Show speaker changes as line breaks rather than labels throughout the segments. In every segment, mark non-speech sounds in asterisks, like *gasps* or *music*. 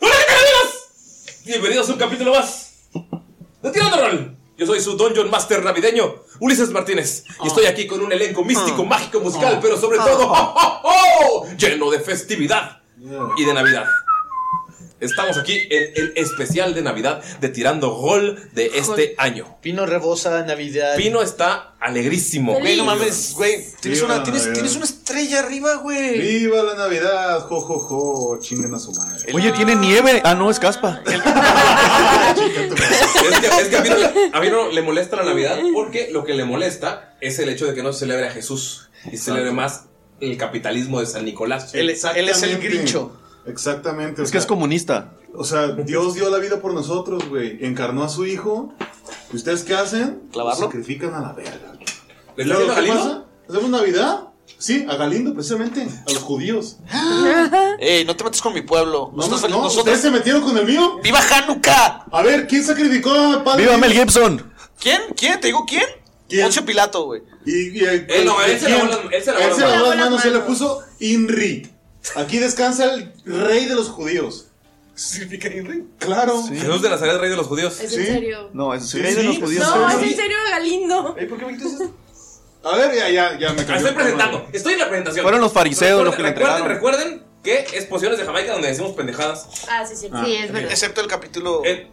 ¡Hola, camaradas! Bienvenidos a un capítulo más de Tirando Rol. Yo soy su Dungeon Master navideño, Ulises Martínez, y estoy aquí con un elenco místico, mágico, musical, pero sobre todo ¡oh, oh, oh! lleno de festividad y de Navidad. Estamos aquí en el especial de Navidad de Tirando Rol de este año.
Pino rebosa Navidad.
Pino está alegrísimo.
Güey, no mames, güey. Tienes
Viva
una,
la
tienes,
Navidad.
tienes una estrella arriba, güey.
¡Viva la Navidad! ¡Jo, jo, jo! ¡Chinguen a su madre!
Oye, tiene nieve. Ah, no, es caspa.
Es que, es que a, mí no, a mí no le molesta la Navidad porque lo que le molesta es el hecho de que no se celebre a Jesús y se celebre más el capitalismo de San Nicolás.
Él, es- él es el
Exactamente.
grincho.
Exactamente.
Es que es comunista.
O sea, Dios dio la vida por nosotros, güey. Encarnó a su hijo. ¿Y ustedes qué hacen?
¿Clavarlo?
Lo sacrifican a la verga.
¿Le
¿Es lo
estás
que
diciendo a
pasa? ¿Hacemos Navidad? Sí, a Galindo, precisamente. A los judíos.
*laughs* Ey, no te metas con mi pueblo.
No,
Nosotros,
no,
nosotros-
¿Ustedes se metieron con el mío?
¡Viva Hanukkah!
A ver, ¿quién sacrificó a Padre?
¡Viva Mel Gibson!
¿Quién? ¿Quién? ¿Te digo quién?
¿Quién?
Poncio Pilato, güey.
Y, y-
Él Eh, no, él se lavó las- él se lavó las
lavó
manos.
las manos, se le puso Inri. Aquí descansa el rey de los judíos.
¿Significa Henry?
Claro.
Jesús de Nazaret, rey de los judíos.
¿Es
Sí.
en serio?
No, es
Sí, sí.
No, es en serio Galindo.
Ey, ¿por qué me quitas eso?
A ver, ya, ya, ya me
Ah,
cayó.
Estoy presentando, estoy en la presentación.
Fueron los fariseos los que le
recuerden,
entregaron.
recuerden que es Pociones de Jamaica donde decimos pendejadas.
Ah, sí, sí.
Sí,
es
Excepto el capítulo.
El,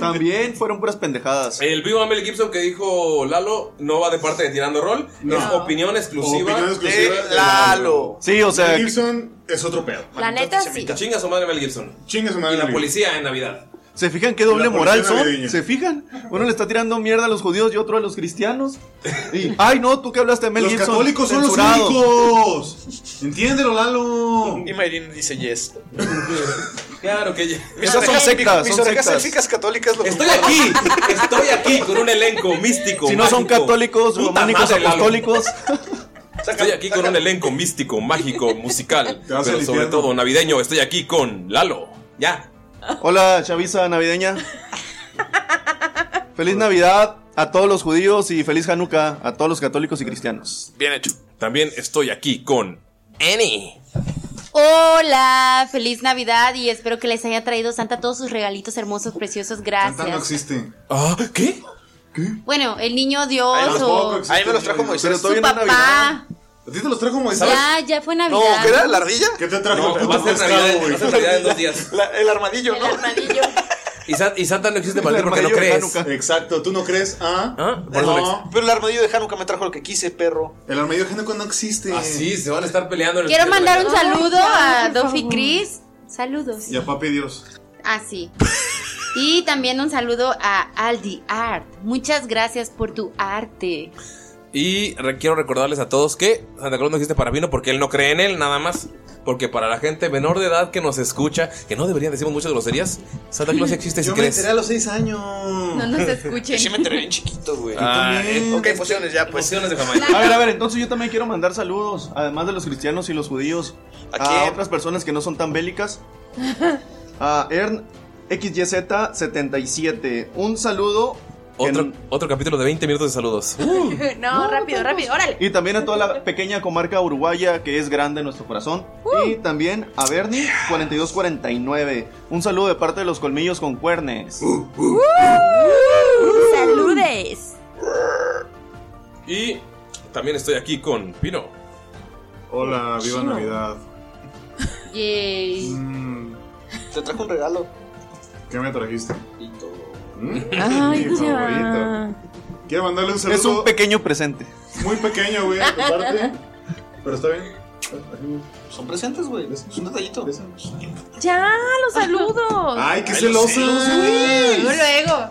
También fueron puras pendejadas.
el vivo Mel Gibson que dijo Lalo no va de parte de Tirando Rol, es opinión exclusiva.
Opinión
de
exclusiva de
Lalo.
Sí, o sea,
Gibson es otro pedo.
La neta, sí.
Chinga su madre Mel Gibson.
Chinga su
Y
madre.
la policía
*laughs*
en Navidad.
¿se fijan qué doble
La policía
moral son?
navideña.
¿Se fijan? Uno le está tirando mierda a los judíos y otro a los cristianos. Y, ay, no, tú que hablaste de Mel
Los
Gibson.
católicos son los
Censurado.
únicos. Entiéndelo, Lalo.
Y Mayrin dice yes.
Claro que ya.
Esas son
Mis-
sectas,
Mis
son
orejas
sectas.
élficas católicas lo
Estoy aquí, estoy aquí con un elenco místico.
Si no son
mágico.
católicos,
Puta
románicos,
madre, Lalo.
apostólicos.
Estoy aquí con un elenco místico, *laughs* mágico, musical,
Te vas
pero
al
sobre
infierno.
todo navideño. Estoy aquí con Lalo. Ya.
Hola, chaviza navideña. Feliz Navidad a todos los judíos y feliz Hanukkah a todos los católicos y cristianos.
Bien hecho. También estoy aquí con Annie.
Hola, feliz Navidad y espero que les haya traído Santa todos sus regalitos hermosos, preciosos.
Santa no existe.
Ah, ¿qué?
Bueno, el niño Dios
Ahí me los
Tampoco
o
existe.
Ahí me los trajo
Pero
Moisés.
todavía no es Navidad.
papá.
¿A ti te los trajo Moisés?
Ya, ya fue Navidad.
No, ¿qué era? ¿La ardilla?
¿Qué te trajo
No,
el
va a
puto
ser Navidad,
pescado,
va a ser
güey?
Navidad en dos días.
La- el armadillo,
El
¿no?
armadillo.
Y, Sa- y Santa no existe para ti
El
porque no
armadillo de
crees.
Hanukkah. Exacto, tú no crees. Ah,
Por eso
No.
no existe.
Eh, Pero el armadillo de Hanukkah me trajo lo que quise, perro.
El armadillo de Hanukkah no existe.
Ah,
Así se van a estar peleando en el
Quiero
cielo.
mandar un
Ay,
saludo
ya,
a
por
Dofi
favor.
Cris. Saludos.
Ya, papi Dios.
Ah, sí. Y también un saludo a Aldi Art. Muchas gracias por tu arte.
Y re- quiero recordarles a todos que Santa Claus no existe para vino porque él no cree en él, nada más. Porque para la gente menor de edad que nos escucha, que no deberían decir muchas groserías, Santa
*laughs*
Claus sí existe si
Yo me
crees.
enteré a los 6 años.
No nos escuchen.
Sí me enteré bien chiquito, güey.
Ah,
Yo también. ok, eh. pociones ya, pues.
Pociones de
A ver, a ver, entonces yo también quiero mandar saludos, además de los cristianos y los judíos, a,
quién?
otras personas que no son tan bélicas.
*laughs*
A Ern XYZ77. Un saludo.
Otro, otro capítulo de 20 minutos de saludos.
*laughs* No, rápido, rápido, órale.
Y también a toda la pequeña comarca uruguaya que es grande en nuestro corazón. Y también a Bernie 4249. Un saludo de parte de los colmillos con cuernes.
Uh,
Uh.
Uh. Saludes.
Y también estoy aquí con Pino.
Hola, viva
Chino.
Navidad.
Yay.
Mm.
Te trajo un regalo.
¿Qué me trajiste? Mm.
Y todo.
Mi favorito. Quiero mandarle un saludo.
Es un pequeño
*laughs*
presente.
Muy pequeño,
*laughs*
güey, a tu parte. Pero está bien.
Son presentes, güey. Es un detallito.
Ya,
*laughs*
los saludos.
Ay, qué celosa.
Sí, luego.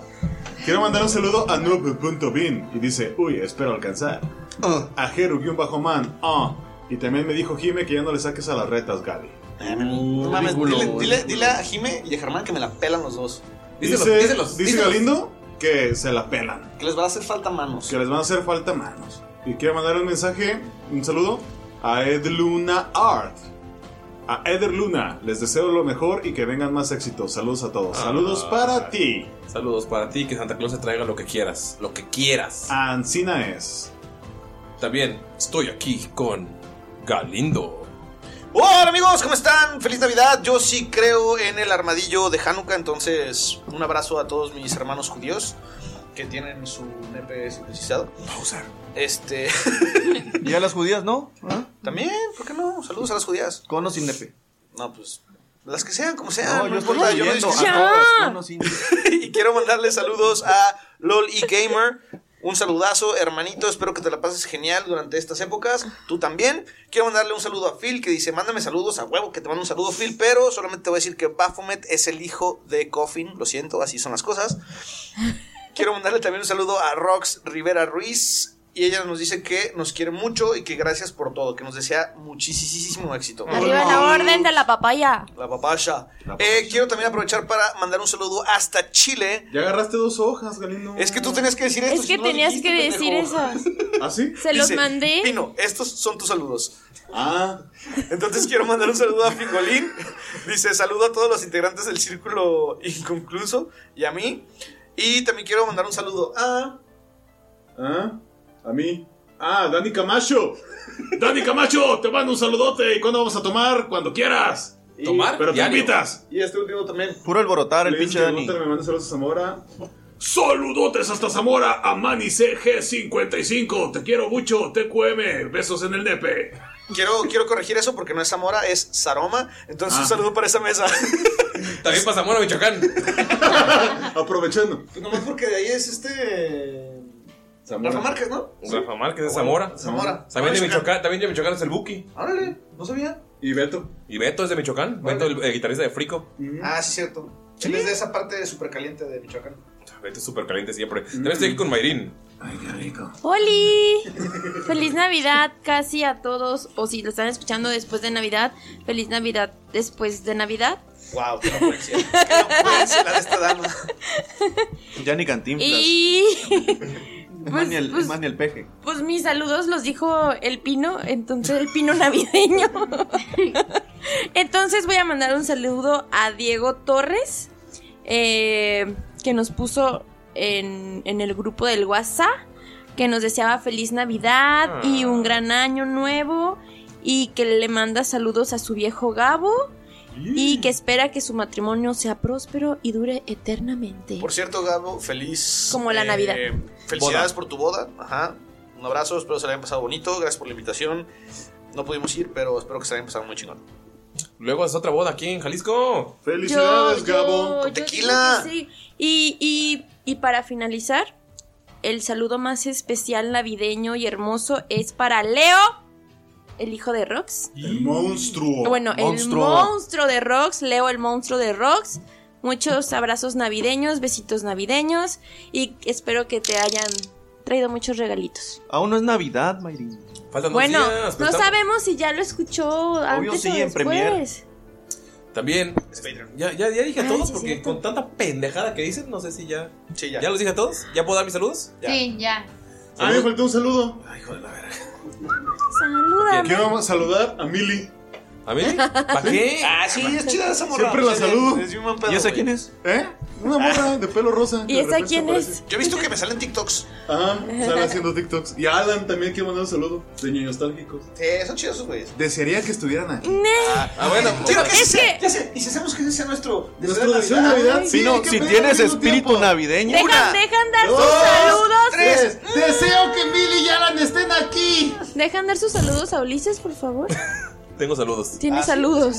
Quiero mandar un saludo a noob.bin y dice, uy, espero alcanzar.
Oh.
A Heru-man, ah. Y también me dijo Jime que ya no le saques a las retas, Gaby.
No mames, dile, dile- dile a Jime y a Germán que me la pelan los dos.
Dice, dice Galindo que se la pelan.
Que les va a hacer falta manos.
Que les van a hacer falta manos. Y quiero mandar un mensaje, un saludo a Edluna Art. A Eder Luna, les deseo lo mejor y que vengan más éxitos. Saludos a todos. Saludos
Ah.
para ti.
Saludos para ti, que Santa Claus te traiga lo que quieras. Lo que quieras.
Ancina es.
También estoy aquí con Galindo.
Hola amigos, ¿cómo están? Feliz Navidad. Yo sí creo en el armadillo de Hanukkah, entonces un abrazo a todos mis hermanos judíos que tienen su nepe circuncisado.
Pausa.
Este, *laughs*
Y a las judías, ¿no? ¿Ah?
también, ¿por qué no? Saludos a las judías.
Con o sin nepe.
No, pues las que sean, como sean.
No, yo estoy
importa, no
leyendo a
discrimino.
todas,
y quiero mandarle saludos a LOL y Gamer. Un saludazo, hermanito. Espero que te la pases genial durante estas épocas. Tú también. Quiero mandarle un saludo a Phil que dice: Mándame saludos a huevo, que te mando un saludo, Phil. Pero solamente te voy a decir que Baphomet es el hijo de Coffin. Lo siento, así son las cosas. Quiero mandarle también un saludo a Rox Rivera Ruiz. Y ella nos dice que nos quiere mucho y que gracias por todo. Que nos desea muchísimo éxito.
Arriba la orden de la papaya.
La papaya. Eh, quiero también aprovechar para mandar un saludo hasta Chile.
Ya agarraste dos hojas, Galindo.
Es que tú tenías que decir esto.
Es que tenías que decir esas.
¿Ah, sí?
Se los mandé.
Pino, estos son tus saludos.
Ah.
Entonces quiero mandar un saludo a Fingolín. Dice, saludo a todos los integrantes del Círculo Inconcluso y a mí. Y también quiero mandar un saludo a...
¿Ah? ¿A mí? Ah, Dani Camacho. *laughs* Dani Camacho, te mando un saludote. ¿Y cuándo vamos a tomar? Cuando quieras.
¿Tomar?
Pero te
Diario.
invitas.
Y este último también.
Puro alborotar el
Le dices que
pinche Dani.
Gunter me manda saludos a Zamora. Saludotes hasta Zamora a Mani CG55. Te quiero mucho, TQM. Besos en el nepe.
Quiero, quiero corregir eso porque no es Zamora, es Saroma. Entonces
Ah.
un saludo para esa mesa.
También para Zamora, Michoacán.
Aprovechando.
*laughs* Nomás porque de ahí es este... Rafa Márquez, ¿no?
Rafa Márquez de Zamora.
Zamora.
También de Michoacán, también de Michoacán es el Buki.
Órale, no sabía.
Y Beto.
Y Beto es de Michoacán. Beto, el, el guitarrista de Frico.
Ah, sí, cierto. Él es de esa parte súper caliente de Michoacán.
Beto es súper caliente siempre. También estoy aquí con Mayrin.
*laughs*
¡Holi! Feliz Navidad casi a todos. O si lo están escuchando después de Navidad, feliz Navidad después
*laughs*
de Navidad.
Wow, qué poesía. Qué poesía la de esta dama.
*laughs* Ya ni cantinflas.
Y
Es más ni el- es más ni el peje.
pues mis saludos los dijo el pino, entonces el pino navideño. *laughs* Entonces voy a mandar un saludo a Diego Torres, eh, que nos puso en, en el grupo del WhatsApp, que nos deseaba feliz Navidad y un gran año nuevo, y que le manda saludos a su viejo Gabo. Y que espera que su matrimonio sea próspero y dure eternamente.
Por cierto, Gabo, feliz.
Este,
eh,
Como la Navidad.
Felicidades por tu boda. Ajá. Un abrazo, espero se la hayan pasado bonito. Gracias por la invitación. No pudimos ir, pero espero que se la hayan pasado muy chingón.
Luego es otra boda aquí en Jalisco.
Yo- yo- yo digo que sí. Y, y- y para finalizar, el saludo más especial navideño y hermoso es para Leo, el hijo de Rox.
El monstruo.
Bueno, el monstruo de Rox, Leo el monstruo de Rox. Muchos abrazos navideños, besitos navideños y espero que te hayan traído muchos regalitos.
Aún no es Navidad, Mayrin.
Faltan
bueno,
dos días. pero
no
está-
sabemos si ya lo escuchó antes
sí,
o
en Premiere.
después.
También. Ya, ya, ya dije a todos porque con tanta pendejada que dicen, no sé si ya. ya. los dije a todos? ¿Ya puedo dar mis saludos? Ya.
Sí, ya.
A mí me faltó un saludo.
Salúdame.
Quiero saludar a Mili.
¿A mí? ¿Para
qué?
Ah, sí, es chida esa morra.
Siempre la
Sí,
saludo.
es bien buen pedo, güey.
es? ¿Eh? Una morra de pelo rosa.
¿Y
De
esa
repente
quién
aparece.
es? Yo he visto que me salen TikToks.
Ajá, sale haciendo TikToks. Y a Alan también quiero mandar un saludo. De niños nostálgicos.
Sí, son chidos, güey.
Desearía que estuvieran aquí.
Ah,
bueno,
Digo,
pues,
que
es
ese- ya sé, y si hacemos que ese sea nuestro
Nuestro deseo de Navidad, sí,
no, si tienes espíritu navideño.
Dejan, dejan dar
dos,
sus saludos.
tres.
Deseo que Billy y Alan estén aquí. Dejan dar sus saludos a Ulises, por favor.
Tengo saludos.
Ah,
Ah,
Tiene saludos.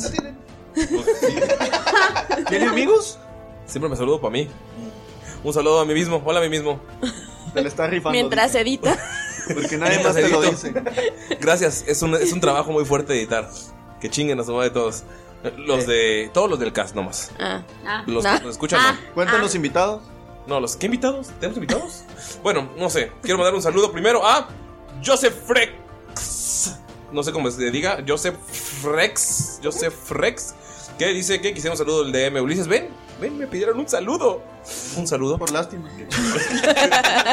¿Tiene amigos? Siempre me saludo para mí. Un saludo a mí mismo. Hola a mí mismo.
Te le está rifando.
Mientras edita.
Porque nadie más te lo dice.
Gracias. Es un, es un trabajo muy fuerte de editar. Que chinguen a su madre todos. Los de. Todos los del cast nomás.
Ah.
Ah.
Ah.
Los que nos escuchan. no.
Cuentan los invitados.
No, los. ¿Qué invitados? ¿Tenemos invitados? bueno, no sé. Quiero mandar un saludo primero a Joseph Frex. No sé cómo se diga. Joseph Frex. Joseph Frex. Que dice que quisiera un saludo del DM. Ulises, ven. Ven, me pidieron un saludo. Un saludo.
Por lástima.
*laughs*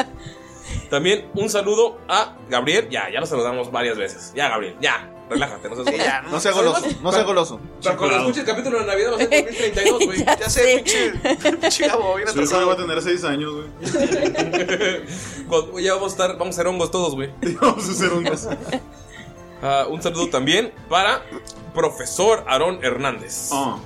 También un saludo a Gabriel. Ya, ya lo saludamos varias veces. Ya, Gabriel, ya. Relájate, no seas
Sí, ya, no sea goloso, no sea goloso.
Para cuando escuches el capítulo de Navidad va a
Eh,
ser 2032,
*laughs*
güey.
Ya sé, pinche. *laughs* Chigabo, bien
Su hijo no va a
atrasado.
tener 6 años, güey.
*laughs* Cuando- Ya vamos a estar, vamos a ser hongos todos, güey.
Vamos a hacer hongos.
Ah, un saludo también para profesor Aarón Hernández. Ah.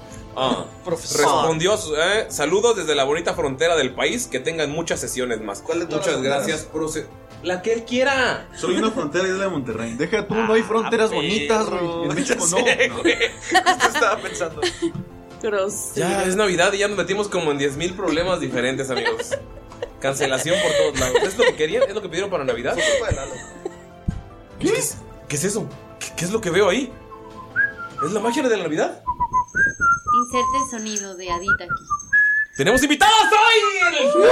Profesor.
Respondió, eh, saludos desde la bonita frontera del país, que tengan muchas sesiones más. Muchas gracias, profe. La que él quiera.
Soy una frontera isla de Monterrey.
Deja tú, no hay
Ah,
fronteras
pues,
bonitas, güey.
*laughs*
En México no.
Estaba pensando.
Ya es Navidad y ya nos metimos como en 10.000 problemas diferentes, amigos. Cancelación por todos lados. ¿Es lo que querían? ¿Es lo que pidieron para Navidad? ¿Qué es? ¿Qué es eso? ¿Qué, qué es lo que veo ahí? ¿Es la magia de la Navidad?
Inserte el sonido de Adita aquí.
¡Tenemos invitados hoy!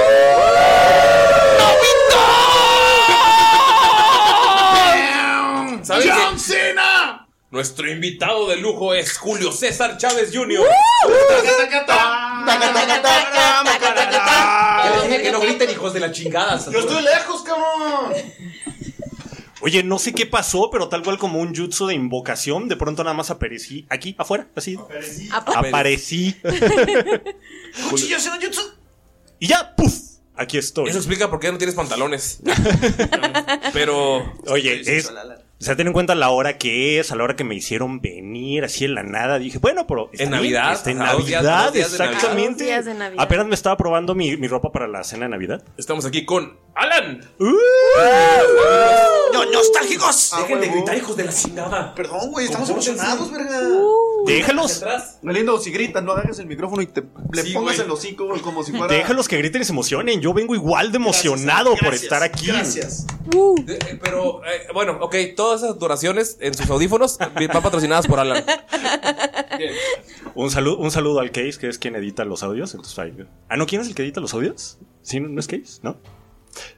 ¿Saben qué?
¡John Cena!
Nuestro invitado de lujo es Julio César Chávez Jr. Ya les dije que no griten, hijos de la chingada.
Yo estoy lejos, cabrón.
Oye, no sé qué pasó, pero tal cual como un jutsu de invocación, de pronto nada más aparecí aquí, afuera, así.
*laughs*
Aparecí.
Cuchillos en un jutsu.
y ya, ¡puf! Aquí estoy.
Eso explica por qué no tienes pantalones. Pero.
Oye, es. O sea, ten en cuenta la hora que es, a la hora que me hicieron venir, así en la nada. Dije, bueno, pero. está
En
bien,
Navidad,
está en
ajá, dos días-
Navidad,
dos días de Navidad.
exactamente.
Dos días de Navidad.
Apenas me estaba probando mi, mi ropa para la cena de Navidad. ¡Uh!
Estamos aquí con Alan.
¡Ah!
¡Uh!
¡No, nostálgicos!
Dejen de gritar, hijos de la chingada.
Perdón, güey, Ah, estamos
Compórtense.
emocionados, verga.
Uh.
Déjalos.
Galindo, si gritas, no agarres el micrófono y te le
Sí,
pongas
güey.
el hocico güey, como si fuera.
Déjalos que griten y se emocionen. Yo vengo igual de emocionado por
gracias,
estar aquí.
gracias.
Uh.
De- eh, pero, eh, bueno, ok, todas esas duraciones en sus audífonos *laughs* van patrocinadas por Alan.
Un saludo, un saludo al Case, que es quien edita los audios. Entonces, ahí- Ah, ¿no? ¿Quién es el que edita los audios? ¿Sí, no, no es Case? ¿No?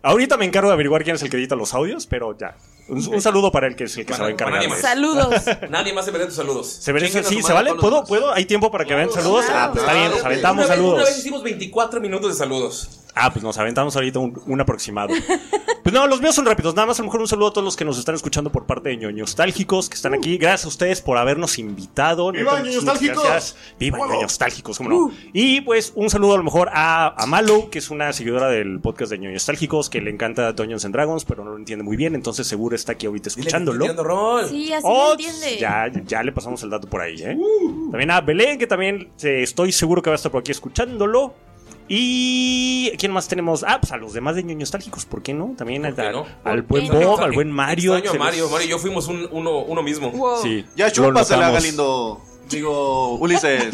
Ahorita me encargo de averiguar quién es el que edita los audios, pero ya. Un, un saludo para el que es el que se va a encargar. de eso.
Saludos.
Nadie más se merece tus saludos.
¿Se merece?
Chingan a
Sí,
su
¿se
madre
vale?
todos los
¿Puedo? ¿Puedo? ¿Hay tiempo para que vean saludos? Ah, pues está bien, nos aventamos
Una vez- Una vez
saludos.
hicimos 24 minutos de saludos.
Ah, pues nos aventamos ahorita un, un
*laughs*
aproximado. Pues no, los míos son rápidos. Nada más a lo mejor un saludo a todos los que nos están escuchando por parte de ñoño nostálgicos que
Uh.
están aquí. Gracias a ustedes por habernos invitado.
¡Viva
Neta,
Ñoños
muchísimas
Nostálgicos!
gracias. ¡Viva
¡Huevo!
ñoños nostálgicos! ¿Cómo no?
Uh.
Y pues un saludo a lo mejor a, a Malo, que es una seguidora del podcast de ñoños nostálgicos que le encanta Dungeons and Dragons, pero no lo entiende muy bien. Entonces seguro está aquí ahorita escuchándolo.
Sí, así
Oh,
lo entiende. Uh.
Ya, ya le pasamos el dato por ahí, ¿eh? También a Belén, que también eh, estoy seguro que va a estar por aquí escuchándolo. Y quién más tenemos? Ah, pues a los demás de ñoños nostálgicos, ¿por qué no? También a-
no?
al buen Bob, al buen Mario.
Extraño a
se los- *laughs*
Mario. Mario y yo fuimos un- uno, uno mismo.
Sí,
Ya
lo
chúpasela,
notamos.
Galindo. Digo, Ulises.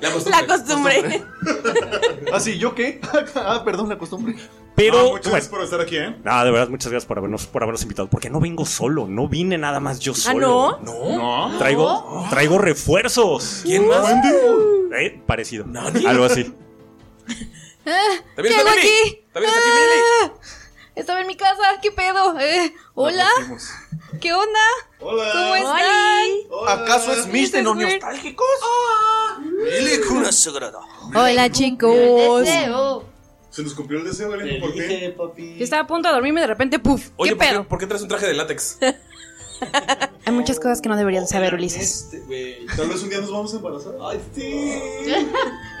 La
La costumbre.
*laughs*
Ah, sí, ¿yo qué? *laughs* ah, perdón, la costumbre.
Pero.
muchas gracias por estar aquí, ¿eh?
Nada, de verdad, muchas gracias por habernos, por habernos invitado. Porque no vengo solo, no vine nada más yo
¿Ah,
solo.
no?
No.
No.
Traigo, traigo refuerzos.
¿Quién más?
Eh, parecido. Algo así.
También
¿Quién
está Mili.
aquí?
También está aquí
Ah, estaba en mi casa, ¿qué pedo? Eh, ¿Hola? ¿Qué onda? Hola. ¿Cómo están?
¿Acaso es Mitch de los nostálgicos?
Dile con una sagrada.
Oh. Hola, chicos. Yo
Se nos cumplió el deseo, Belén, ¿por qué?
estaba a punto de dormirme y de repente, ¡puf!
Oye, ¿por, *laughs* Qué, ¿por qué traes un traje de látex?
Hay muchas cosas que no deberían saber, Ulises.
Tal vez un día nos vamos a embarazar. Ay,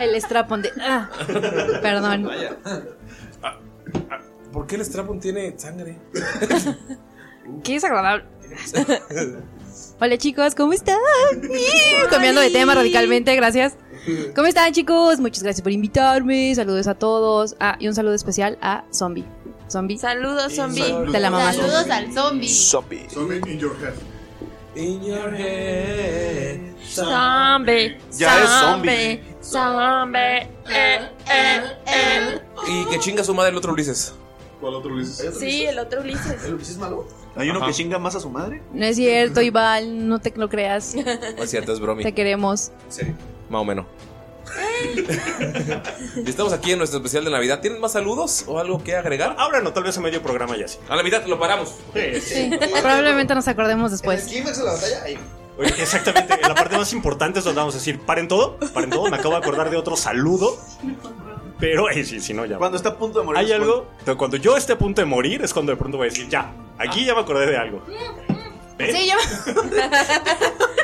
*laughs* El strapón de. Ah, perdón.
Vaya. Ah, ah, ¿Por qué el Strapon tiene sangre? *laughs*
Qué desagradable. Hola chicos, ¿cómo
*laughs*
están? ¡Ih! Cambiando de tema radicalmente, gracias. ¿Cómo están chicos? Muchas gracias por invitarme. Saludos a todos. Ah, y un saludo especial a Zombie. Zombie.
Saludos, zombie.
Te la mamás.
Saludos
*laughs*
al zombie.
Zombie.
Zombie in your head.
In your head.
Zombie.
Ya es
zombie. Zombie.
Ah.
Eh, eh, eh.
Y que chinga su madre el otro Ulises.
¿Cuál otro Ulises?
Eh, Sí, el otro Ulises.
¿El Ulises malo? ¿Hay uno
Ajá.
que chinga más a su madre?
No es cierto, Ival, no te lo creas.
No es cierto, es bromi.
Te queremos.
Sí, más o menos. Y Estamos aquí en nuestro especial de Navidad. ¿Tienen más saludos o algo que agregar?
Ahora no, tal vez a medio programa ya sí.
A la mitad lo paramos.
Sí, Probablemente nos acordemos después.
Oye, exactamente. La parte más importante es donde vamos a decir, paren todo, paren todo. Me acabo de acordar de otro saludo. Pero, eh, sí, si no, ya.
Cuando está a punto de morir.
Hay algo. pero Cuando yo esté a punto de morir es cuando de pronto voy a decir, ya,
Ah.
aquí ya me acordé de algo. ¿Ven?
Sí, yo *laughs*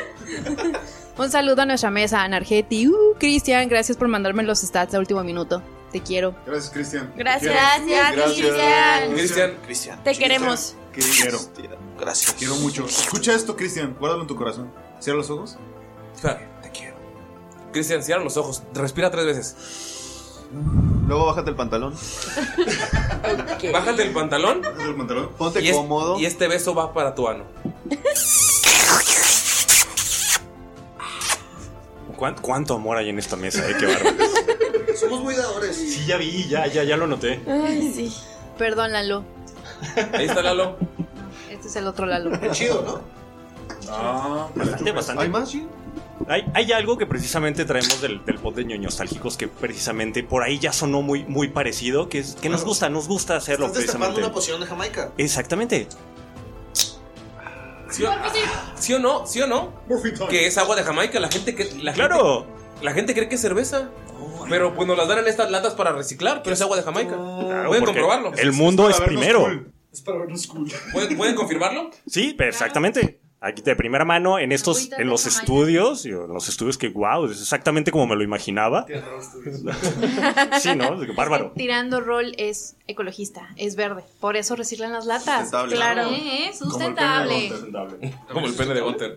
Un saludo a nuestra mesa, Nargeti. Uh, Cristian, gracias por mandarme los stats a último minuto. Te quiero.
Gracias, Cristian.
Gracias, Gracias, Cristian.
Cristian.
Cristian.
Te queremos.
Quiero.
Gracias.
Te quiero mucho. Escucha esto, Cristian. Guárdalo en tu corazón. Cierra los ojos.
Te quiero. Cristian, cierra los ojos. Respira tres veces.
Luego bájate el pantalón.
Bájate el pantalón.
el pantalón.
Ponte
y es-
cómodo.
y este beso va para tu ano.
¿Cuán- ¿Cuánto amor hay en esta mesa? Eh? Qué bárbaro.
Somos muy dadores.
Sí, ya vi, ya, ya, ya lo noté.
*laughs* Ay, sí. Perdón, Lalo.
Ahí está Lalo.
Este es el otro Lalo.
Chido,
*laughs*
¿no?
Ah, bastante, bastante. ¿Hay
más, sí?
Hay, algo que precisamente traemos del, del pod de ñoños nostálgicos que precisamente por ahí ya sonó muy, muy parecido, que, es, que nos gusta, nos gusta hacerlo
Estás destapando
precisamente.
una poción de Jamaica.
Exactamente.
¿Sí o, ¿Sí o no? ¿Sí o no? Que es agua de Jamaica. La gente que. La
Claro.
Gente, la gente cree que es cerveza. Pero pues nos las dan en estas latas para reciclar, pero es agua de Jamaica. Pueden
porque
comprobarlo.
el mundo es primero.
Es para vernos
*laughs*
cool.
¿Pueden, pueden confirmarlo?
Sí, pero exactamente. Aquí de primera mano, en estos, en los estudios, y en los estudios que, wow, es exactamente como me lo imaginaba. Sí, ¿no? Bárbaro.
Este Tirando Roll es ecologista, es verde. Por eso reciclan las latas.
Sustentable.
Claro.
Sí,
es
Como el pene
sustentable.
de Gunther.
Como el pene de Gunter.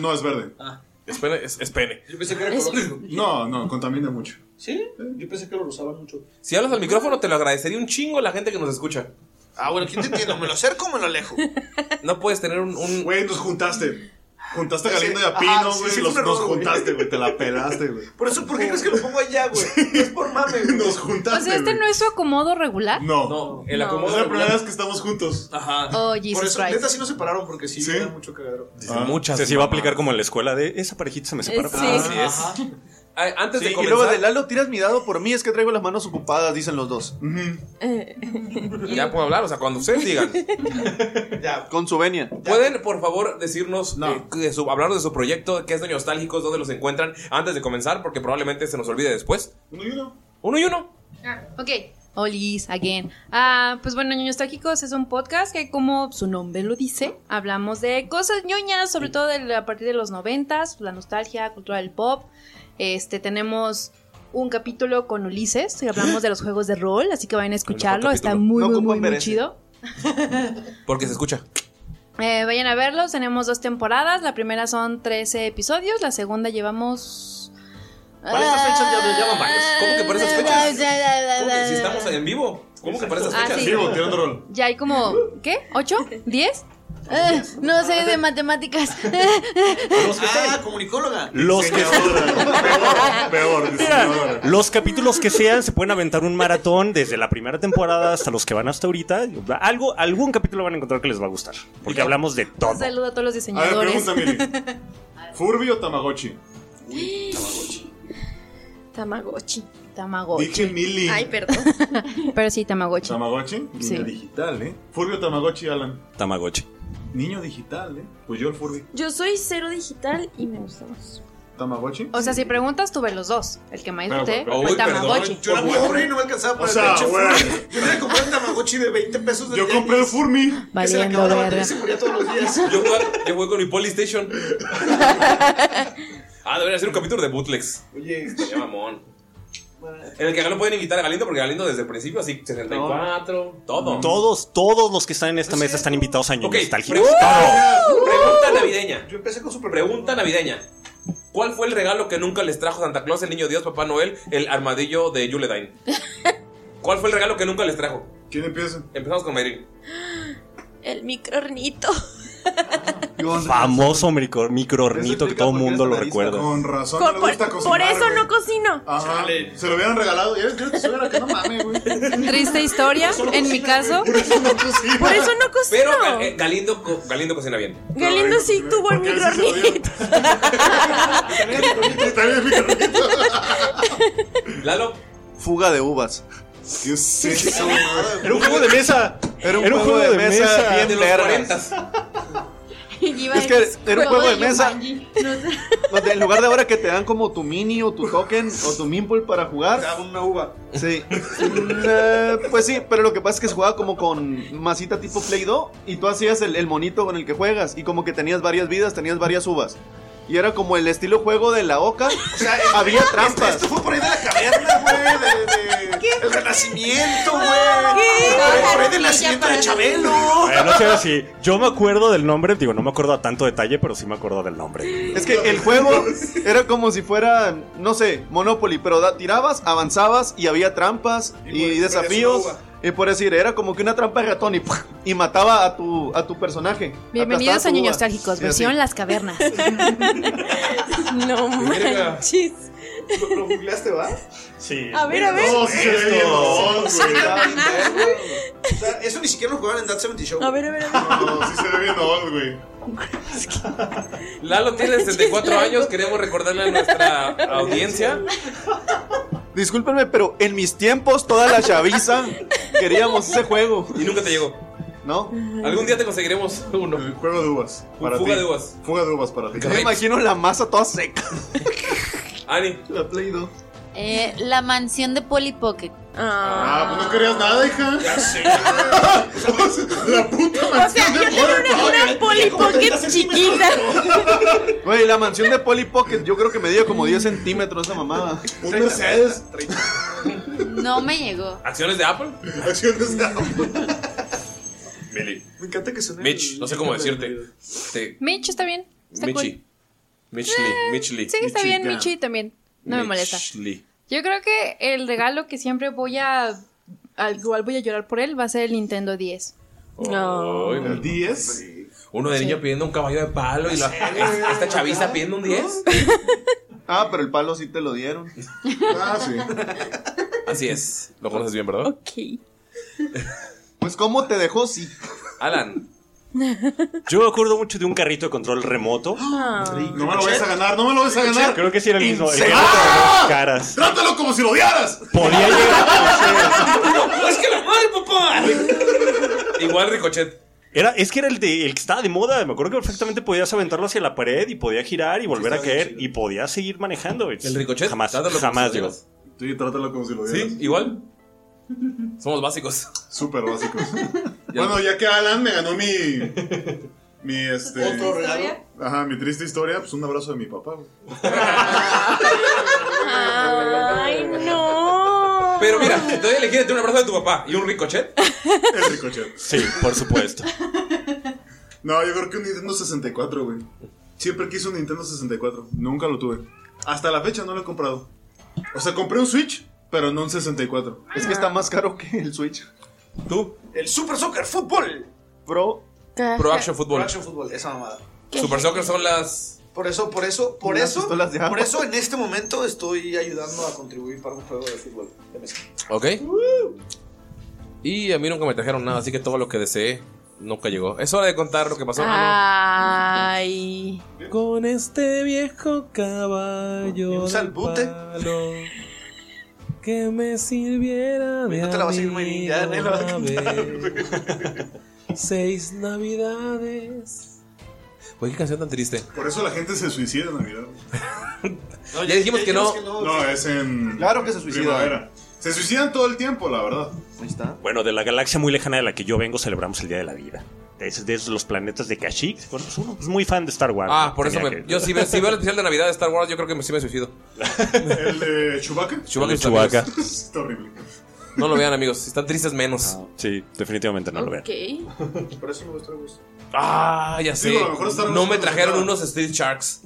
No, es verde.
Ah.
Es pene. Es, es pene.
Yo pensé que era ecológico. No, no, contamina mucho.
¿Sí? Eh, Yo pensé que lo usaban mucho.
Si hablas al micrófono, te lo agradecería un chingo la gente que nos escucha.
Ah, bueno, ¿quién te entiendo? ¿Me lo acerco o me lo alejo?
*laughs* No puedes tener un. un...
Güey, nos juntaste. Juntaste a Galindo y a
Ajá,
Pino,
sí,
güey.
sí, fue
los,
un error,
nos
güey.
juntaste, güey. Te la pelaste, güey.
Por eso, ¿por qué crees que lo pongo allá, güey? No es por mame, güey.
Nos
O
juntaste.
sea, este
güey.
no es su acomodo regular.
No.
el
No. acomodo
Es la
regular.
primera vez que estamos juntos.
Ajá.
Oh, Jesus
por eso,
Christ.
neta, sí nos separaron porque sí, era mucho cagadero.
muchas. Se iba a aplicar como en la escuela de esa parejita se me separa.
Sí.
Así
Ah,
es.
Antes
Sí,
de
y luego
comenzar.
de Lalo tiras mi dado por mí, es que traigo las manos ocupadas, dicen los dos.
Ya puedo hablar, o sea, cuando ustedes digan.
Con su venia.
¿Pueden, por favor, decirnos, eh, de su- hablarnos de su proyecto, qué es de Nostálgicos, dónde los encuentran, antes de comenzar, porque probablemente se nos olvide después?
Uno y uno.
Uno y uno.
Ah, ok. Olis, again. Ah, pues bueno, Ñoños Tóxicos es un podcast que, como su nombre lo dice, hablamos de cosas ñoñas, sobre todo de- a partir de los noventas, pues, la nostalgia, cultura del pop. Este, tenemos un capítulo con Ulises, que hablamos de
*laughs*
los juegos de rol, así que vayan a escucharlo, está
capítulo.
muy,
No
muy,
ocupan
muy, muy
ver ese.
chido.
Porque se escucha.
*laughs* Eh, vayan a verlos, tenemos dos temporadas, la primera son 13 episodios, la segunda llevamos...
Para esas fechas ya, ya van varios. ¿Cómo que
*laughs*
para esas fechas? ¿Cómo que si estamos en vivo? ¿Cómo que para esas
Ah, *laughs*
fechas?
sí. Vivo, tirando Ya hay como, ¿qué? ¿Ocho? ¿Diez? Eh, no sé de matemáticas.
ah, comunicóloga.
Los que
Peor, diseñadora.
Los capítulos que sean se pueden aventar un maratón desde la primera temporada hasta los que van hasta ahorita. Algo, algún capítulo van a encontrar que les va a gustar. Porque hablamos de todo.
Un *laughs* saludo a todos los
A ver,
diseñadores.
pregunta, Miri.
*laughs*
¿Furby o Tamagotchi?
Tamagotchi. Tamagotchi.
Dije Mili.
Ay, perdón. Pero sí, Tamagotchi.
¿Tamagotchi? Niño
Sí.
digital, ¿eh? ¿Furby o Tamagotchi, Alan?
Tamagotchi.
Niño digital, ¿eh? Pues yo el Furby.
Yo soy cero digital y me gusta más.
¿Tamagotchi?
O sea, si preguntas, tuve los dos. El que más
Pero,
usted
pero,
fue
uy,
Tamagotchi.
Ah,
perdón,
Yo era muy pobre y no me alcanzaba
O
para
sea,
el pinche
güey.
Furby. Yo tenía que comprar un Tamagotchi de 20 pesos.
Yo compré el Furby.
Que se le
Valiendo
acababa la batería y
verga.
se moría todos los días.
Yo voy, yo voy con mi
*laughs*
Polystation. ah, debería hacer un capítulo de bootlegs. Oye,
este,
estaría mamón. En el que acá no pueden invitar a Galindo porque Galindo desde el principio, así 64, todo.
Mm.
Todos, todos los que están en esta mesa están invitados a Ñoño Nostálgico.
Pregunta, pregunta navideña. Yo empecé con super pregunta navideña. ¿Cuál fue el regalo que nunca les trajo Santa Claus, el niño Dios, Papá Noel, el armadillo de Yuledine? ¿Cuál fue el regalo que nunca les trajo?
¿Quién empieza?
Empezamos con Mayrin.
El microornito.
Famoso micro, microornito que todo el mundo lo recuerda.
Con razón,
Por-
no le
por,
gusta cocinar.
por eso
güey.
no cocino.
Ajá. Se lo hubieran regalado. Ya ves, creo que se hubiera quedado, no mames, güey.
Triste historia, en mi caso. Por
eso no cocino.
Por eso no cocino.
Pero Gal- eh, Galindo, co- Galindo cocina bien.
Galindo sí tuvo el microornito.
Lalo.
Fuga de uvas.
¿Qué es eso,
Era un juego de mesa. Era un, juego, de, mesa, bien
de los
vergas.
40.
Iba
Es
a
que
decir,
era un juego de mesa.
Yumanji.
*laughs* O sea, en lugar de ahora que te dan como tu mini o tu token o tu mimple para jugar. Te daban una uva. Sí. Mm, eh, pues sí, pero lo que pasa es que se jugaba como con masita tipo Play-Doh y tú hacías el, el monito con el que juegas y como que tenías varias vidas, tenías varias uvas. Y era como el estilo juego de
*laughs*
la oca. había
este
trampas.
Esto fue por ahí de la caverna, güey. De, de, el renacimiento, güey. Por ahí del nacimiento de Chabelo.
Bueno, no sé así. Yo me acuerdo del nombre, digo, no me acuerdo a tanto detalle, pero sí me acuerdo del nombre.
Es que el juego era como si fuera, no sé, Monopoly, pero da- tirabas, avanzabas y había trampas y, desafíos. Y por decir, era como que una trampa de ratón y, ¡puf! y mataba a tu, a tu personaje.
Bienvenidos
Aplastaba
a
tu
Niños
uva.
Nostálgicos,
Y así.
versión Las
*laughs*
Cavernas.
No
Verga.
manches.
¿Lo, lo googleaste, va?
Sí.
A ver, a ver.
No, sí,
Esto.
bien, *laughs* no,
Sí,
güey.
está bien, verga, güey. O sea, Eso ni siquiera lo jugaban en That 70 Show.
A ver, a ver, a ver.
No, sí se ve bien old, güey.
Lalo
*laughs*
tiene 64 años. Queremos recordarle a nuestra audiencia.
Discúlpenme, pero en mis tiempos toda la chaviza queríamos ese juego,
Y nunca te llegó.
¿no?
Algún día te conseguiremos uno.
El juego de uvas. Para
fuga
ti.
de uvas.
Fuga de
*laughs*
uvas para ti.
Yo me imagino la masa toda seca.
Ani.
La Play Doh.
Eh, la mansión de Polly Pocket.
Ah, pues no querías nada, hija.
Ya sé.
La puta mansión de
Una Polly
*laughs*
Pocket chiquita.
Güey, la mansión de Polly Pocket, yo creo que medía como 10 centímetros esa mamada.
Un Mercedes.
*laughs* No me llegó.
¿Acciones de Apple?
Acciones de Apple.
Mili.
Me encanta que suene.
Mitch, no sé cómo decirte. Te-
Mitch está bien. Está Eh,
Michi. Michli. Michli.
Sí, está bien, Michi también. No me molesta.
Michli.
Yo creo que el regalo que siempre voy a. Al cual voy a llorar por él va a ser el Nintendo 10.
Ay,
El 10.
Uno de niño pidiendo un caballo de palo y la- esta chaviza pidiendo un 10.
Ah, pero el palo sí te lo dieron.
Ah, sí.
Así es. Lo conoces bien, ¿verdad?
Ok.
Pues cómo te dejó, sí.
Alan.
Yo me acuerdo mucho de un carrito de control remoto.
No me lo vas a ganar, no me lo vas a ganar.
Creo que sí era el mismo. eh. el que
Inseguro.
era con las caras.
Trátalo como si lo odiaras.
Podía llegar.
¡Es que la madre, papá! Igual Ricochet.
Era, es que era el, de, el que estaba de moda. Me acuerdo que perfectamente podías aventarlo hacia la pared y podía girar y volver a caer y podías seguir manejando.
El Ricochet.
Jamás,
Trátalo como
jamás
si lo
llegó.
dieras.
Sí, trátalo como si lo odiaras.
Sí, igual. Somos básicos.
Súper
*laughs*
básicos. bueno, ya que Alan me ganó mi. Mi este.
Otro regalo.
Ajá, mi triste historia, pues un abrazo de mi papá, güey.
Ay, no.
Pero mira, te doy a elegir entre un abrazo de tu papá y un Ricochet.
El ricochet.
Sí, por supuesto.
No, yo creo que un Nintendo 64, güey. Siempre quise un Nintendo 64. Nunca lo tuve. Hasta la fecha no lo he comprado. O sea, compré un Switch, pero no un 64.
Es que está más caro que el Switch.
Tú.
El Super Soccer Fútbol.
Pro
¿Qué?
Pro Action Football.
Pro Action Football, esa mamada.
¿Qué? Super Soccer son las.
Por eso, por eso, por
Las
eso,
pistolas de agua.
por eso en este momento estoy ayudando a contribuir para un juego de fútbol de mesa.
Ok.
Uh.
Y a mí nunca me trajeron nada, así que todo lo que deseé nunca llegó. Es hora de contar lo que pasó.
Ah,
Ay.
Con este viejo
*laughs*
caballo.
Un salbute.
Que me sirviera de
No te la vas a ir muy bien, ya,
amigo
no la vas a
una
cantar,
vez. Seis navidades. Güey, qué canción tan triste.
Por eso la gente se suicida en *laughs* Navidad.
No, ya dijimos que no.
No, es en.
Claro que se suicida.
primavera. Se suicidan todo el tiempo, la verdad. Ahí está.
Bueno, de la galaxia muy lejana de la que yo vengo, celebramos el Día de la Vida. De esos, de esos los planetas de Kashyyyk. Bueno, pues uno es muy fan de Star Wars.
Ah,
¿no?
por eso
Tenía
me,
que-
yo si, veo- si veo el especial de Navidad de Star Wars, yo creo que me, sí me suicido.
*laughs* ¿El de Chewbacca?
Chewbacca y sus
Chewbacca. Ah,
amigos.
Está horrible.
No lo vean, amigos. Si están tristes, menos.
Sí, definitivamente no lo vean.
Ok. Por eso me gusta el gusto.
Ah, ya sé.
Digo, a lo mejor Star Wars
no me
no
trajeron unos Steel Sharks.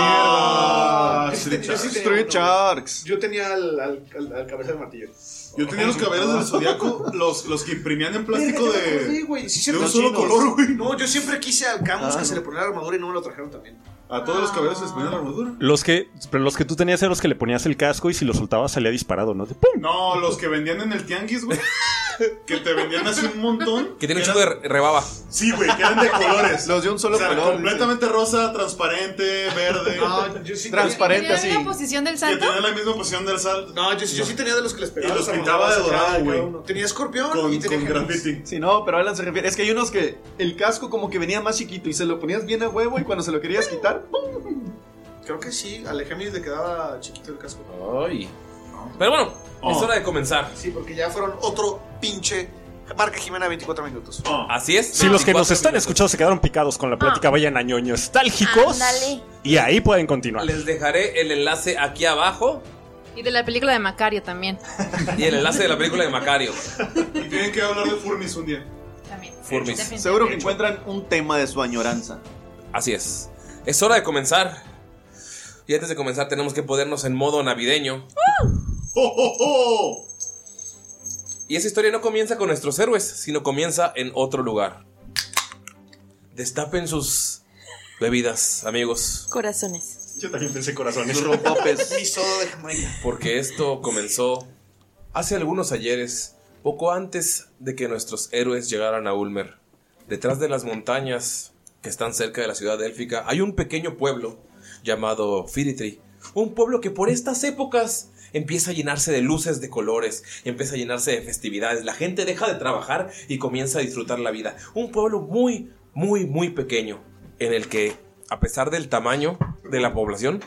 Ah,
Street
Street Sharks.
Street Sharks. Yo tenía al, al, al, al cabeza del martillo.
Yo tenía los cabellos del zodiaco, los, los que imprimían en plástico
Verga, ya me acordé,
de.
güey, sí,
de
cierto,
un solo
chinos.
color, güey.
No, yo siempre quise al Camus
Ah,
que se
no.
le ponía la armadura y no me lo trajeron también.
A todos los cabellos se les ponía la armadura.
*laughs* Los que, pero los que tú tenías eran los que le ponías el casco y si lo soltabas salía disparado, ¿no? De ¡pum!
No, los que vendían en el tianguis, güey. *laughs* Que te vendían así un montón.
Que tiene un chico de re- rebaba.
Sí, güey, que eran de colores.
Los de un solo
O sea,
color,
Completamente rosa, transparente, verde.
No, yo sí
Transparente,
¿Tenían la posición del
Que
santo?
tenía la misma posición del sal.
No, yo sí, yo sí tenía de los que les
Y
pegaba.
los
las
pintaba de
armaduras a cada-
dorado,
cada
güey.
uno. Tenía escorpión y
Con,
tenía
con
Géminis.
graffiti.
Sí, no, pero Alan se refiere. Es que hay unos que el casco como que venía más chiquito y se lo ponías bien a huevo y cuando se lo querías quitar, ¡pum!
Creo que sí, al Géminis le quedaba chiquito el casco.
Ay. Pero bueno, es
Oh.
hora de comenzar.
Sí, porque ya fueron otro pinche. Marca Jimena 24 minutos.
Así es.
Si los que nos
24
están escuchando se quedaron picados con la
Ah.
plática, vayan a ñoño nostálgicos.
Ándale.
Y ahí pueden continuar.
Les dejaré el enlace aquí abajo
Y de la película de Macario también.
y el enlace de la película de Macario.
Y tienen que hablar de Furmis un *laughs* día.
También.
Furmis.
Seguro que encuentran un tema de su añoranza.
Así es. Es hora de comenzar. Y antes de comenzar tenemos que ponernos en modo navideño. Y esa historia no comienza con nuestros héroes, sino comienza en otro lugar. Destapen sus bebidas, amigos,
Corazones.
Yo también pensé corazones.
Mi soda de Jamaica.
porque esto comenzó hace algunos ayeres, poco antes de que nuestros héroes llegaran a Ulmer. Detrás de las montañas que están cerca de la ciudad élfica hay un pequeño pueblo llamado Firitri, un pueblo que por estas épocas empieza a llenarse de luces de colores, empieza a llenarse de festividades, la gente deja de trabajar y comienza a disfrutar la vida. Un pueblo muy, muy, muy pequeño, en el que, a pesar del tamaño de la población,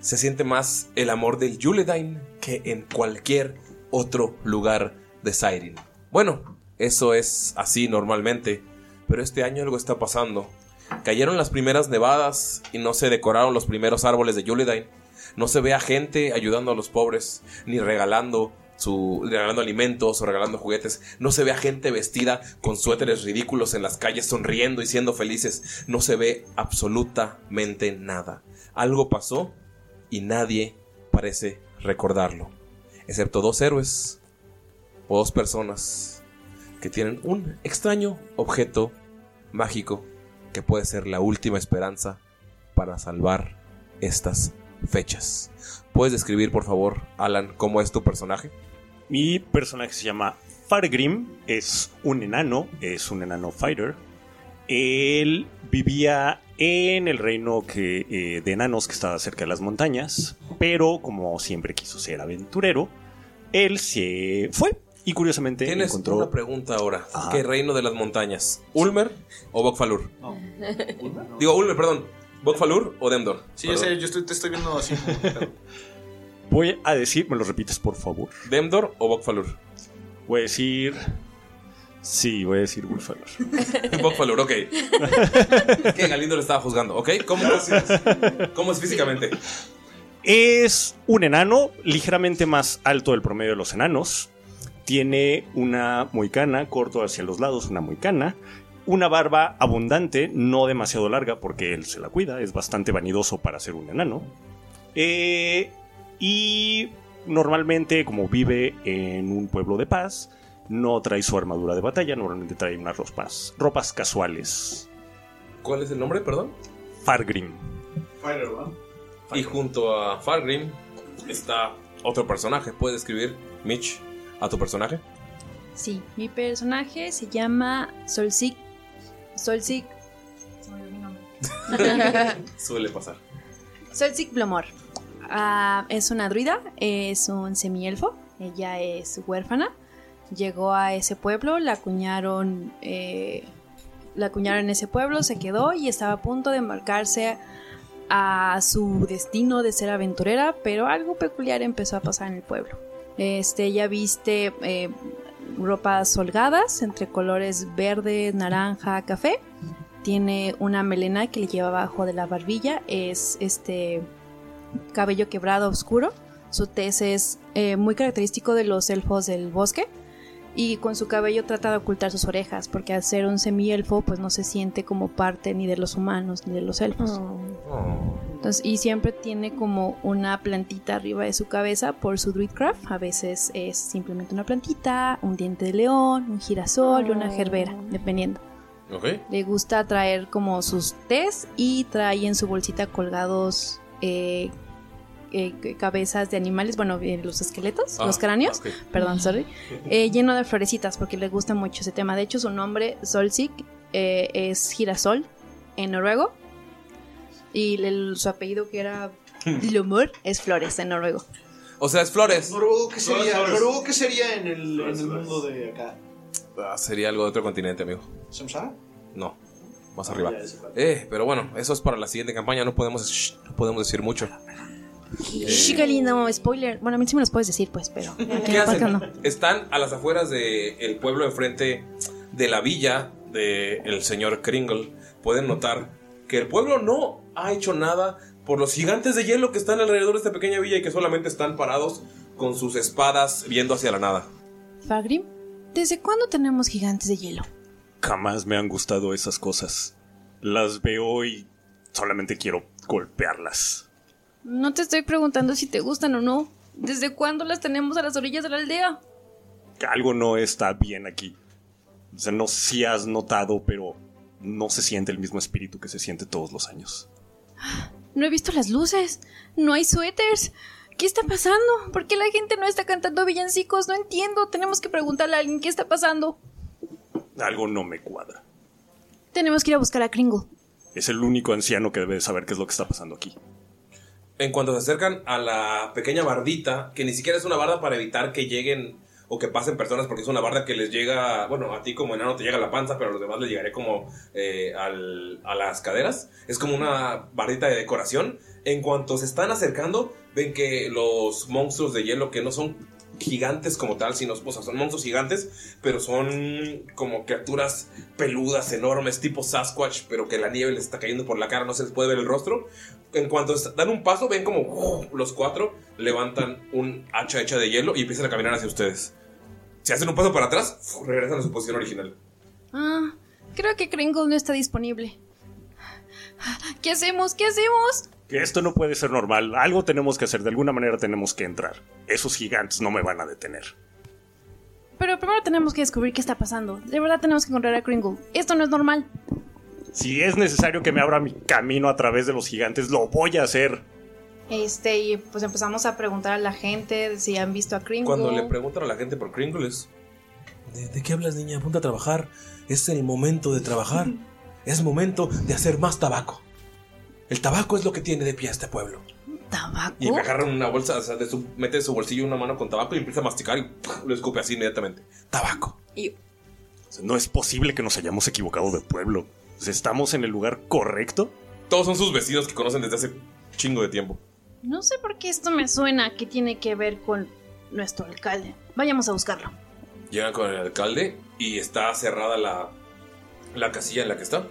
se siente más el amor del Yuledine que en cualquier otro lugar de Siren. Bueno, eso es así normalmente, pero este año algo está pasando. Cayeron las primeras nevadas y no se decoraron los primeros árboles de Yuledine. No se ve a gente ayudando a los pobres, ni regalando su regalando alimentos o regalando juguetes. No se ve a gente vestida con suéteres ridículos en las calles sonriendo y siendo felices. No se ve absolutamente nada. Algo pasó y nadie parece recordarlo. Excepto dos héroes o dos personas que tienen un extraño objeto mágico que puede ser la última esperanza para salvar estas fechas. ¿Puedes describir, por favor, Alan, cómo es tu personaje?
Mi personaje se llama Fargrim, es un enano, es un enano fighter. Él vivía en el reino que, eh, de enanos que estaba cerca de las montañas, pero como siempre quiso ser aventurero, él se fue y curiosamente
Tienes
encontró...
una pregunta ahora.
Ajá.
¿Qué reino de las montañas? ¿Ulmer o Bokfalur? Digo, Ulmer, perdón. ¿Bokfalur o Demdor?
Sí, yo sé, yo estoy, te estoy viendo *laughs* así.
Voy a decir, me lo repites por favor.
¿Demdor o Bokfalur?
Voy a decir... Sí, voy a decir Wolfalur.
Bokfalur,
*laughs*
ok. que Galindo lo estaba juzgando, ¿ok? ¿Cómo, cómo es físicamente?
Es un enano ligeramente más alto del promedio de los enanos. Tiene una moicana corto hacia los lados, una moicana. Una barba abundante, no demasiado larga porque él se la cuida, es bastante vanidoso para ser un enano. Eh, y normalmente, como vive en un pueblo de paz, no trae su armadura de batalla, normalmente trae unas ropas, ropas casuales.
¿Cuál es el nombre, perdón?
Fargrim.
Y junto a Fargrim está otro personaje. ¿Puedes escribir, Mitch, a tu
*laughs*
personaje?
Sí, mi personaje se llama Solsik. Solsik.
Suele pasar.
Solsik Blomor. Ah, es una druida, es un semielfo, ella es huérfana. Llegó a ese pueblo, la acuñaron, eh, la acuñaron en ese pueblo, se quedó y estaba a punto de embarcarse a su destino de ser aventurera, pero algo peculiar empezó a pasar en el pueblo. Este, ella viste eh, ropas holgadas entre colores verde, naranja, café. Tiene una melena que le lleva abajo de la barbilla, es este cabello quebrado oscuro. Su tez es eh, muy característico de los elfos del bosque. Y con su cabello trata de ocultar sus orejas, porque al ser un semielfo, pues no se siente como parte ni de los humanos ni de los elfos. Entonces, y siempre tiene como una plantita arriba de su cabeza por su druidcraft. A veces es simplemente una plantita, un diente de león, un girasol y una gerbera, dependiendo.
¿Ok?
Le gusta traer como sus tés y trae en su bolsita colgados eh, eh, c- cabezas de animales, bueno, eh, los esqueletos,
Ah,
los cráneos,
ok.
perdón, sorry, eh, lleno de florecitas porque le gusta mucho ese tema. De hecho, su nombre, Solsik, eh, es girasol en noruego y el- su apellido que era Lomur es flores en noruego.
O sea, es Flores.
Noruego, ¿qué sería?
Flores.
Noruego, ¿qué sería en el, en el mundo de acá?
Ah, sería algo de otro continente, amigo.
¿Samsara?
No. Más arriba.
Ah, ya, ese
Eh, pero bueno, eso es para la siguiente campaña. No podemos, shh, no podemos decir mucho.
Sí, qué lindo, spoiler. Bueno, a mí sí me los puedes decir, pues, pero.
¿Qué hacen? Están a las afueras del pueblo enfrente de la villa del señor Kringle. Pueden notar que el pueblo no ha hecho nada por los gigantes de hielo que están alrededor de esta pequeña villa y que solamente están parados con sus espadas viendo hacia la nada.
Fagrim, ¿desde cuándo tenemos gigantes de hielo?
Jamás me han gustado esas cosas. Las veo y solamente quiero golpearlas.
No te estoy preguntando si te gustan o no. ¿Desde cuándo las tenemos a las orillas de la aldea?
Que Algo no está bien aquí. O sea, no sé si has notado, pero no se siente el mismo espíritu que se siente todos los años.
No he visto las luces. No hay suéteres. ¿Qué está pasando? ¿Por qué la gente no está cantando villancicos? No entiendo. Tenemos que preguntarle a alguien qué está pasando.
Algo no me cuadra.
Tenemos que ir a buscar a Kringle.
Es el único anciano que debe saber qué es lo que está pasando aquí.
En cuanto se acercan a la pequeña bardita, que ni siquiera es una barda para evitar que lleguen o que pasen personas, porque es una barda que les llega, bueno, a ti como enano te llega a la panza, pero a los demás les llegaré como eh, al- a las caderas. Es como una bardita de decoración. En cuanto se están acercando, ven que los monstruos de hielo, que no son gigantes como tal, sino o sea, son monstruos gigantes, pero son como criaturas peludas, enormes, tipo Sasquatch, pero que la nieve les está cayendo por la cara, no se les puede ver el rostro. En cuanto est- dan un paso, ven como ¡uh! los cuatro levantan un hacha hecha de hielo y empiezan a caminar hacia ustedes. Si hacen un paso para atrás, ¡fu! regresan a su posición original.
Ah, creo que Kringle no está disponible. ¿Qué hacemos? ¿Qué hacemos?
Que esto no puede ser normal. Algo tenemos que hacer. De alguna manera tenemos que entrar. Esos gigantes no me van a detener.
Pero primero tenemos que descubrir qué está pasando. De verdad tenemos que encontrar a Kringle. Esto no es normal.
Si es necesario que me abra mi camino a través de los gigantes, lo voy a hacer.
Este, y pues empezamos a preguntar a la gente si han visto a Kringle.
Cuando le preguntan a la gente por Kringle es, ¿De, de qué hablas, niña? Apunta a trabajar. Es el momento de
*laughs*
trabajar. Es momento de hacer más tabaco. El tabaco es lo que tiene de pie a este pueblo.
¿Tabaco?
Y me agarran una bolsa, o sea, de su- mete de su bolsillo una mano con tabaco y empieza a masticar y ¡pum! lo escupe así inmediatamente.
O sea, No es posible que nos hayamos equivocado de pueblo. O sea, Estamos en el lugar correcto.
Todos son sus vecinos que conocen desde hace chingo de tiempo.
No sé por qué esto me suena que tiene que ver con nuestro alcalde. Vayamos a buscarlo.
Llegan con el alcalde y está cerrada la, la casilla en la que está.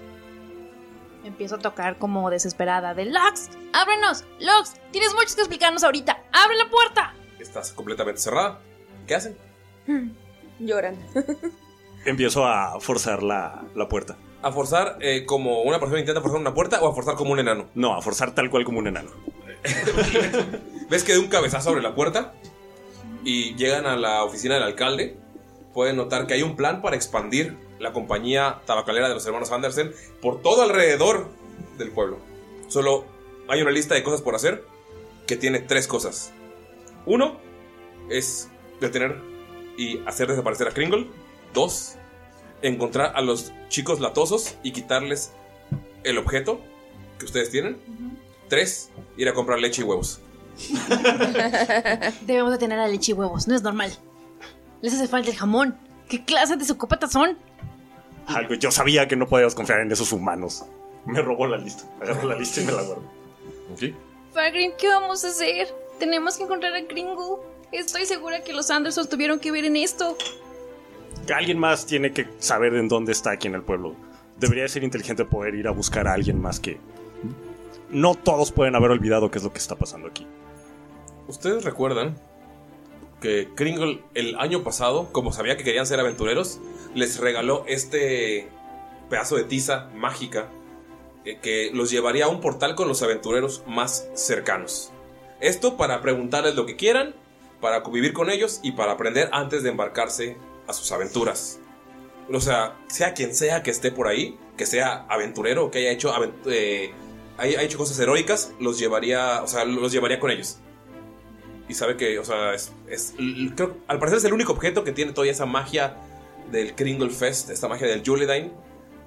Empiezo a tocar como desesperada de Lux, ábrenos, Lux, tienes mucho que explicarnos ahorita. Abre la puerta.
Está completamente cerrada. ¿Qué hacen?
Lloran.
Empiezo a forzar la, la puerta.
¿A forzar eh, como una persona intenta forzar una puerta o a forzar como un enano?
No, a forzar tal cual como un
*laughs*
enano.
¿Ves que de un cabezazo sobre la puerta? Y llegan a la oficina del alcalde. pueden notar que hay un plan para expandir la compañía tabacalera de los hermanos Andersen por todo alrededor del pueblo. Solo hay una lista de cosas por hacer que tiene tres cosas. Uno es detener y hacer desaparecer a Kringle. Dos, encontrar a los chicos latosos y quitarles el objeto que ustedes tienen. Tres, ir a comprar leche y huevos.
*laughs* Debemos de tener la leche y huevos, no es normal. Les hace falta el jamón. ¿Qué clase de psicópatas son?
Algo, yo sabía que no podíamos confiar en esos humanos. Me robó la lista. Agarró la lista y me la guardó.
Fagrin, ¿qué vamos a hacer? Tenemos que encontrar a Gringo. Estoy segura que los Anderson tuvieron que ver en esto.
Que Alguien más tiene que saber en dónde está aquí en el pueblo. Debería ser inteligente poder ir a buscar a alguien más que... No todos pueden haber olvidado qué es lo que está pasando aquí.
¿Ustedes recuerdan que Kringle el año pasado, como sabía que querían ser aventureros, les regaló este pedazo de tiza mágica eh, que los llevaría a un portal con los aventureros más cercanos? Esto para preguntarles lo que quieran, para convivir con ellos y para aprender antes de embarcarse a sus aventuras. O sea, sea quien sea que esté por ahí, que sea aventurero, que haya hecho, aven- eh, haya hecho cosas heroicas, los llevaría, o sea, los llevaría con ellos y sabe que, o sea, es, es- l- creo, al parecer es el único objeto que tiene todavía esa magia del Kringle Fest, esta magia del Juledine,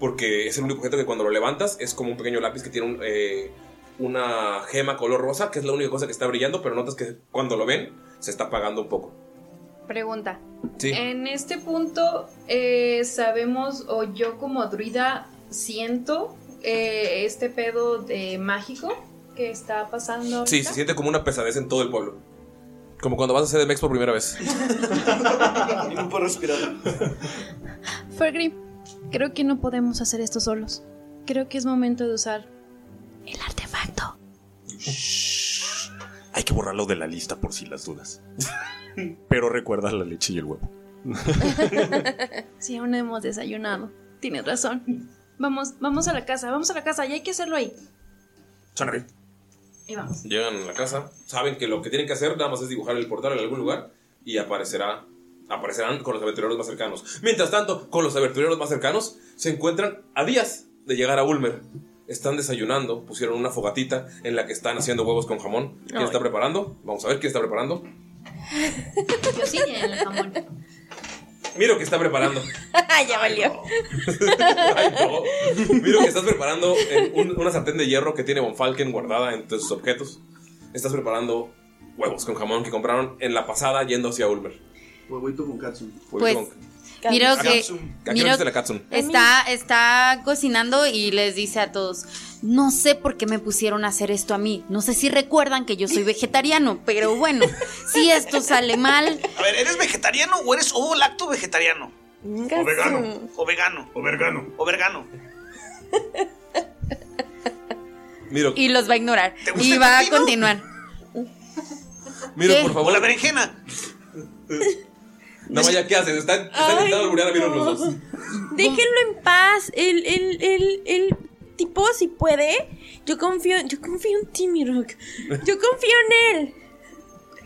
porque es el único objeto que cuando lo levantas es como un pequeño lápiz que tiene un, eh, una gema color rosa, que es la única cosa que está brillando, pero notas que cuando lo ven se está apagando un poco.
Pregunta.
Sí.
En este punto, eh, sabemos, o yo como druida siento eh, este pedo de mágico que está pasando.
Sí,
ahorita.
se siente como una pesadez en todo el pueblo. Como cuando vas a CDMX por primera vez.
Y no puedo respirar.
Fergrim, creo que no podemos hacer esto solos. Creo que es momento de usar el artefacto.
Hay que borrarlo de la lista por si las
*laughs*
dudas. Pero recuerda la leche y el huevo.
Si aún no hemos desayunado. Tienes razón. Vamos, vamos a la casa, vamos a la casa, y hay que hacerlo ahí.
Suena bien.
Y vamos.
Llegan a la casa, saben que lo que tienen que hacer nada más es dibujar el portal en algún lugar y aparecerá, aparecerán con los aventureros más cercanos. Mientras tanto, con los aventureros más cercanos se encuentran a días de llegar a Ulmer. Están desayunando, pusieron una fogatita en la que están haciendo huevos con jamón. ¿Quién
Ay.
está preparando? Vamos a ver quién está preparando.
Yo sí el jamón.
Miro que está preparando.
*laughs* ya valió.
Miro que estás preparando en un- una sartén de hierro que tiene Von Falken guardada entre sus objetos. Estás preparando huevos con jamón que compraron en la pasada yendo hacia Ulmer.
Huevito con katsu.
Pues, Miro
Katsun.
que.
Katsun. ¿A qué
miro
hora hiciste la Katsun?
Está, está cocinando y les dice a todos: No sé por qué me pusieron a hacer esto a mí. No sé si recuerdan que yo soy vegetariano, pero
*laughs*
bueno, si esto sale mal.
A ver, ¿eres vegetariano o eres ovo lacto vegetariano?
O
vegano. O vegano. O vergano. O vergano.
Miro,
Y los va a ignorar.
gusta
Y
el
va a
pepino?
continuar.
Miro,
¿Qué?
por favor.
O la berenjena.
No, vaya, ¿qué haces? Están, están intentando alburear a Miro los dos.
Déjenlo en paz. El, el, el, el tipo, si puede. Yo confío, yo confío en ti, Mirok. Yo confío en él.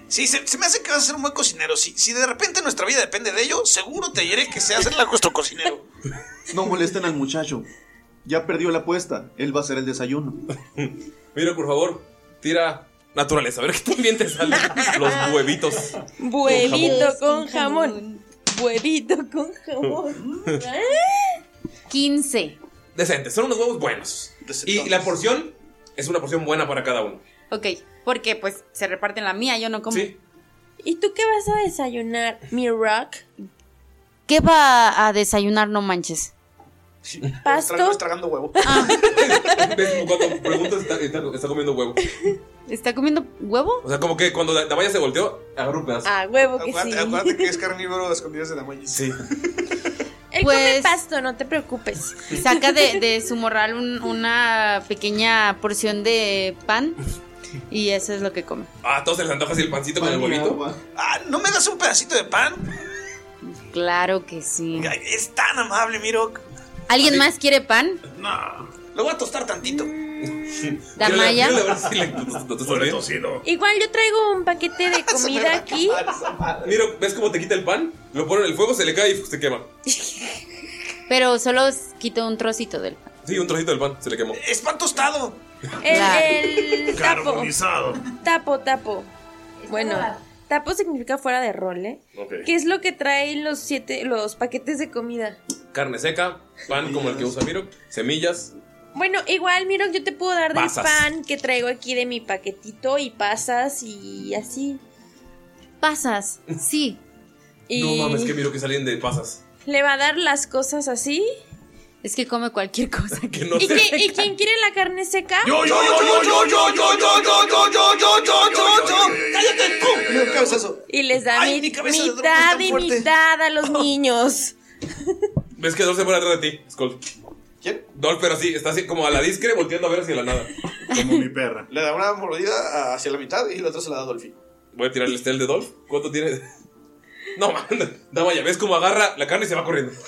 Sí, se, se me hace que vas a ser un buen cocinero. Si, si de repente nuestra vida depende de ello, seguro te diré que seas el nuestro cocinero.
No molesten al muchacho. Ya perdió la apuesta. Él va a hacer el desayuno.
Miro, por favor, tira naturaleza. A ver qué también te salen los
Ah.
huevitos.
Huevito con jamón. Huevito con jamón.
¿Eh?
15.
Decentes, son unos huevos buenos. Y la porción es una porción buena para cada uno.
Ok, porque pues se reparten la mía, yo no como.
¿Y tú qué vas a desayunar, Mirok?
¿Qué va a desayunar, no manches?
Pasto. tragando huevo.
¿Ves? Cuando preguntas, está, está- está comiendo huevo.
¿Está comiendo huevo?
O sea, como que cuando la valla se volteó, agarró un pedazo.
Ah, huevo que
Acuérdate,
sí.
*laughs*
acuérdate que es carnívoro a escondidas de la muelle.
Sí.
Él come pasto, no te preocupes.
Saca de, de su morral un- una pequeña porción de pan
*laughs*
y eso es lo que come.
Ah, a todos se les antoja así el pancito con el huevito.
Ah, ¿no me das un pedacito
*laughs*
de pan?
Claro que sí.
Ay, Es tan amable, Miro.
¿Alguien más quiere pan?
No. Lo voy a tostar tantito.
Damaya.
Mírale, mírale, a ver si le- ¿tú- tú estás bien?
*laughs*
Igual yo traigo un paquete de comida aquí.
Ah, Miro, ¿ves cómo te quita el pan? Lo pone en el fuego, se le cae y se quema.
Pero solo quito un trocito del pan.
Sí, un trocito del pan, se le quemó.
¡Es pan tostado!
El,
La-
*laughs*
el tapo.
Carbonizado.
Tapo, tapo. Bueno, tapo significa fuera de rol, ¿eh? ¿Qué es lo que traen los siete, los paquetes de comida?
Carne seca, pan como el que usa Miro, semillas.
Bueno, igual, Miro, yo te puedo dar del
Pasas.
pan que traigo aquí de mi paquetito y pasas y así.
Pasas, sí.
Y
No mames, que Miro que salen de pasas.
le va a dar las cosas así.
Es que come cualquier cosa.
*laughs* Que no
¿Y,
te-
qui- y quién quiere la carne seca?
Yo, yo, yo, yo, yo, yo, yo, yo, yo, yo, yo, yo, yo, yo, yo.
¡Cállate! ¡Pum! Y un cabezazo.
Y les da
Ay,
mi-
mi cabeza de dragón
mitad
tan
y
fuerte.
mitad
*laughs*
a los niños.
¿Ves que Dolph se pone atrás de ti, Skull? ¿Quién? Dolph, pero así, está así como a la discre, volteando a ver hacia la nada.
Como mi perra.
Le da una mordida hacia la mitad y la otra se la da a Dolphy.
Voy a tirar el stealth de Dolph. ¿Cuánto tiene? *laughs* No, man. Dama, ya ves cómo agarra la carne y se va corriendo. *laughs*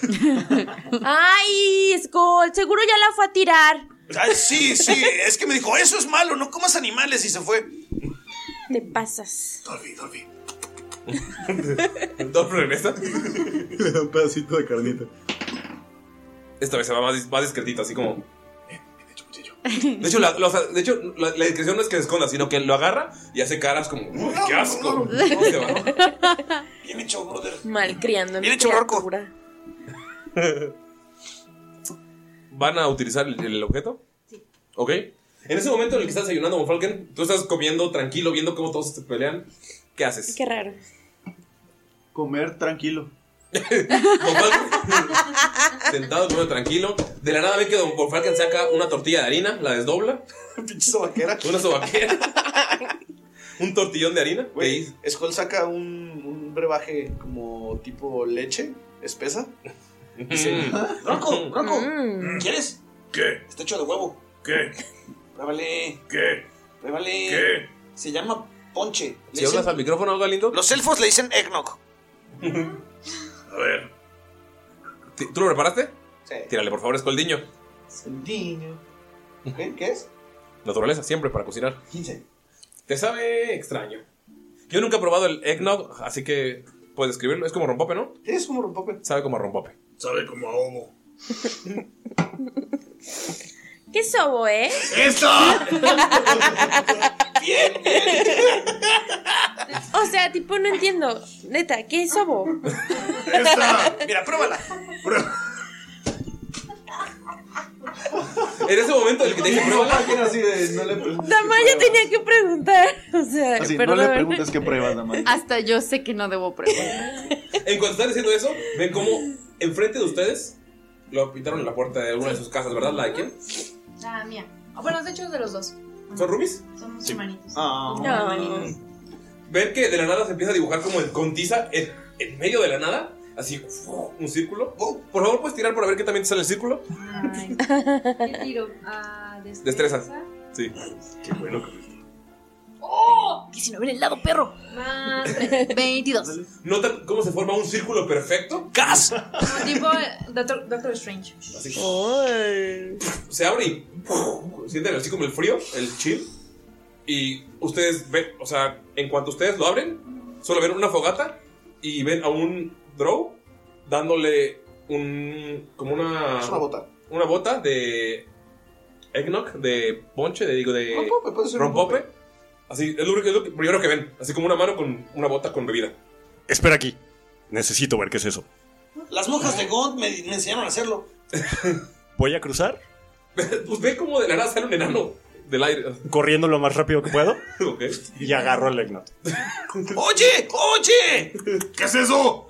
Ay, Skull, seguro ya la fue a tirar.
Ay, sí, sí, es que me dijo, eso es malo, no comas animales y se fue.
Te pasas.
Dolphy, Dolphy.
Dolph regresa.
Le da un pedacito de carnita.
Esta vez se va más, dis- más discretito, así como. De hecho, la, la- o sea, de hecho la, la discreción no es que se esconda, sino que lo agarra y hace caras como. "Uy, ¡Qué asco! Y se va.
Bien hecho, brother.
Malcriando.
Bien hecho,
roco.
¿Van a utilizar el, el objeto? Sí. Ok. En ese momento en el que estás desayunando con Falken, tú estás comiendo tranquilo, viendo cómo todos se pelean. ¿Qué haces?
Qué raro.
Comer tranquilo.
*laughs* Sentado, comiendo tranquilo. De la nada ven que Don Falken saca una tortilla de harina, la
*laughs*
desdobla.
Pinche sobaquera.
Una sobaquera. un tortillón de harina.
Güey, Skull saca un, un brebaje como tipo leche espesa. Y
Mm.
dice, Rocco, Rocco, ¿quieres?
¿Qué?
Está hecho de huevo.
¿Qué?
Pruébale,
¿Qué?
pruébale.
¿Qué?
Se llama ponche. Le
Si hablas
dicen-
al micrófono, algo lindo.
Los elfos le dicen eggnog.
A ver. ¿Tú lo preparaste?
Sí.
Tírale, por favor, escoldiño.
Niño. ¿Qué? ¿Eh? ¿Qué es?
Naturaleza, siempre para cocinar.
15.
Te sabe extraño. Yo nunca he probado el eggnog, así que puedes escribirlo. Es como rompope, ¿no?
Es como rompope.
Sabe como a rompope.
Sabe como a homo.
¿Qué sobo, eh?
¡Eso!
bien, bien.
O sea, tipo, no entiendo. Neta, ¿qué es sobo?
Ah,
Mira, pruébala.
En ese momento, el que te dice prueba.
Así de, no le preguntes.
Tamaya tenía que preguntar. *laughs* O sea,
Así, Ah, no
perdón.
le preguntes qué pruebas, Damaya.
Hasta yo sé que no debo preguntar.
En cuanto están diciendo eso, ven cómo enfrente de ustedes lo pintaron en la puerta de alguna de sus casas, ¿verdad? ¿La de quién?
La mía. Ah, Bueno, de hecho es de los dos.
¿Son rubis?
Somos *laughs* hermanitos.
Ver que de la nada se empieza a dibujar como en- con tiza en, en medio de la nada. Así, ¡fuu! un círculo. Oh, Por favor, puedes tirar para ver qué también te sale el círculo.
¿Qué tiro? Ah,
Destreza. Sí. Qué bueno
¡Oh! 19 en el lado, perro. Más *laughs* 22.
¿Notan cómo se forma un círculo perfecto? ¡Cas!
tipo Doctor, Doctor Strange.
Así. Se abre y ¡puf! sienten así como el frío, el chill. Y ustedes ven, o sea, en cuanto ustedes lo abren, solo ven una fogata y ven a un Drow dándole un. como una.
Es una bota.
Una bota de. Eggnog, de ponche, de digo, de.
Rompope, puede ser
rompope. Así, es lo, es lo primero que ven. Así como una mano con una bota con bebida.
Espera aquí. Necesito ver qué es eso.
Las monjas de Gond me, me enseñaron a hacerlo.
*laughs*
Voy a cruzar
Pues ve como de la nada sale un enano del aire.
corriendo lo más rápido que puedo
*laughs* Ok.
y agarro el eggnog.
¡Oye! ¡Oye!
¿Qué es eso?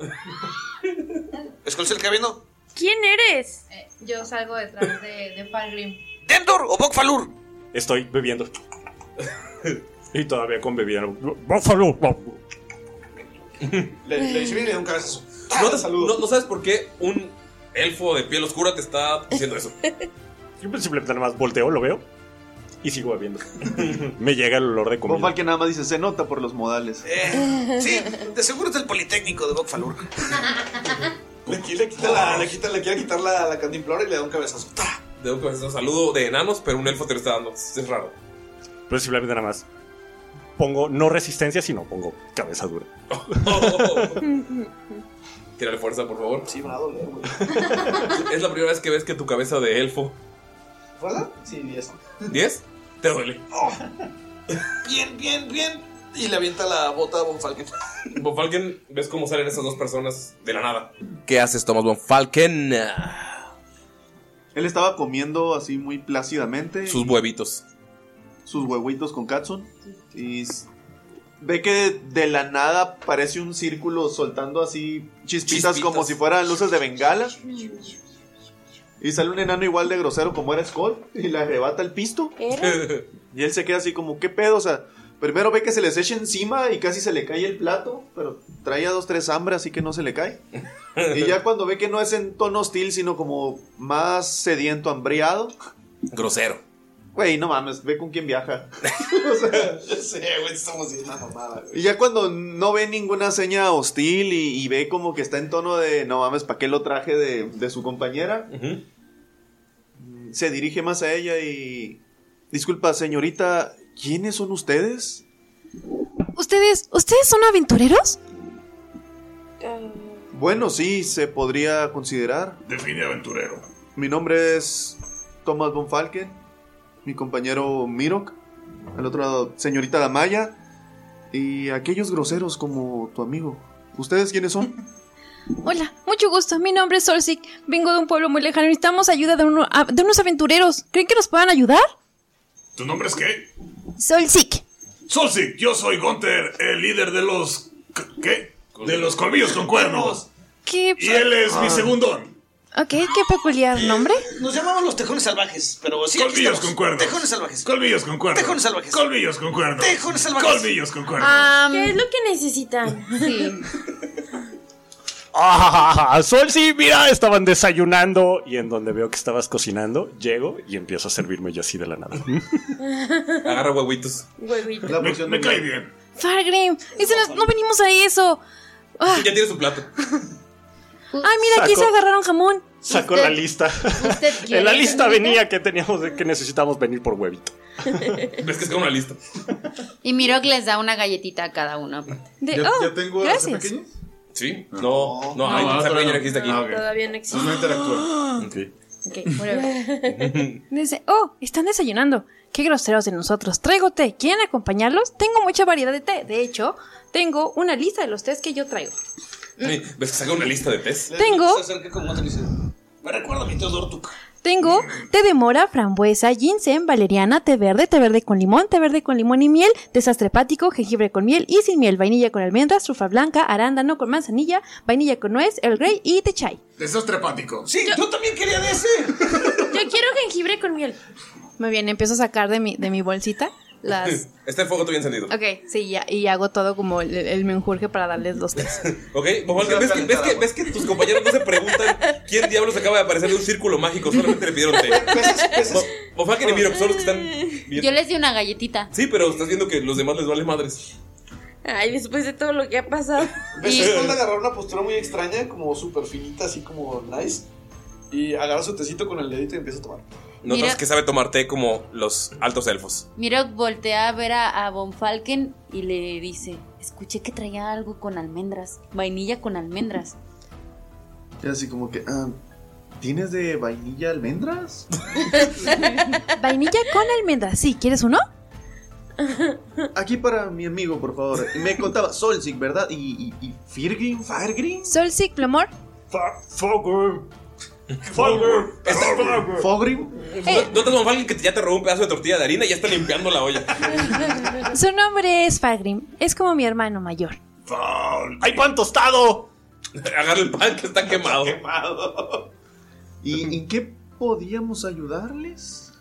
Skull se le queda viendo.
¿Quién eres?
Eh, yo salgo detrás de, de Falgrim.
¿Dendor o Bokfalur?
Estoy
*laughs*
bebiendo. y todavía con bebida. Buffalo.
Le, le dice bien y le da un cabezazo.
No, te- no- no sabes por qué un elfo de piel oscura te está diciendo eso.
Yo pues, simplemente nada más volteo, lo veo y sigo
*laughs*
bebiendo. Me llega el olor de
Von
comida.
Falken nada más dice, se nota por los modales.
Eh, sí, de seguro es el Politécnico de Bokfalur. *laughs* Le, qui- le quita la, le, quita, le quiere quitar la, la cantimplora y le da un cabezazo. ¡Tra!
Debo que es un saludo de enanos, pero un elfo te lo está dando. Es raro.
Pero simplemente nada más. pongo no resistencia, sino pongo cabeza
*laughs*
dura.
Tírale fuerza, por favor. Sí, me va a doler, güey. *laughs* es la primera vez que ves que tu cabeza de elfo.
¿Fuerza? Sí, 10.
¿10? Te duele.
Oh. *laughs* Bien, bien, bien. Y le avienta la bota a Von
*laughs*
Falken.
Von Falken, ves cómo salen esas dos personas de la nada. ¿Qué haces, Thomas Von Falken?
Él estaba comiendo así muy plácidamente.
Sus huevitos.
Sus huevitos con Katsun. Y s- ve que de la nada parece un círculo soltando así chispitas, como si fueran luces de bengala. Y sale un enano igual de grosero como era Skull y le arrebata el pisto. *laughs* Y él se queda así como, ¿qué pedo? O sea, primero ve que se les echa encima y casi se le cae el plato,
*laughs*
pero traía dos, tres hambre, así que no se le cae. Y ya cuando ve que no es en tono hostil, sino como más sediento, hambriado.
Grosero.
Güey, no mames, ve con quién viaja.
*laughs* Sí, güey, estamos haciendo una mamada, güey.
Y ya cuando no ve ninguna seña hostil y, y ve como que está en tono de, no mames, ¿para qué lo traje de, de su compañera? Mm, Se dirige más a ella y... Disculpa, señorita, ¿quiénes son ustedes?
¿Ustedes, ¿ustedes son aventureros? Eh,
Bueno, sí, se podría considerar.
Define aventurero.
Mi nombre es Thomas von Falken, mi compañero Mirok, al otro lado señorita Damaya y aquellos groseros como tu amigo. ¿Ustedes quiénes son?
Hola, mucho gusto. Mi nombre es Solsic. Vengo de un pueblo muy lejano. Necesitamos ayuda de, uno- a- de unos aventureros. ¿Creen que nos puedan ayudar?
¿Tu nombre es qué?
Solsic.
Solsic, yo soy Gunther, el líder de los... ¿Qué? De los colmillos con cuernos.
¿Qué?
Y él es mi segundón.
Ok, qué peculiar nombre.
Nos llamaban los tejones salvajes, pero sí. aquí
Colmillos
estamos.
con cuernos.
Tejones salvajes.
Colmillos con cuernos.
Tejones salvajes.
Colmillos con cuernos.
Tejones salvajes.
Colmillos con cuernos.
¿Qué es lo que necesitan?
Ah, Sol, sí, mira, estaban desayunando y en donde veo que estabas cocinando, llego y empiezo a servirme yo así de la nada.
Agarra huevitos.
*laughs* Huevito.
me cae bien.
Fargrim. ese no, no venimos a eso. Ah,
Ya tiene su plato.
ah, mira, aquí se
Saco-
agarraron jamón.
Sacó la lista.
quiere
En la lista
señorita?
venía que teníamos que necesitamos venir por huevito.
Ves que es como una lista.
Y Mirok les da una galletita a cada uno.
De-
¿Ya- oh, ya tengo a ese gracias.
¿Sí? No, no,
No,
ahí
ah,
está
todavía
pequeña,
no.
aquí está aquí.
Ah, ok. Ah.
Todavía no existe.
No interactúa.
*laughs* Ok, Dice, oh, están desayunando. Qué groseros de nosotros. Traigo té. ¿Quieren acompañarlos? Tengo mucha variedad de té. De hecho, tengo una lista de los tés que yo traigo.
Sí, ¿Ves que saca una lista de test?
Tengo-
Se acerca como otro y dice: Me recuerda a mi Teodoro Tuca.
Tengo té de mora, frambuesa, ginseng, valeriana, té verde, té verde con limón, té verde con limón y miel, desastre hepático, jengibre con miel y sin miel, vainilla con almendras, trufa blanca, arándano con manzanilla, vainilla con nuez, el grey y té chai.
Desastre hepático.
Sí, yo, también quería de ese.
Yo quiero jengibre con miel. Muy bien, empiezo a sacar de mi, de mi bolsita las...
*laughs* Está el fuego todavía encendido.
Ok, sí, ya, y hago todo como el, el menjurje para darles los tés.
Ok, Bobal, ¿ves, que, ves, que, ves que tus compañeros no se preguntan quién diablos acaba de aparecer de un círculo mágico, solamente le pidieron té. Bo- Bobal, que y Miro, que son los que están bien.
Yo les di una galletita.
Sí, pero estás viendo que los demás les vale madres.
Ay, después de todo lo que ha pasado.
Y de agarrar una postura muy extraña, como súper finita, así como nice. Y agarra su tecito con el dedito y empieza a tomar.
Notas
Mira-
que sabe tomar té como los altos elfos.
Mirok voltea a ver a, a Von Falken y le dice: Escuché que traía algo con almendras. Vainilla con almendras.
Y así como que, ah, ¿tienes de
*laughs*
vainilla almendras?
Vainilla con almendras, sí, ¿quieres uno?
Aquí para mi amigo, por favor. Y Me contaba Solzig, ¿verdad? Y, y, y Firgrim, Fargrim.
Solsic, Plomor.
Fogrim. Fogrim.
Eh.
Notas Von Falken que ya te robó un pedazo de tortilla de harina y ya está limpiando la olla.
Su nombre es Fargrim, es como mi hermano mayor.
¡Hay pan tostado!
Agarra el pan que está quemado.
¿Y en qué podíamos ayudarles?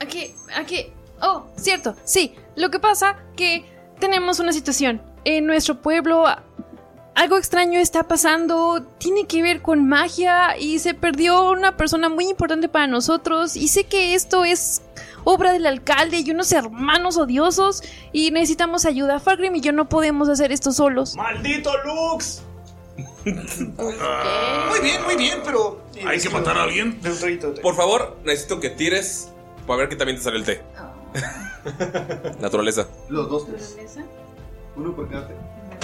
Aquí, aquí. Oh, cierto, sí. Lo que pasa que tenemos una situación. En nuestro pueblo a- algo extraño está pasando. Tiene que ver con magia y se perdió una persona muy importante para nosotros. Y sé que esto es obra del alcalde y unos hermanos odiosos y necesitamos ayuda. Fargrim y yo no podemos hacer esto solos.
¡Maldito Lux!
Ah, Muy bien, muy bien, pero. *laughs*
¿Hay que matar a alguien?
De un traguito de té.
Por favor, necesito que tires para ver que también te sale el té. *laughs* Naturaleza.
Los dos, tres. Uno por cada.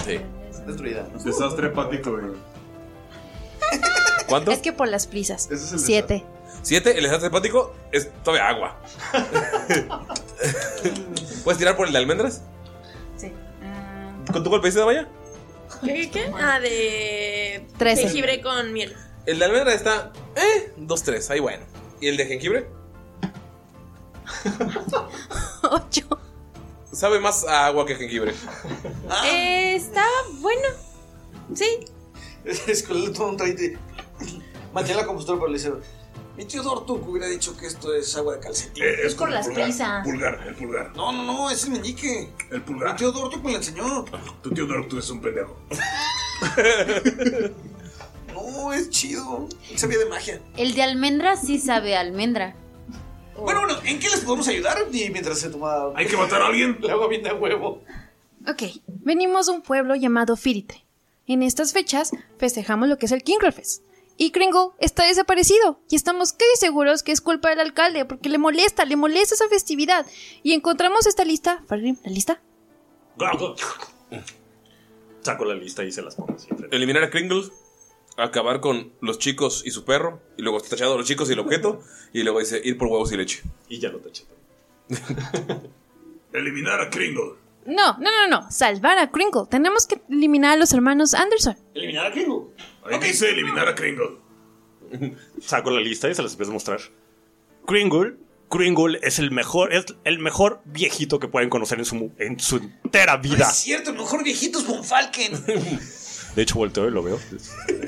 Sí.
Destruida. ¿no?
Desastre hepático, güey.
¿Cuánto?
Es que por las prisas.
el
Siete.
Siete, el desastre hepático es todavía agua. ¿Puedes tirar por el de almendras?
Sí.
¿Con tu golpe dice Damaya?
¿Qué, qué, qué? Ah, de.
Trece.
Jengibre con miel.
El de almendra está. Eh, dos, tres, ahí bueno. ¿Y el de jengibre?
Ocho.
Sabe más a agua que jengibre.
Eh, está bueno. Sí.
Es que le toma un traguito y maté la compostura por el liceo. Mi tío Dortuco hubiera dicho que esto es agua de calcetín.
Eh, es Es por como las pulgar, eh, prisas.
Pulgar, el pulgar. No, no, no, es el meñique. El pulgar. Mi tío Dortuco le enseñó.
Tu tío Dork, tú eres un pendejo.
*laughs* No, es chido. Sabía de magia.
El de almendra sí sabe a almendra.
Oh.
Bueno, bueno, ¿en qué les podemos ayudar? Y mientras se toma.
Hay que matar a
*laughs*
alguien.
Le hago bien
*laughs*
de huevo.
Ok, venimos de un pueblo llamado Firitre. En estas fechas festejamos lo que es el Kringle Fest. Y Kringle está desaparecido y estamos casi seguros que es culpa del alcalde porque le molesta, le molesta esa festividad. Y encontramos esta lista, Fargrim, la lista.
Saco la lista y se las pongo así.
Eliminar a Kringle, acabar con los chicos y su perro, y luego está tachado los chicos y el objeto, y luego dice ir por huevos y leche.
Y ya lo
*laughs*
taché.
Eliminar a Kringle.
No, no, no, no, salvar a Kringle. Tenemos que eliminar a los hermanos Anderson.
Eliminar a Kringle. Ahí dice eliminar a Kringle.
*laughs* Saco la lista y se las empiezo a mostrar. Kringle. Kringle es el mejor, es el mejor viejito que pueden conocer en su, mu- en su entera vida.
Es cierto, mejor viejitos con Falken.
*laughs*
De hecho, volteo y lo veo.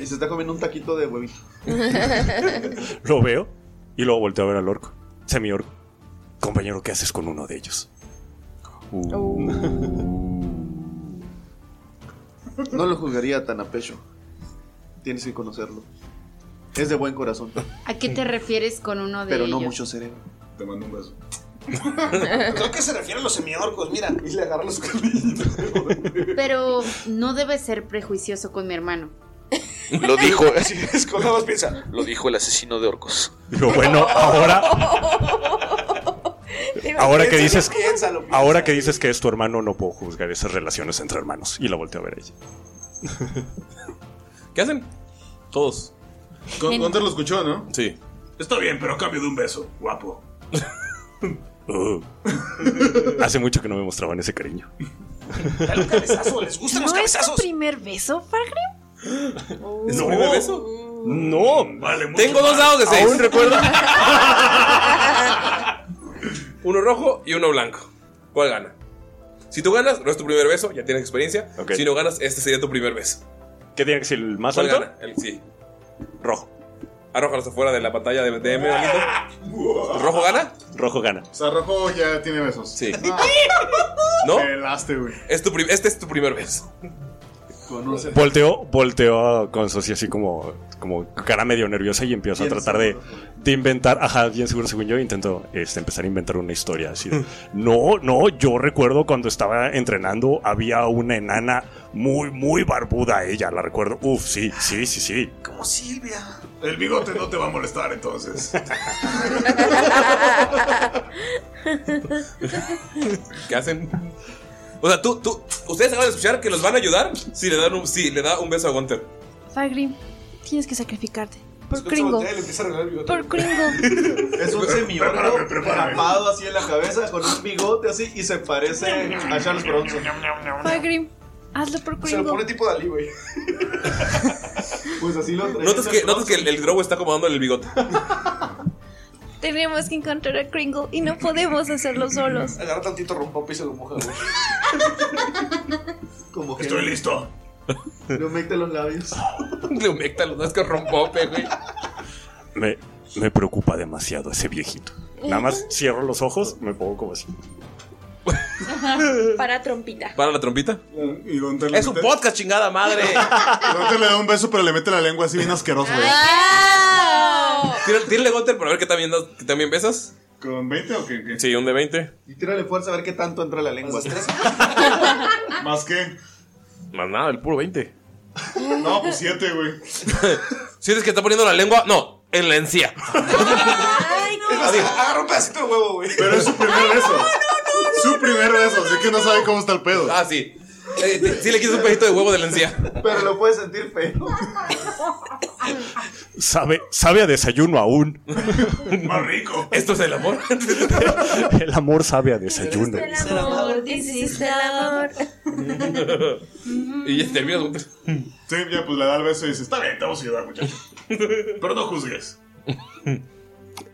Y se está comiendo un taquito de huevito.
*laughs*
Lo veo y luego volteo a ver al orco. Semi orco. Compañero, ¿qué haces con uno de ellos?
No lo juzgaría tan a pecho. Tienes que conocerlo. Es de buen corazón,
¿A qué te refieres con uno de
pero no
ellos?
mucho cerebro.
Te mando un beso.
Creo que se refieren a los semiorcos, mira. Y le agarran los
Pero no debes ser prejuicioso con mi hermano.
*laughs* Lo dijo, así es con la piensa. Lo dijo el asesino de orcos.
Digo, bueno, ahora, ahora que dices, ahora que dices que es tu hermano, no puedo juzgar esas relaciones entre hermanos. Y la volteo a ver a ella.
¿Qué hacen? Todos.
Con- Gunter lo escuchó, ¿no?
Sí.
Está bien, pero a cambio de un beso, guapo.
Oh. *laughs* Hace mucho que no me mostraban ese cariño.
cabezazo, les gustan los
¿No es tu
cabezazos.
primer beso, Fargrim?
¿Es
tu
primer
beso?
*laughs*
No,
vale mucho
Tengo dos
más.
dados de seis.
Oh. Aún recuerdo.
uno rojo y uno blanco. ¿Cuál gana? Si tú ganas, no es tu primer beso, ya tienes experiencia. Si no ganas, este sería tu primer beso.
¿Qué tiene que ser el más
¿Cuál
alto?
gana? El, sí.
Rojo.
Arrójalos afuera de la pantalla de DM, bonito. ¿Rojo gana?
Rojo gana.
O sea, Rojo ya tiene besos.
Sí.
¿No?
¿No?
Te helaste, güey.
Es tu prim- este es tu primer beso.
Volteó, volteó con Socia así como, como cara medio nerviosa y empiezo a
Bien
tratar de, de inventar, ajá, bien seguro según yo, intento este, empezar a inventar una historia así.
*laughs*
de, no, no, yo recuerdo cuando estaba entrenando había una enana muy, muy barbuda ella, la recuerdo. Uf, sí, sí, sí, sí.
Como Silvia. El bigote no te va a molestar entonces.
¿Qué hacen? O sea, tú, tú, ustedes acaban de escuchar que los van a ayudar si le dan un, si le da un beso a Gunter.
Fargrim, tienes que sacrificarte. Por
voltea y
Kringle.
le empieza a regalar el bigote.
Por Kringle.
Es un semiorco tapado así en la cabeza con un bigote así y se parece a Charles Bronson.
Fargrim, hazlo por
Se lo pone
Kringle.
tipo Dalí, güey. Pues así lo trae.
Notas que, notas que el, el Drogo está acomodando el bigote.
Tenemos que encontrar a Kringle y no podemos hacerlo solos.
Agarra tantito rompope y se lo moja, güey. *laughs* Como que.
Estoy listo.
Le humecta los labios.
*laughs* Le humecta los labios que rompope, güey.
Me, me preocupa demasiado ese viejito. Nada más cierro los ojos, me pongo como así.
Para trompita.
¿Para la trompita?
Y Gunter
Es un podcast, chingada
*laughs*
madre.
Gunter le da un beso, pero le mete la lengua así bien asqueroso, güey.
Tírale, tírale Gunter para ver que también, das- que también besas.
¿Con 20 o qué?
Sí, un de 20.
Y tírale fuerza a ver qué tanto entra la lengua.
Ah.
¿Más qué?
Más nada, el puro 20.
No, pues 7, güey.
¿Sientes que está poniendo la lengua? No, en la encía.
Ah,
Agarra un pedacito de huevo, güey.
Pero es su primer beso.
no,
Su primer beso, así que no sabe cómo está el pedo.
Ah, sí. Eh, te- sí le quieres un pedito de huevo de la encía.
Pero lo puedes sentir feo.
Sabe, sabe a desayuno
*laughs*
aún.
Más rico. Esto es el amor.
El amor sabe a desayuno.
este
amor, hiciste el amor.
y ya terminas.
Sí, ya pues le da el beso y dice, está bien, te vamos a ayudar, muchacho. Pero no juzgues.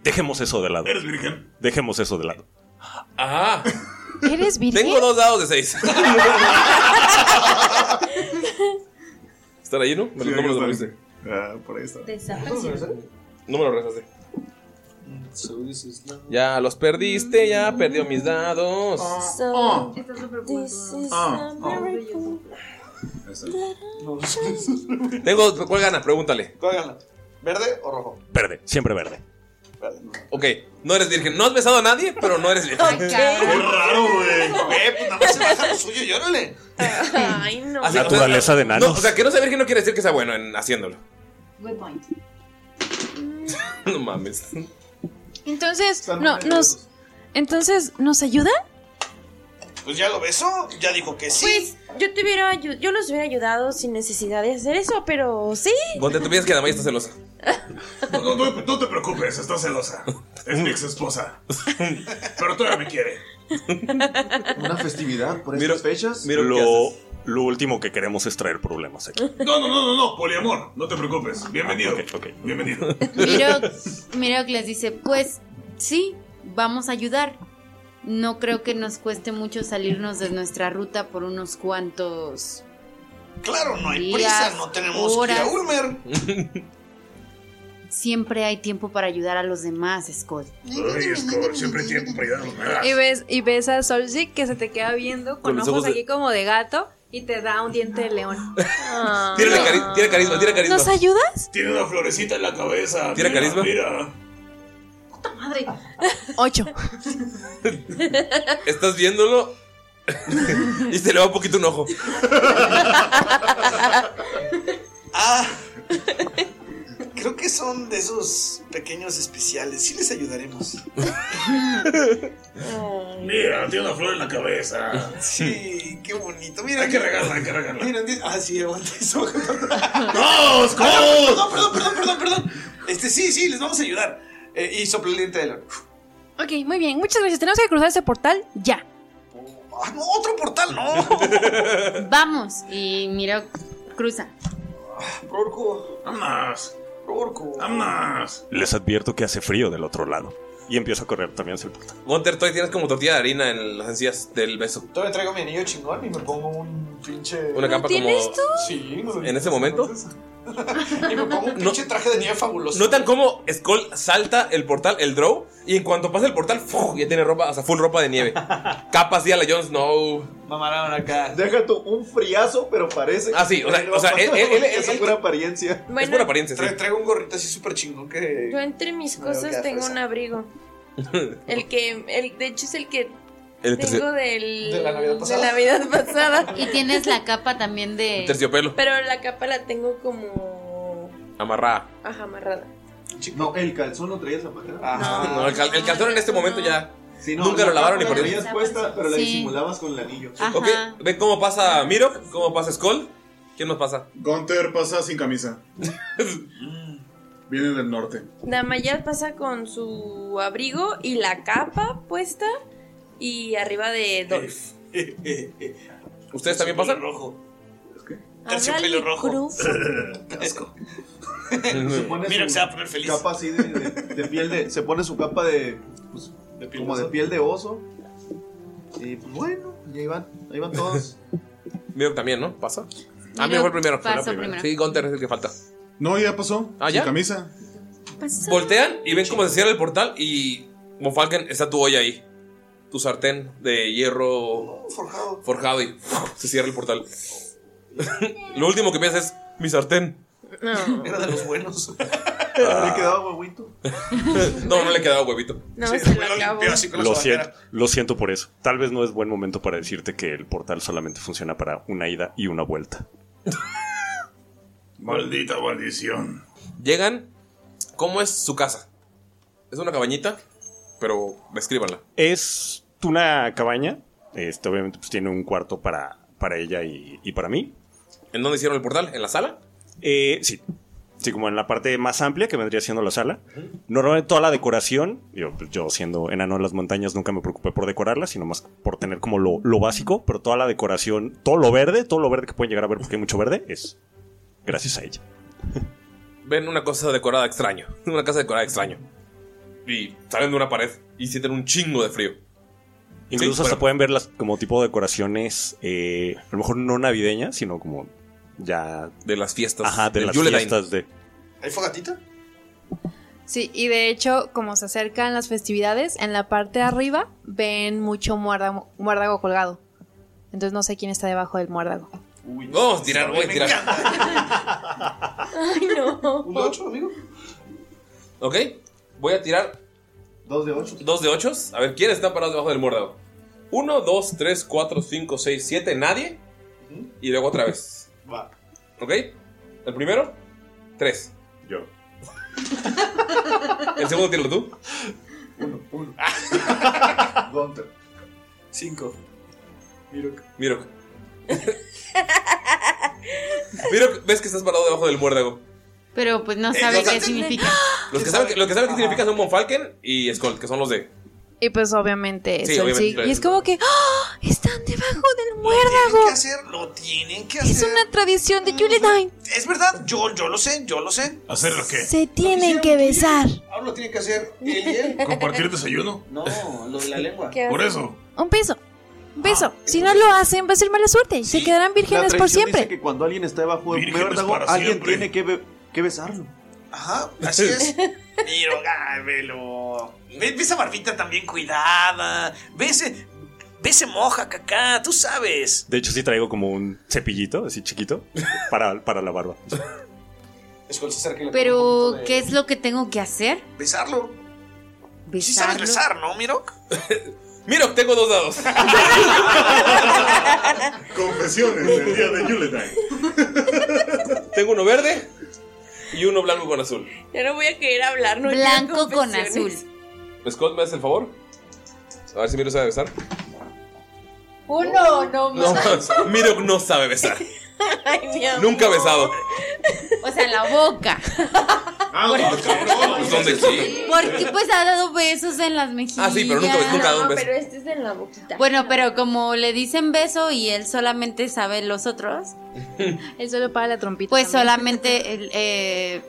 Dejemos eso de lado.
¿Eres virgen?
Dejemos eso de lado.
Ah.
¿Eres virgen?
Tengo dos dados de seis. ¿Están ahí, no? Me lo- no me los devolviste.
Ah, por ahí está.
No me lo regresaste.
Mm,
Ya los perdiste, ya perdió mis dados.
Oh,
So, this is Oh,
Ah,
a Pues, miracle.
Tengo, ¿cuál gana? Pregúntale.
¿Cuál gana? ¿Verde o rojo?
Verde, siempre verde.
Ok, no eres virgen. No has besado a nadie, pero no eres virgen.
Ay, cabrón.
Qué raro, güey.
Güey, pues nada más se baja lo suyo, llórale.
*laughs* Ay,
Ah,
no.
Ah,
Así,
Naturaleza de nanos.
No, o sea, que no sea virgen no quiere decir que sea bueno en haciéndolo. *laughs*
Good point.
No mames.
Entonces, no, nos. Entonces, ¿nos ayudan?
Pues ya lo besó, ya dijo que sí.
Pues yo te hubiera ayu- yo los hubiera ayudado sin necesidad de hacer eso, pero sí.
Ponte, tú piensas que Damaya está celosa.
No, no, no, no te preocupes, está celosa. Es mi ex esposa. Pero todavía me quiere.
Una festividad por
Mira,
estas fechas.
lo, lo último que queremos es traer problemas aquí.
No, no, no, no, no, poliamor, no te preocupes. Bienvenido. Bienvenido.
Mirok, Mirok les dice, pues sí, vamos a ayudar. No creo que nos cueste mucho salirnos de nuestra ruta por unos cuantos...
Claro, no hay
días,
prisa, no tenemos que
horas.
ir a Ulmer.
Siempre hay tiempo para ayudar a los demás, Skull.
Ay, Skull, siempre hay tiempo para ayudar a los demás.
Eh,
Y ves, y ves a Solzik que se te queda viendo con,
Con los
ojos,
ojos de-
aquí como de gato y te da un diente de
*laughs*
león. Ah.
Tírale cari- tira carisma, tira carisma.
ayudas?
Tiene una florecita en la cabeza.
¿Tira
mira,
carisma?
Mira.
Madre. *laughs* Ocho.
Estás viéndolo *laughs* y se le va un poquito un ojo.
*laughs* Ah, Creo que son de esos pequeños especiales. Sí les ayudaremos.
Mira, tiene una flor en la cabeza.
Sí, qué bonito. Mira,
Hay que regarla, hay que regarla.
Miren, di- ah, sí, aguanta eso.
¡No, Skull!
Ah, Perdón, perdón, perdón, perdón, perdón. Este, sí, sí, les vamos a ayudar. Eh, y sopla el diente de león.
Ok, muy bien. Muchas gracias. Tenemos que cruzar ese portal ya.
Ah, no, otro portal, no.
Vamos. Y Mirok cruza.
Rorco.
Vámonos.
Rorco.
Vámonos.
Les advierto que hace frío del otro lado. Y empiezo a correr también hacia el portal.
Gunter, todavía tienes como tortilla de harina en las encías del beso.
*laughs* Todavía traigo mi anillo chingón y me pongo un pinche.
Una capa como.
Sí, me lo-
En ese momento.
Y me pongo un pinche traje de nieve fabuloso.
Notan cómo Skull salta el portal, el draw, y en cuanto pasa el portal, ¡fu! ya tiene ropa, o sea, full ropa de
*laughs*
nieve. Capas ya la Jon Snow.
Mamarán acá.
Deja tú un friazo, pero parece.
Ah, sí, o sea, o sea, él- él- él-
es
él-
pura apariencia.
Bueno.
pura apariencia, sí.
Tra- Traigo un gorrito así súper chingón que.
Yo entre mis
Bueno,
cosas
queda
tengo
fresa.
un
*laughs*
abrigo. El que, el, de hecho es el que
El
tengo
tercio-
del,
De la Navidad pasada.
de la Navidad pasada.
*laughs* Y tienes la capa también de...
terciopelo.
Pero la capa la tengo como
Amarrada.
ajá, amarrada.
No, el calzón lo traías amarrado.
Ah.
No, el, cal- el calzón en este momento ya.
Sí, no,
nunca
la
lo lavaron ni
capa
por
la
Dios.
traías puesta, pero la
Sí.
disimulabas con el anillo.
Ajá.
Ok, ven cómo pasa Mirok, cómo pasa Skull. ¿Quién nos pasa?
Gunter pasa sin camisa. Viene del norte.
Damaya pasa con su abrigo y la capa puesta y arriba de Dolph.
¿Ustedes también pasan?
Terciopelo
Ah, Háblale,
rojo.
cruza.
Asco.
Se pone
Mira
su
que se va a poner feliz.
Capa así de, de- de piel de. Se pone su capa de. pues, como de piel de oso. Y pues bueno, ya iban, ahí van todos.
Mirok también, ¿no? ¿Pasa? Ah,
Mirok
Mirok fue el primero.
pasó
Fue el
primero.
Sí, Gunter es el que falta.
No, ya pasó.
Ah,
sin
¿ya?
camisa.
Voltean y ven cómo se cierra el portal y Monfalken está tu olla ahí. Tu sartén de hierro
forjado.
forjado y se cierra el portal. *laughs* Lo último que piensas es mi sartén.
No.
Era
*laughs*
de los buenos.
Le quedaba huevito.
No, no le quedaba huevito.
No,
Sí,
se lo
lo
acabó.
limpió así con la
Lo
sobajera.
siento, lo siento por eso. Tal vez no es buen momento para decirte que el portal solamente funciona para una ida y una vuelta.
Maldita maldición.
Llegan. ¿Cómo es su casa? Es una cabañita, pero descríbanla.
Es una cabaña. Este, obviamente, pues tiene un cuarto para, para ella y, y para mí.
¿En dónde hicieron el portal? ¿En la sala?
Eh, sí. Sí, como en la parte más amplia que vendría siendo la sala. Normalmente toda la decoración, yo, pues, yo siendo enano en las montañas nunca me preocupé por decorarla, sino más por tener como lo, lo básico, pero toda la decoración, todo lo verde, todo lo verde que pueden llegar a ver porque hay mucho verde, es gracias a ella.
Ven una cosa decorada extraño. *laughs* Una casa decorada extraño. Y salen de una pared y sienten un chingo de frío.
Incluso
Sí,
hasta
bueno,
pueden ver las como tipo de decoraciones, eh, a lo mejor no navideñas, sino como ya...
De las fiestas.
Ajá, de
del
las
Yuletide.
fiestas de...
¿Hay fogatita?
Sí, y de hecho, como se acercan las festividades, en la parte de arriba ven mucho muérdago, muérdago colgado. Entonces no sé quién está debajo del muérdago.
Vamos a tirar, voy a tirar.
Ay, no.
Oh,
¿Un 8, amigo?
Ok, voy a tirar.
Dos de ocho.
Dos de ocho. A ver, ¿quién está parado debajo del muérdago? Uno, dos, tres, cuatro, cinco, seis, siete. Nadie. Y luego otra vez.
*laughs* Va.
¿Ok? El primero, tres.
Yo.
El segundo, tíralo
*laughs*
tú. *laughs*
Gunter.
5. Mirok. Mirok. *laughs* Mirok, ves que estás parado debajo del muérdago.
Pero pues no
Eh,
sabe
o sea,
qué significa.
Los que saben que, los que, saben qué significa son Monfalken y Skull, que son los de.
Y pues obviamente
Sí,
es el
obviamente,
sí.
claro.
Y es como que ¡ah! están debajo del muérdago.
que hacer, lo tienen que hacer.
Es una tradición de Yuletide.
Es verdad, yo, yo lo sé, yo lo sé.
*laughs* ¿Hacer lo qué?
Se tienen que besar.
Ahora lo tiene que hacer él y
*laughs*
él.
¿Compartir desayuno?
No, lo de la lengua.
¿Qué
Por
hace?
eso.
Un beso. Un beso. si no lo hacen, va a ser mala suerte. se quedarán vírgenes por
tradición
siempre.
Dice que cuando alguien está debajo de un
Vírgenes
muérdago,
para
alguien
siempre.
tiene que, be- que besarlo.
Ajá, así es. Miro, gábelo. Ve, ve esa barbita también cuidada. Ve ese, ve ese moja, cacá, tú sabes.
De hecho, sí traigo como un cepillito, así chiquito, para, para la barba.
Skull se acerca y le pone un
Pero,
poquito de-
¿qué es lo que tengo que hacer?
Besarlo. Sí
Besarlo.
sabes besar, ¿no,
*laughs*
Mirok?
Mirok, tengo dos dados.
Confesiones del día de Yuletide.
*laughs* Tengo uno verde y uno blanco con azul.
Ya no voy a querer hablar, no
Blanco con
Confesiones. *laughs*
Skull, ¿me haces el favor? A ver si Mirok sabe besar.
Uno, no *laughs*
No, *laughs* Mirok no sabe besar. Nunca ha besado.
O sea, la boca.
Ah,
Pues, ¿Dónde sí?
Porque pues ha dado besos en las mejillas.
Ah, sí, pero nunca, nunca ha dado un beso.
Pero este es en la boquita.
Bueno, pero como le dicen beso y él solamente sabe los otros,
Él solo para la trompita.
pues
también.
solamente él, eh,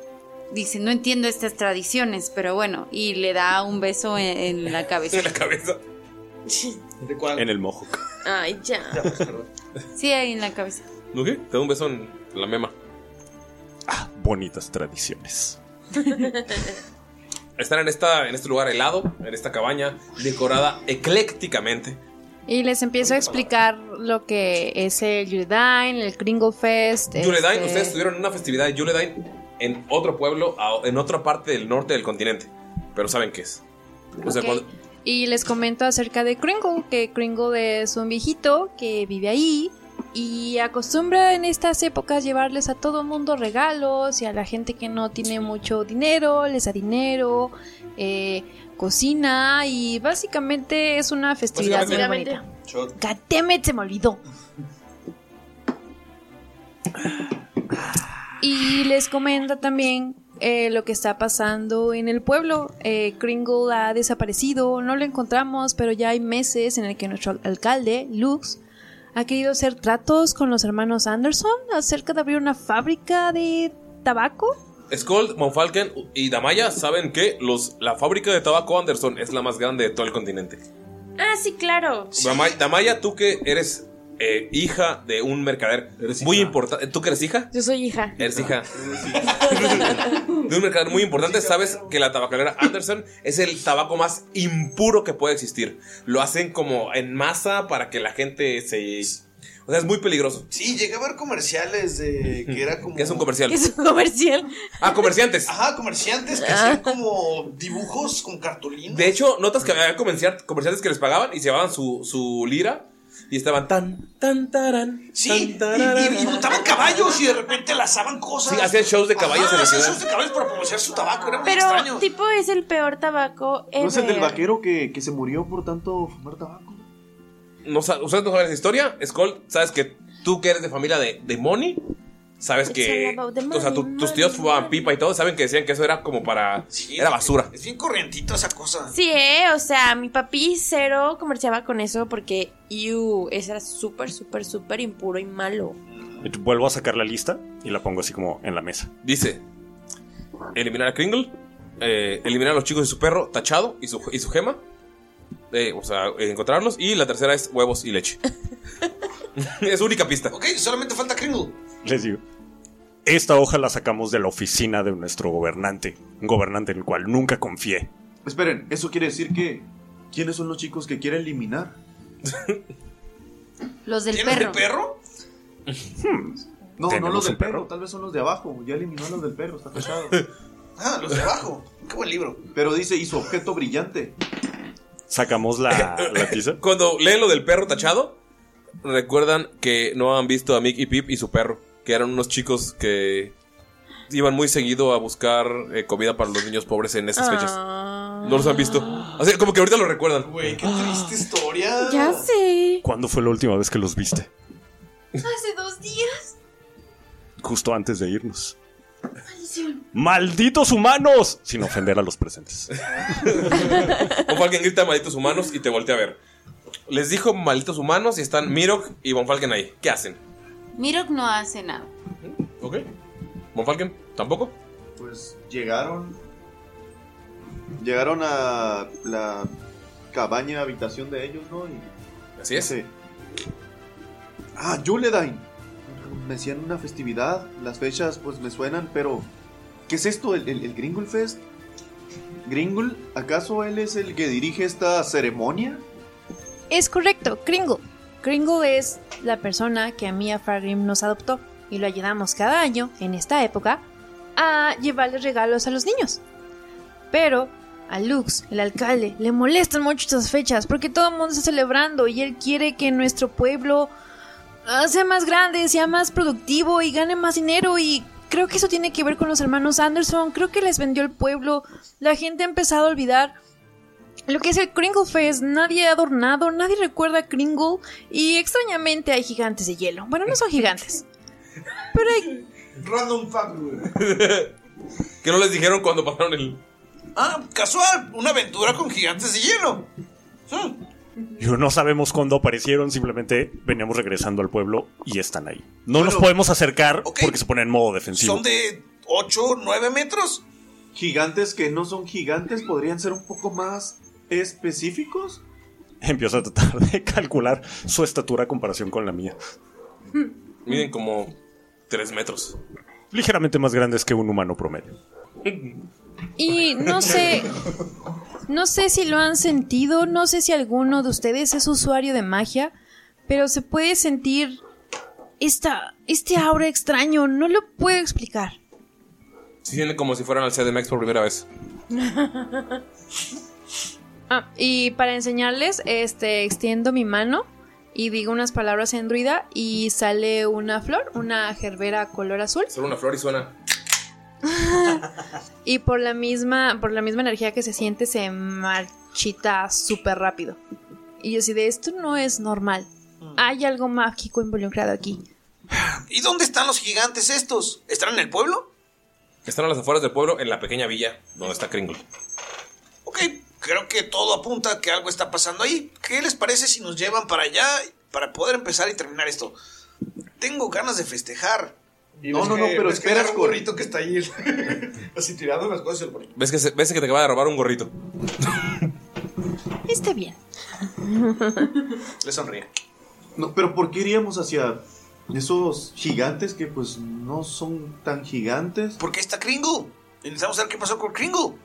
dice, no entiendo estas tradiciones, pero bueno, y le da un beso en, en la cabeza.
*laughs* En la cabeza. ¿De cuál?
En el mojo.
Ay, ya.
pues,
Sí, ahí en la cabeza.
¿No qué? Te doy un beso en la mema.
Ah, Bonitas
*laughs*
tradiciones.
Están en, esta, en este lugar helado, en esta cabaña, decorada eclécticamente.
*laughs* Y les empiezo a explicar lo que es el Yuletide, el Gringo Fest.
Yuledine,
este-
ustedes estuvieron en una festividad de Yuledine en otro pueblo, a- en otra parte del norte del continente. Pero saben qué es. O sea,
Ok.
cuando-
Y les comento acerca de Kringle, que Kringle es un viejito que vive ahí y acostumbra en estas épocas llevarles a todo mundo regalos y a la gente que no tiene mucho dinero, les da dinero, eh, cocina y básicamente es una festividad muy
*laughs* Básicamente.
bonita. God damn it, se me olvidó. Y les comenta también eh, lo que está pasando en el pueblo. Eh, Kringle ha desaparecido, no lo encontramos, pero ya hay meses en el que nuestro alcalde, Lux, ha querido hacer tratos con los hermanos Anderson acerca de abrir una fábrica de tabaco.
Skold, Monfalken y Damaya saben que los, la fábrica de tabaco Anderson es la más grande de todo el continente.
Ah, sí, claro.
Damaya, Damaya, tú que eres eh, hija de un mercader muy importante. ¿Tú que eres hija?
Yo soy
*laughs*
hija.
Eres hija. de un mercader muy importante, sabes que la tabacalera Anderson es el tabaco más impuro que puede existir. Lo hacen como en masa para que la gente se... O sea, es muy peligroso.
Sí, llegué a ver comerciales de que era como.
Que es un comercial.
Es un comercial. Ah.
Ah, comerciantes.
Ajá, comerciantes que hacían como dibujos con cartulina.
De hecho, notas que había comerciar- comerciantes que les pagaban y se llevaban su, su lira Y estaban tan, tan, tarán.
Sí,
tan,
y, y- y montaban caballos y de repente lanzaban cosas.
Sí, hacían shows de caballos
Ajá,
en la
hacían
ciudad.
shows de caballos para promocionar su tabaco. Era muy
*laughs* Pero
extraño.
tipo es el peor tabaco ever.
¿No es el del vaquero que, que se murió por tanto fumar tabaco?
No, sa- ¿Ustedes no saben esa historia? Skull, sabes que tú que eres de familia de, de Money, sabes que.
It's all about the
o sea, tu-
money,
tus tíos fumaban pipa y todo, saben que decían que eso era como para. era basura.
Es bien corrientito esa cosa.
Sí, eh, o sea, mi papi cero comerciaba con eso porque, ew, eso era súper, súper, súper impuro y malo.
Vuelvo a sacar la lista y la pongo así como en la mesa.
Dice: eliminar a Kringle, eh, eliminar a los chicos y su perro, tachado y su, y su gema. Eh, o sea, eh, encontrarlos. Y la tercera es huevos y
*laughs*
leche. *laughs* es única pista.
Ok, solamente falta Kringle.
Les digo. Esta hoja la sacamos de la oficina de nuestro gobernante. Un gobernante en el cual nunca confié.
Esperen, eso quiere decir que. ¿Quiénes son los chicos que quiere eliminar?
Los del
¿Tienen
perro.
de perro?
Hmm.
No, no
¿Tenemos
los
un
del
perro?
perro, tal vez son los de abajo. Ya eliminó los del perro, *laughs* está cachado.
ah, los de abajo. Qué buen libro.
Pero dice, y su objeto brillante.
Sacamos
*laughs*
la, la tiza.
Cuando leen lo del perro tachado, recuerdan que no han visto a Mick y Pip y su perro, que eran unos chicos que iban muy seguido a buscar eh, comida para los niños pobres en estas fechas.
Ah.
No los han visto. Así como que ahorita lo recuerdan.
Güey, qué
Ah.
triste historia.
Ya sé.
¿Cuándo fue la última vez que los viste?
*laughs* Hace dos días.
Justo antes de irnos.
Maldición.
¡Malditos humanos! Sin ofender a los
*laughs*
presentes.
Von Falken grita malditos humanos y te voltea a ver. Les dijo malditos humanos y están Mirok y Von Falken ahí. ¿Qué hacen?
Mirok no hace
*laughs*
nada.
¿Ok? ¿Von Falken? ¿Tampoco? *laughs*
Pues llegaron. Llegaron a la cabaña, habitación de ellos, ¿no? Y-
Así es.
Sí. Ah, Juledine. Me hacían una festividad. Las fechas, pues me suenan, pero. ¿Qué es esto? ¿El, el, el Gringle Fest? ¿Gringle? ¿Acaso él es el que dirige esta ceremonia?
Es correcto, Kringle. Kringle es la persona que a mí a Fargrim nos adoptó y lo ayudamos cada año, en esta época, a llevarle regalos a los niños. Pero a Lux, el alcalde, le molestan mucho estas fechas porque todo el mundo está celebrando y él quiere que nuestro pueblo ah, sea más grande, sea más productivo y gane más dinero y creo que eso tiene que ver con los hermanos Anderson, creo que les vendió el pueblo, la gente ha empezado a olvidar lo que es el Kringle Fest, nadie ha adornado, nadie recuerda a Kringle y extrañamente hay gigantes de hielo. Bueno, no son gigantes. Pero hay...
Random fact, güey.
¿Que no les dijeron cuando pasaron el...
Ah, casual. Una aventura con gigantes de hielo.
Y no sabemos cuándo aparecieron, simplemente veníamos regresando al pueblo y están ahí. No nos
Bueno,
podemos acercar porque se ponen en modo defensivo.
Son de 8, 9 metros.
Gigantes que no son gigantes podrían ser un poco más específicos.
Empiezo a tratar de *laughs* calcular su estatura a comparación con la mía.
Miden como 3 metros.
Ligeramente más grandes que un humano promedio.
Y no sé, no sé si lo han sentido, no sé si alguno de ustedes es usuario de magia, pero se puede sentir esta, este aura extraño, no lo puedo explicar.
Se sienten como si fueran al CDMX por primera vez.
Ah, y para enseñarles, este, extiendo mi mano y digo unas palabras en druida y sale una flor, una gerbera color azul.
Solo una flor y suena.
Y por la misma, por la misma energía que se siente, se marchita súper rápido. Y yo así de esto no es normal. Hay algo mágico involucrado aquí.
¿Y dónde están los gigantes estos? ¿Están en el pueblo?
Están a las afueras del pueblo, en la pequeña villa donde está Kringle.
Creo que todo apunta a que algo está pasando ahí. ¿Qué les parece si nos llevan para allá para poder empezar y terminar esto? Tengo ganas de festejar.
No, no, no, pero espera,
un gorrito que está
*laughs*
ahí. el- Así tirando las cosas. y el gorrito.
¿Ves que, se- ves que te acaba de robar un gorrito?
Está bien.
Le sonríe.
No, pero ¿por qué iríamos hacia esos gigantes que pues no son tan gigantes?
¿Por qué está Kringle? Necesitamos saber qué pasó con Kringle.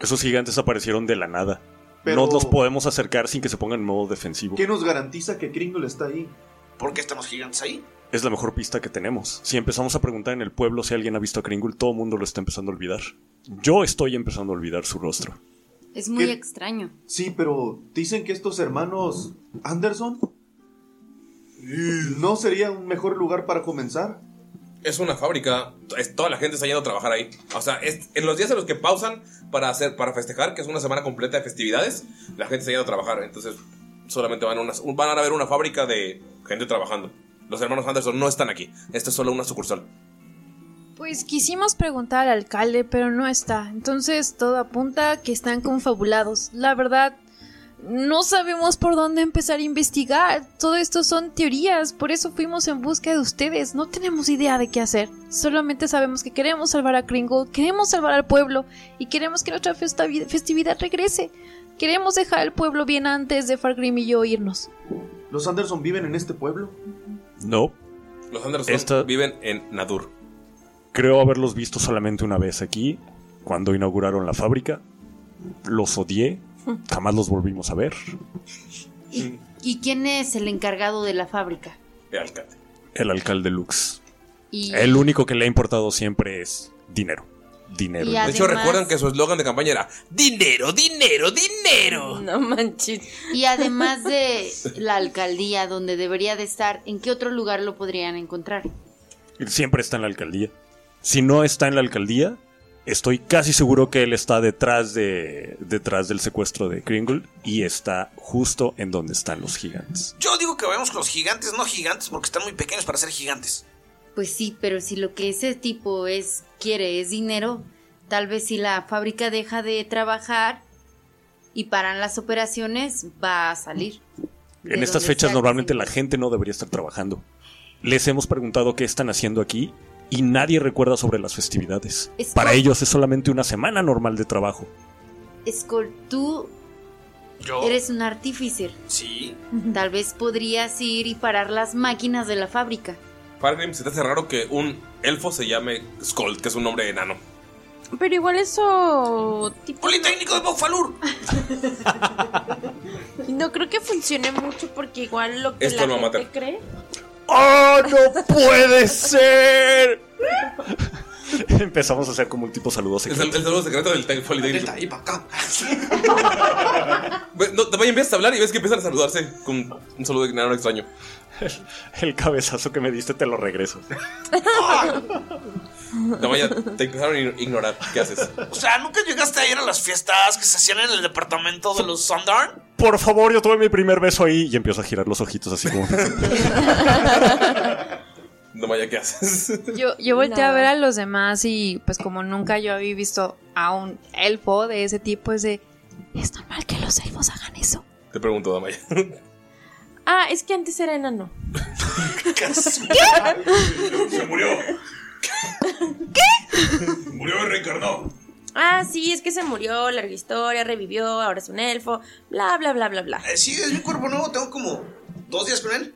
Esos gigantes aparecieron de la nada.
Pero-
No nos podemos acercar sin que se pongan en modo defensivo.
¿Qué nos garantiza que Kringle está ahí?
¿Por qué están los gigantes ahí?
Es la mejor pista que tenemos. Si empezamos a preguntar en el pueblo si alguien ha visto a Kringle, todo el mundo lo está empezando a olvidar. Yo estoy empezando a olvidar su rostro.
Es muy
¿Qué?
extraño.
Sí, pero dicen que estos hermanos Anderson ¿No sería un mejor lugar para comenzar?
Es una fábrica, es- toda la gente está yendo a trabajar ahí. O sea, es- en los días en los que pausan para hacer para festejar, que es una semana completa de festividades, la gente está yendo a trabajar. Entonces, solamente van a, unas- van a ver una fábrica de gente trabajando. Los hermanos Anderson no están aquí. Esto es solo una sucursal.
Pues quisimos preguntar al alcalde, pero no está. Entonces todo apunta a que están confabulados. La verdad, no sabemos por dónde empezar a investigar. Todo esto son teorías, por eso fuimos en busca de ustedes. No tenemos idea de qué hacer. Solamente sabemos que queremos salvar a Kringle, queremos salvar al pueblo y queremos que nuestra festa- festividad regrese. Queremos dejar al pueblo bien antes de Fargrim y yo irnos.
¿Los Anderson viven en este pueblo?
No.
Los Anderson viven en Nadur.
Creo haberlos visto solamente una vez aquí, cuando inauguraron la fábrica. Los odié, jamás los volvimos a ver.
¿Y quién es el encargado de la fábrica?
El alcalde.
El alcalde Lux.
Y-
El único que le ha importado siempre es dinero. Dinero.
Y
de hecho, recuerdan que su eslogan de campaña era Dinero, dinero, dinero.
No manches. Y además de la alcaldía donde debería de estar, ¿en qué otro lugar lo podrían encontrar?
siempre está en la alcaldía. Si no está en la alcaldía, estoy casi seguro que él está detrás de detrás del secuestro de Kringle y está justo en donde están los gigantes.
Yo digo que vayamos con los gigantes, no gigantes, porque están muy pequeños para
*laughs*
ser gigantes.
Pues sí, pero si lo que ese tipo es quiere es dinero, tal vez si la fábrica deja de trabajar y paran las operaciones, va a salir.
En
¿De
estas
dónde
fechas
saca
normalmente la gente no debería estar trabajando. Les hemos preguntado qué están haciendo aquí y nadie recuerda sobre las festividades.
Es
Para
que-
ellos es solamente una semana normal de trabajo.
Skull, tú eres un artífice.
Sí.
Tal vez podrías ir y parar las máquinas de la fábrica.
Fargrim, se te hace raro que un elfo se llame Skold, que es un nombre enano.
Pero igual eso.
Politécnico de
*laughs*
Bofalur.
no creo que funcione mucho porque igual lo que
Esto
la
lo va a
gente cree.
¡Oh,
*laughs*
no puede ser! Empezamos a hacer como un tipo saludo
Es
secreto.
el, el saludo secreto del Tec- Politécnico. *laughs* Ve, No, te vaya, empiezas a hablar y ves que empiezan a saludarse con un saludo de enano extraño.
El cabezazo que me diste te lo regreso.
Te vaya, te empezaron a ign- ignorar. ¿Qué haces?
O sea, ¿nunca llegaste a ir a las fiestas que se hacían en el departamento de
*laughs*
los Sundarn?
Por favor, yo tuve mi primer beso ahí y empiezo a girar los ojitos así como.
No vaya, ¿qué haces? *laughs*
Yo, yo volteé a ver a los demás y pues como nunca yo había visto a un elfo de ese tipo, es de... Es normal que los elfos hagan eso.
Te pregunto, Damaya. *laughs*
Ah, es
*laughs*
que antes era enano.
Se murió. ¿Qué? Murió y reencarnó.
*laughs* Ah, sí, es que se murió, larga historia, revivió, ahora es un elfo, bla, bla, bla, bla, bla.
Eh, sí, es mi cuerpo nuevo, tengo como
*laughs*
dos días con él.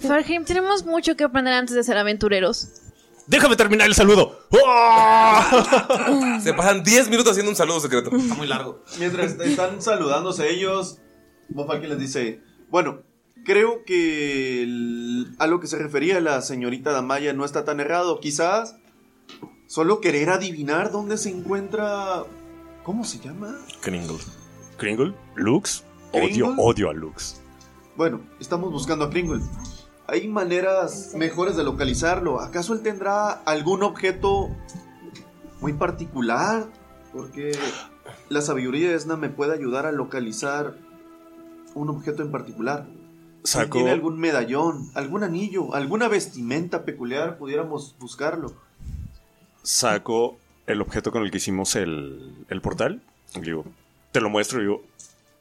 Fargrim, tenemos mucho que aprender antes de ser aventureros.
Déjame terminar el saludo.
Se pasan 10 minutos haciendo un saludo secreto. Está
muy largo.
Mientras están saludándose ellos, Mofaki les dice, bueno, creo que el- a lo que se refería la señorita Damaya no está tan errado. Quizás solo querer adivinar dónde se encuentra... ¿Cómo se llama?
*laughs* Kringle. ¿Kringle? ¿Lux? Odio,
¿Kringle?
odio a Lux.
Bueno, estamos buscando a Kringle. Hay maneras mejores de localizarlo. ¿Acaso él tendrá algún objeto muy particular? Porque la sabiduría de Esna me puede ayudar a localizar un objeto en particular. Si
Saco-
tiene algún medallón, algún anillo, alguna vestimenta peculiar, pudiéramos buscarlo.
Saco el objeto con el que hicimos el, el portal. y Digo, te lo muestro y digo,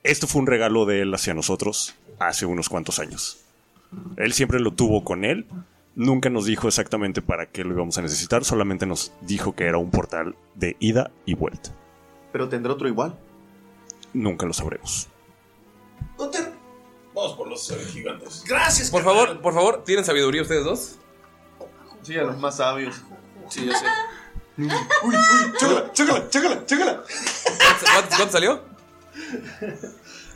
esto fue un regalo de él hacia nosotros hace unos cuantos años. Él siempre lo tuvo con él. Nunca nos dijo exactamente para qué lo íbamos a necesitar, solamente nos dijo que era un portal de ida y vuelta.
¿Pero tendrá otro igual?
Nunca lo sabremos.
Vamos por los eh, gigantes.
Gracias.
Por favor, por favor, ¿tienen sabiduría ustedes dos?
Sí, a los más sabios.
Sí, yo sé.
Uy, uy, chécala, chécala, chécala, chécala.
¿Cuánto, cuánto salió?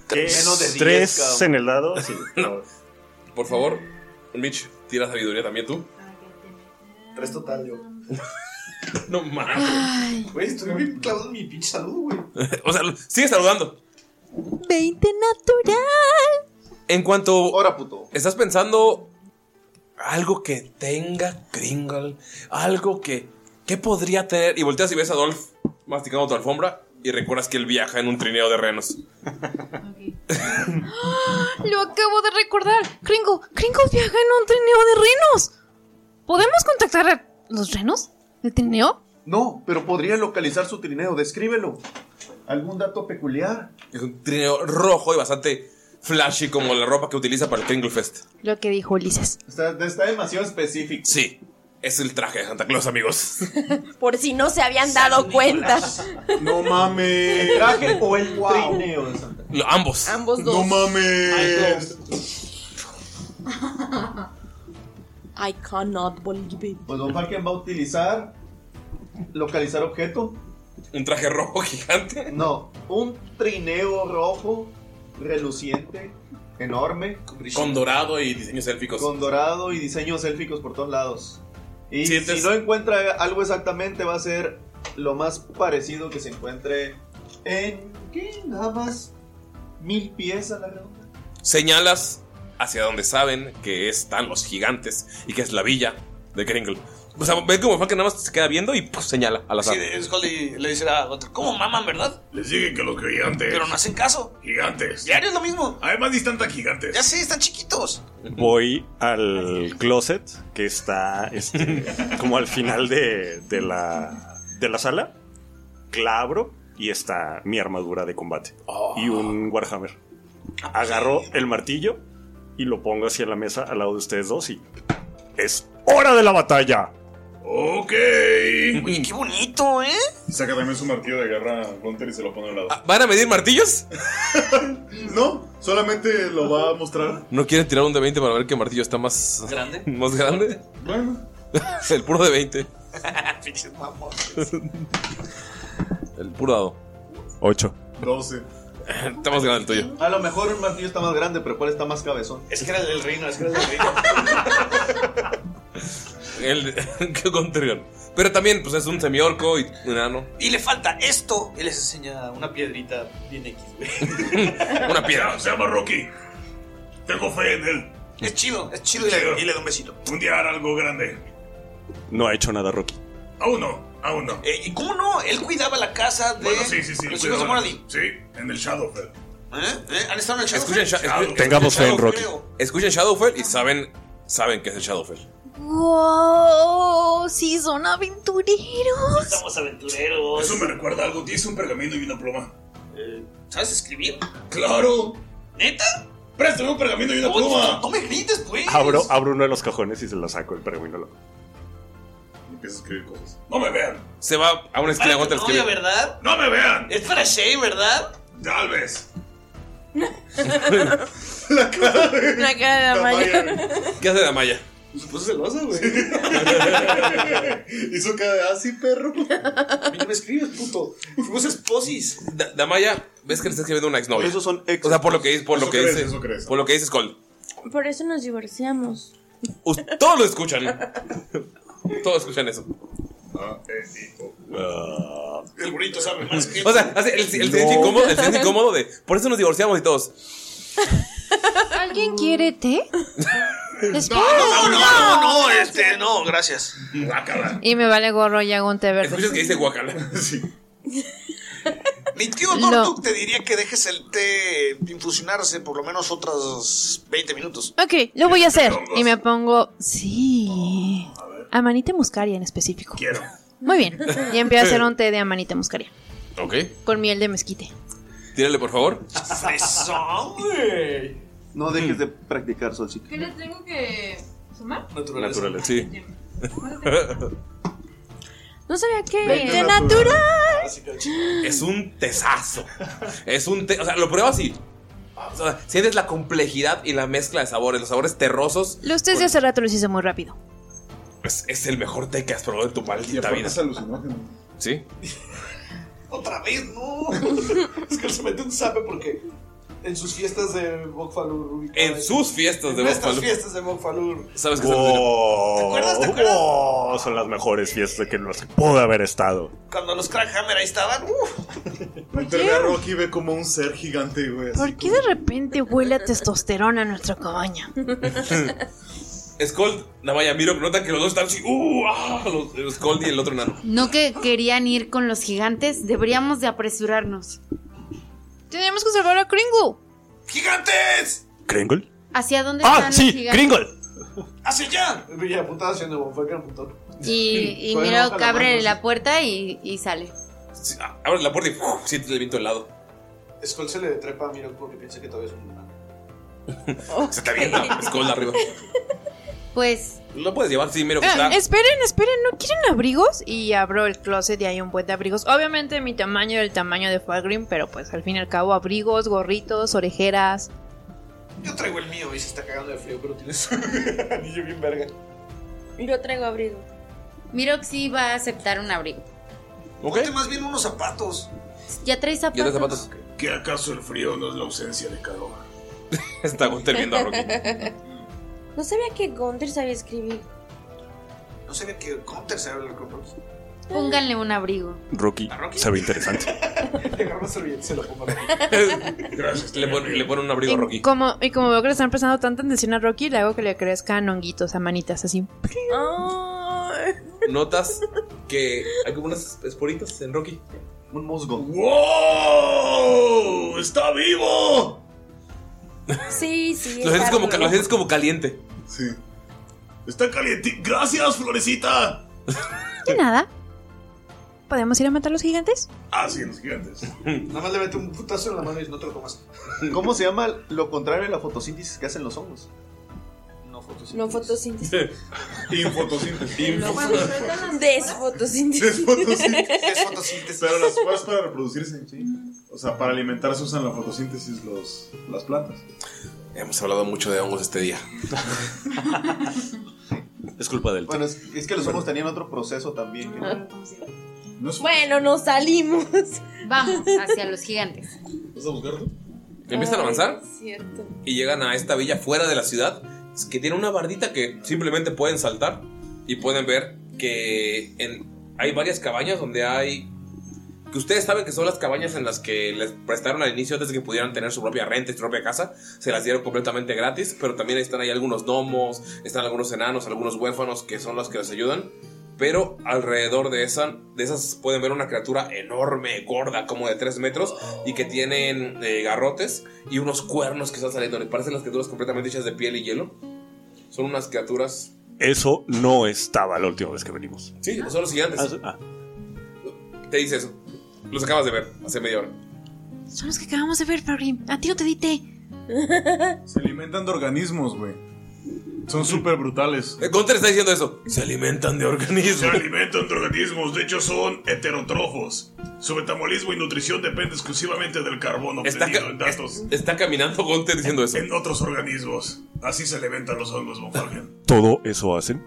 Menos de Tres diez, cabrón. en el dado.
*laughs* No. Por favor, Mitch, tira sabiduría también tú. *laughs*
Tres total, yo.
No mames.
Güey, estoy bien clavado en mi pinche saludo, güey.
O sea, sigue saludando.
20 natural.
En cuanto. Estás pensando. Algo que tenga Kringle. Algo que. ¿Qué podría tener? Y volteas y ves a Dolph masticando tu alfombra. Y recuerdas que él viaja en un trineo de renos.
Ah, Lo acabo de recordar. Kringle, Kringle viaja en un trineo de renos. ¿Podemos contactar a los renos? ¿El trineo?
No, pero podría localizar su trineo. Descríbelo. ¿Algún dato peculiar?
Es un trineo rojo y bastante flashy como la ropa que utiliza para el Kringle Fest.
Lo que dijo Ulises.
Está, está demasiado específico.
Sí, es el traje de Santa Claus, amigos.
Por si no se habían dado cuenta.
No mames.
¿Traje o el trineo de Santa
Lo- ambos.
Ambos dos.
No mames.
I cannot believe it.
Pues Don
*laughs*
Falken va a utilizar localizar objeto.
Un traje rojo gigante.
No, un trineo rojo reluciente, enorme,
Con dorado y diseños élficos.
con dorado y diseños élficos por todos lados. Y
Sientes-
si no encuentra algo exactamente va a ser lo más parecido que se encuentre en ¿qué? Nada más mil pies a la redonda.
Señalas hacia donde saben que están los gigantes y que es la villa de Kringle. O sea, ven como Falken nada más se queda viendo y pues, señala al azar.
Sí, Scully le dice a Gunther, ¿cómo maman, verdad? Les dije que los gigantes. Pero no hacen caso. Gigantes. Diario es lo mismo. Además, distan tan gigantes. Ya sé, están chiquitos.
Voy al closet que está este, como al final de, de la, de la sala. La abro y está mi armadura de combate y un Warhammer. Agarro el martillo y lo pongo hacia la mesa al lado de ustedes dos y es hora de la batalla.
Ok. Oye, qué bonito, ¿eh? Saca también su martillo de guerra a Gunter y se lo pone al lado.
¿Van a medir martillos?
*laughs* no, solamente lo va a mostrar.
¿No quieren tirar un de 20 para ver qué martillo está más
grande?
*laughs* ¿Más grande? *laughs*
Bueno.
el puro de
*laughs*
20.
Pinches
*laughs*
mamos.
El puro dado. 8.
12.
Está más grande el tuyo.
A lo mejor un martillo está más grande, pero ¿cuál está más cabezón?
Es que era el del reino, es que era el del reino.
El *laughs* que con Tyrion. Pero también, pues es un semiorco y un enano.
Y le falta esto. Él les enseña una piedrita bien X,
*laughs* Una piedra.
Se, llama Rocky. Tengo fe en él. Es chido, es chido. Y, le, y le doy un besito. Un día hará algo grande.
No ha hecho nada Rocky.
Aún no, aún no. Eh, ¿Y cómo no? Él cuidaba la casa de. Bueno, sí, sí, sí. Los hijos de Moradi. Sí, en el Shadowfell. ¿Eh? ¿Eh? ¿Han estado en el Shadowfell?
Escuchen, Sha- escuchen-
Tengamos fe en
Shadowfell.
Rocky.
Escuchen Shadowfell y saben, saben que es el Shadowfell.
¡Wow! ¡Sí son aventureros!
Somos aventureros. Pues, Eso me recuerda a algo. Tienes un pergamino y una pluma. ¿Sabes escribir? Claro. ¿Neta? Préstame un pergamino y una pluma. No me grites, pues.
Abro, abro uno de los cajones y se lo saco el pergamino. lo-
Empieza a escribir cosas.
No me vean.
Se va a una esquina Gunter
Novia,
escribe.
¿verdad? No me vean. Es para Shay, ¿verdad? Tal vez.
La cara de.
La cara de Amaya.
¿Qué hace Damaya?
Se puso celosa, güey. Hizo cara de así, perro.
No me escribes, puto. Fuimos esposis.
Da- Damaya, ves que le está escribiendo una exnovia.
Esos son
O sea, por lo que, dice- por
Eso
lo que
crees,
dice.
eso crees.
Por lo que dice Skull.
Por eso nos divorciamos.
Us- Todos lo escuchan. Todos escuchan eso. Ah.
El burrito sabe más que.
O sea, hace el, el silencio
No.
incómodo, el silencio incómodo de. Por eso nos divorciamos y todos.
¿Alguien quiere *laughs* té? Después.
*laughs* No, no, no, no, este, no, gracias.
Y me vale gorro y hago un té verde.
Escuchas que dice
*laughs*
guacala.
Mi tío Morduk te diría que dejes el té infusionarse por lo menos otras 20 minutos.
Ok, lo voy a hacer. Y me pongo. Sí. Amanita muscaria en específico.
Quiero.
Muy bien. Y empiezo a hacer un té de amanita muscaria.
Ok.
Con miel de mezquite.
Tírale, por favor.
Fresón, güey.
No dejes de practicar, Solcita.
¿Qué le tengo que sumar?
Naturales. Sí.
No sabía que.
Veinte
¡De
natural.
natural!
Es un tesazo. Es un te- O sea, lo pruebas y. o sea, sientes la complejidad y la mezcla de sabores. Los sabores terrosos.
Los tés de hace rato los hice muy rápido.
Es, es el mejor té que has probado en tu maldita vida.
Es alucinógeno.
Sí.
*laughs* Otra vez, no. Es que él se mete un sape porque
En sus fiestas de Bokfalur, Rubí.
En sus fiestas de
Nuestras
Bokfalur.
fiestas de Bokfalur.
¿Sabes qué
Wow.
acuerdas? ¿Te acuerdas?
Wow, Son las mejores fiestas que nos pudo haber estado.
Cuando los Crackhammer ahí estaban.
Pero ve a Rocky ve como un ser gigante, güey. así.
¿Por qué de repente huele a testosterona en nuestra cabaña?
Scold, Navaya, Miro, notan que los dos están así. ¡Uh! ah, los- el Scold y el otro enano.
No que querían ir con los gigantes, deberíamos de apresurarnos.
Tenemos que salvar a Kringle.
¡Gigantes!
¿Kringle?
¿Hacia dónde
¡Ah,
están los
sí!
gigantes?
¡Kringle!
¡Hacia allá!
Y apuntaba hacia Nuevo, fue que apuntó.
Y, y
Bueno,
Miro
ojalá
que abre
vamos.
la puerta y, y sale.
Sí, ah, Abre la puerta y ¡puf! sientes el viento helado.
Skull se le trepa a Miro porque piensa que todavía es un humano.
Se está viendo. Scold arriba.
Pues.
Lo puedes llevar, sí, Miro,
Eh,
que está.
Ah, esperen, esperen, ¿no quieren abrigos? Y abro el closet y hay un buen de abrigos. Obviamente mi tamaño era el tamaño de Falgrim, pero pues al fin y al cabo abrigos, gorritos, orejeras.
Yo traigo el mío y se está cagando de frío, pero tienes
*laughs*
un anillo bien verga.
Yo traigo abrigo. Miro sí va a aceptar un abrigo.
Ponte más bien unos zapatos.
¿Ya traes zapatos?
¿Que acaso el frío no es la ausencia de calor?
*laughs* Está Gunter viendo a Rocky.
*laughs* No sabía que Gunther sabía escribir.
No sabía que Counter se habla con Rocky.
*laughs*
Pónganle un abrigo.
Rocky, se ve interesante.
Le *laughs* agarro una servilleta y se lo pongo a Rocky.
Eh, Gracias. Le pone, le pone un abrigo a Rocky.
Como, y como veo que le están prestando tanta atención a Rocky, le hago que le crezcan honguitos a manitas así.
Ah,
Notas que hay como unas esporitas en Rocky.
Un musgo.
¡Wow! ¡Oh, ¡Está vivo!
Sí, sí.
Lo sientes como, ca- lo sientes como caliente.
Sí.
Está caliente. Gracias, florecita.
De nada. ¿Podemos ir a matar a los gigantes?
Ah, sí, los gigantes.
Nada más le mete un putazo en la mano y no te lo comas. ¿Cómo se llama lo contrario a la fotosíntesis que hacen los hongos?
*laughs*
No fotosíntesis.
No fotosíntesis.
Infotosíntesis.
Desfotosíntesis.
*laughs* Pero las cosas para reproducirse, sí. O sea, para alimentarse usan la fotosíntesis los, las plantas.
Hemos hablado mucho de hongos este día. es culpa del té.
Bueno, es, es que los hongos tenían otro proceso también. que-
*laughs*
Bueno, nos salimos.
*laughs* Vamos hacia los gigantes.
¿Vas a buscarlo? Empiezan a avanzar
Cierto.
y llegan a esta villa fuera de la ciudad que tiene una bardita que simplemente pueden saltar y pueden ver que en- hay varias cabañas donde hay que ustedes saben que son las cabañas en las que les prestaron al inicio antes de que pudieran tener su propia renta y su propia casa, se las dieron completamente gratis, pero también están ahí algunos gnomos, están algunos enanos, algunos huérfanos que son los que les ayudan, pero alrededor de, esa, de esas pueden ver una criatura enorme, gorda, como de 3 metros, y que tienen eh, garrotes y unos cuernos que están saliendo, le parecen las criaturas completamente hechas de piel y hielo, son unas criaturas...
Eso no estaba la última vez que venimos.
Sí, son los
Ah,
gigantes. Te dice eso. Los acabas de ver hace media hora.
Son los que acabamos de ver, Falgrim. A ti no te di té.
Se alimentan de organismos, güey. Son súper brutales.
Eh, Gunter está diciendo eso. Se alimentan de organismos.
Se alimentan de organismos, de hecho son heterotrofos. Su metabolismo y nutrición depende exclusivamente del carbono obtenido en datos
Está caminando Gunter diciendo eso.
en otros organismos. Así se alimentan los hongos, von Falken.
Todo eso hacen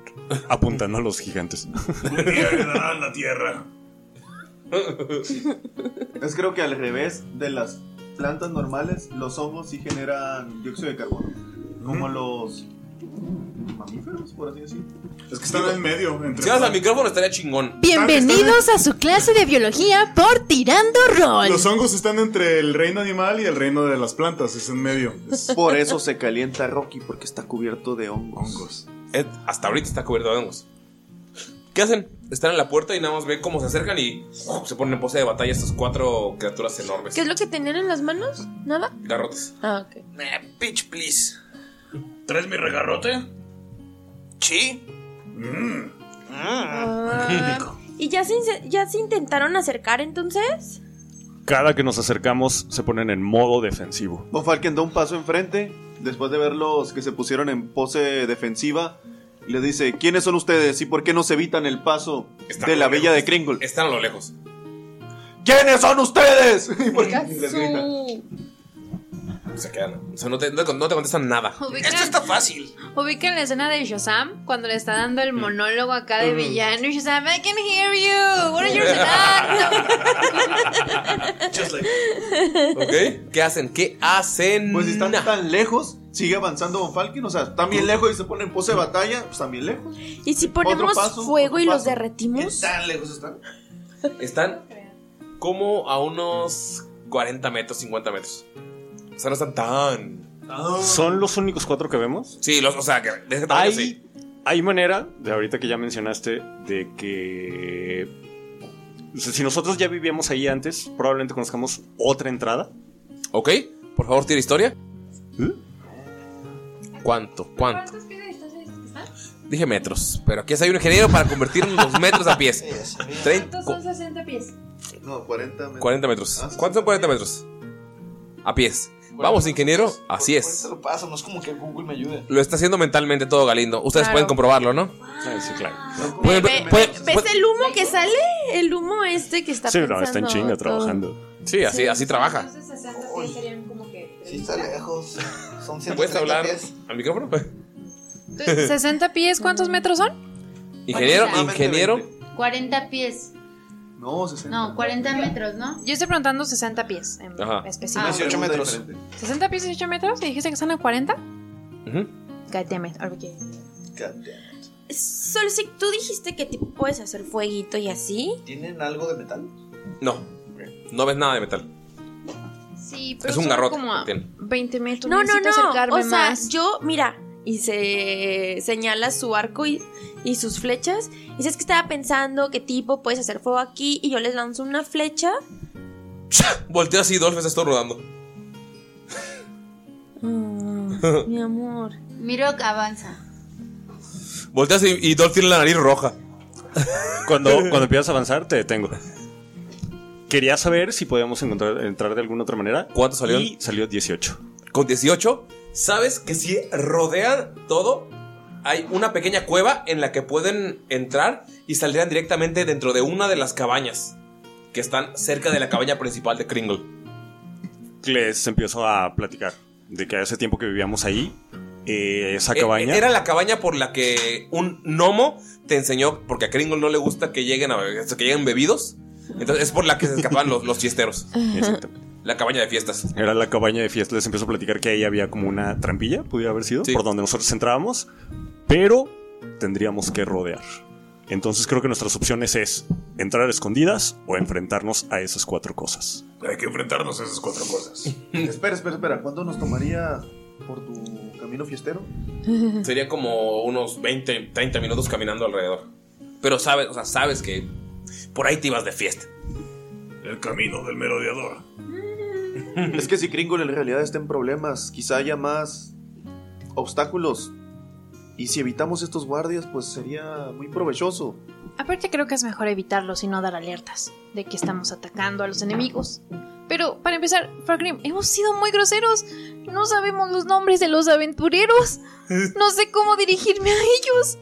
apuntando a los gigantes.
Un día heredarán la tierra.
Es creo que al revés de las plantas normales, los hongos sí generan dióxido de carbono. Como los mamíferos, por así decirlo.
Es que están en medio. Entre
Si vas al micrófono estaría chingón.
Bienvenidos a su clase de biología por Tirando Roll.
Los hongos están entre el reino animal y el reino de las plantas, es en medio.
Por eso se calienta Rocky, porque está cubierto de hongos.
Ed, hasta ahorita está cubierto de hongos. ¿Qué hacen? Están en la puerta y nada más ven cómo se acercan y uf, se ponen en pose de batalla estas cuatro criaturas enormes.
¿Qué es lo que tenían en las manos? ¿Nada?
Garrotes.
Ah,
*laughs*
ok.
Pitch, please.
¿Traes mi regarrote?
Sí.
Mm.
Ah, ¿Y ya se, ince- ya se intentaron acercar entonces?
Cada que nos acercamos se ponen en modo defensivo.
Von Falken da un paso enfrente, después de verlos que se pusieron en pose defensiva, y le dice, ¿quiénes son ustedes y por qué nos evitan el paso de la bella de Kringle?
Están a lo lejos.
¿Quiénes son ustedes? Y por- les grita.
Se quedan. O sea, no te, no te- no te contestan nada.
Esto está fácil.
Ubican la escena de Shazam cuando le está dando el monólogo acá de
Mm.
villano. Y Shazam, I can hear you. What
*laughs*
are your
Ah,
¿Ok? ¿Qué hacen? ¿Qué hacen?
Pues si están tan lejos, sigue avanzando Von Falken. O sea, están bien lejos y se ponen en pose de batalla, pues están bien lejos.
¿Y si ponemos
paso,
fuego y
otro
los
paso.
derretimos?
Tan lejos están.
Están como a unos 40 metros, 50 metros. O sea, no están tan.
¿Son los únicos cuatro que vemos?
Sí, los, o sea, que de ese tamaño
Hay,
sí.
hay manera, de ahorita que ya mencionaste, de que. o sea, si nosotros ya vivíamos ahí antes, probablemente conozcamos otra entrada.
Ok, por favor, tira historia. ¿Cuánto? ¿Cuánto? Dije metros, pero aquí hay un ingeniero para convertir los metros a pies. Trein-
Estos
cu-
son 60 pies.
No, 40 metros.
40 metros.
Ah,
¿Cuántos son 40 metros? A pies. Vamos, ingeniero. Así es.
Se lo paso, no es como que Google me ayude.
Lo está haciendo mentalmente todo Galindo. Ustedes
Claro.
pueden comprobarlo, ¿no?
Sí, claro.
Ve- ve-
Pues,
¿Ves el humo que sale? El humo este que está
Sí, no,
pensando
está en chinga
todo.
trabajando.
Sí, así, así trabaja.
60 pies serían como que.
Sí, está lejos. Son
*laughs* ¿Puedes
130
hablar
pies.
al micrófono?
¿60 pies cuántos metros son?
Ingeniero,
Aproximadamente
ingeniero.
40 pies.
No,
No, 40 metros, ¿no? Yo estoy preguntando 60 pies en
Ajá.
específico.
Ah, 18 metros.
¿60 pies, 18 metros? ¿Y dijiste que están a 40? God damn it, okay.
Solo si tú dijiste que tipo puedes hacer fueguito y así.
¿Tienen algo de metal?
No. No ves nada de metal.
Sí,
Es un garrote.
como a
que tiene.
20 metros.
No, no,
necesito
no.
acercarme
O sea,
más.
yo, mira, y se señala su arco y, y sus flechas. Y dices que estaba pensando qué tipo puedes hacer fuego aquí. Y yo les lanzo una flecha.
Voltea así, Dolph está estornudando.
Mi amor.
Miro que avanza.
Volteas y, y Dolph tiene la nariz roja. *laughs*
Cuando, cuando empiezas a avanzar, te detengo. Quería saber si podíamos encontrar, entrar de alguna otra manera.
¿Cuánto salió?
Y salió 18.
Con 18, sabes que si rodean todo, hay una pequeña cueva en la que pueden entrar y saldrían directamente dentro de una de las cabañas que están cerca de la cabaña principal de Kringle.
Les empiezo a platicar de que hace tiempo que vivíamos ahí. eh, esa
Eh,
cabaña.
Era la cabaña por la que un gnomo te enseñó, porque a Kringle no le gusta que lleguen, a, que lleguen bebidos. Entonces es por la que se escapaban los, los fiesteros. La cabaña de fiestas.
Era la cabaña de fiesta. Les empiezo a platicar que ahí había como una trampilla, pudiera haber sido, por donde nosotros entrábamos. Pero tendríamos que rodear. Entonces creo que nuestras opciones es entrar escondidas o enfrentarnos a esas cuatro
*laughs*
cosas.
Hay que enfrentarnos a esas cuatro cosas.
*laughs* espera, espera, espera. ¿Cuánto nos tomaría por tu camino fiestero?
Sería como unos 20, 30 minutos caminando alrededor. Pero sabes, o sea, sabes que por ahí te ibas de fiesta.
El camino del merodeador.
es que si Kringle en realidad está en problemas, quizá haya más obstáculos. Y si evitamos estos guardias, pues sería muy provechoso.
Aparte creo que es mejor evitarlos y no dar alertas de que estamos atacando a los enemigos. Pero para empezar, Fargrim, hemos sido muy groseros. No sabemos los nombres de los aventureros. No sé cómo dirigirme a ellos.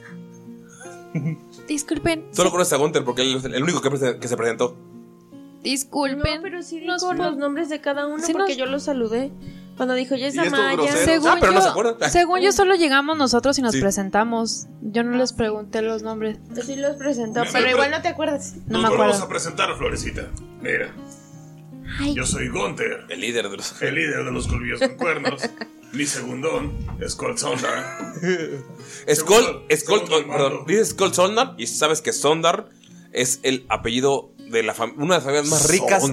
*laughs*
Disculpen,
Solo conoces a Gunther porque él es el único que, prese- que se presentó.
disculpen.
pero sí dijo los nombres de cada uno
Sí,
porque
nos-
yo los saludé. Cuando dijo
Y
Yes
estos
Amaya.
groseros. Según
Ah, pero no
yo-
se
*laughs*
acuerda.
Según yo solo llegamos nosotros y nos
Sí.
presentamos. Yo no les pregunté los nombres.
Sí los presentó,
Me-
pero
me-
igual no te acuerdas.
No
Nos
me
volvemos
acuerdo.
a presentar, Florecita. Mira. Yo soy Gunther.
El líder de los...
El líder de los colmillos con cuernos. Mi segundón es Colt Sonda.
Skull, Skull, perdón, dices Skull Sondar y sabes que Sondar es el apellido de la fam- una de las familias más ricas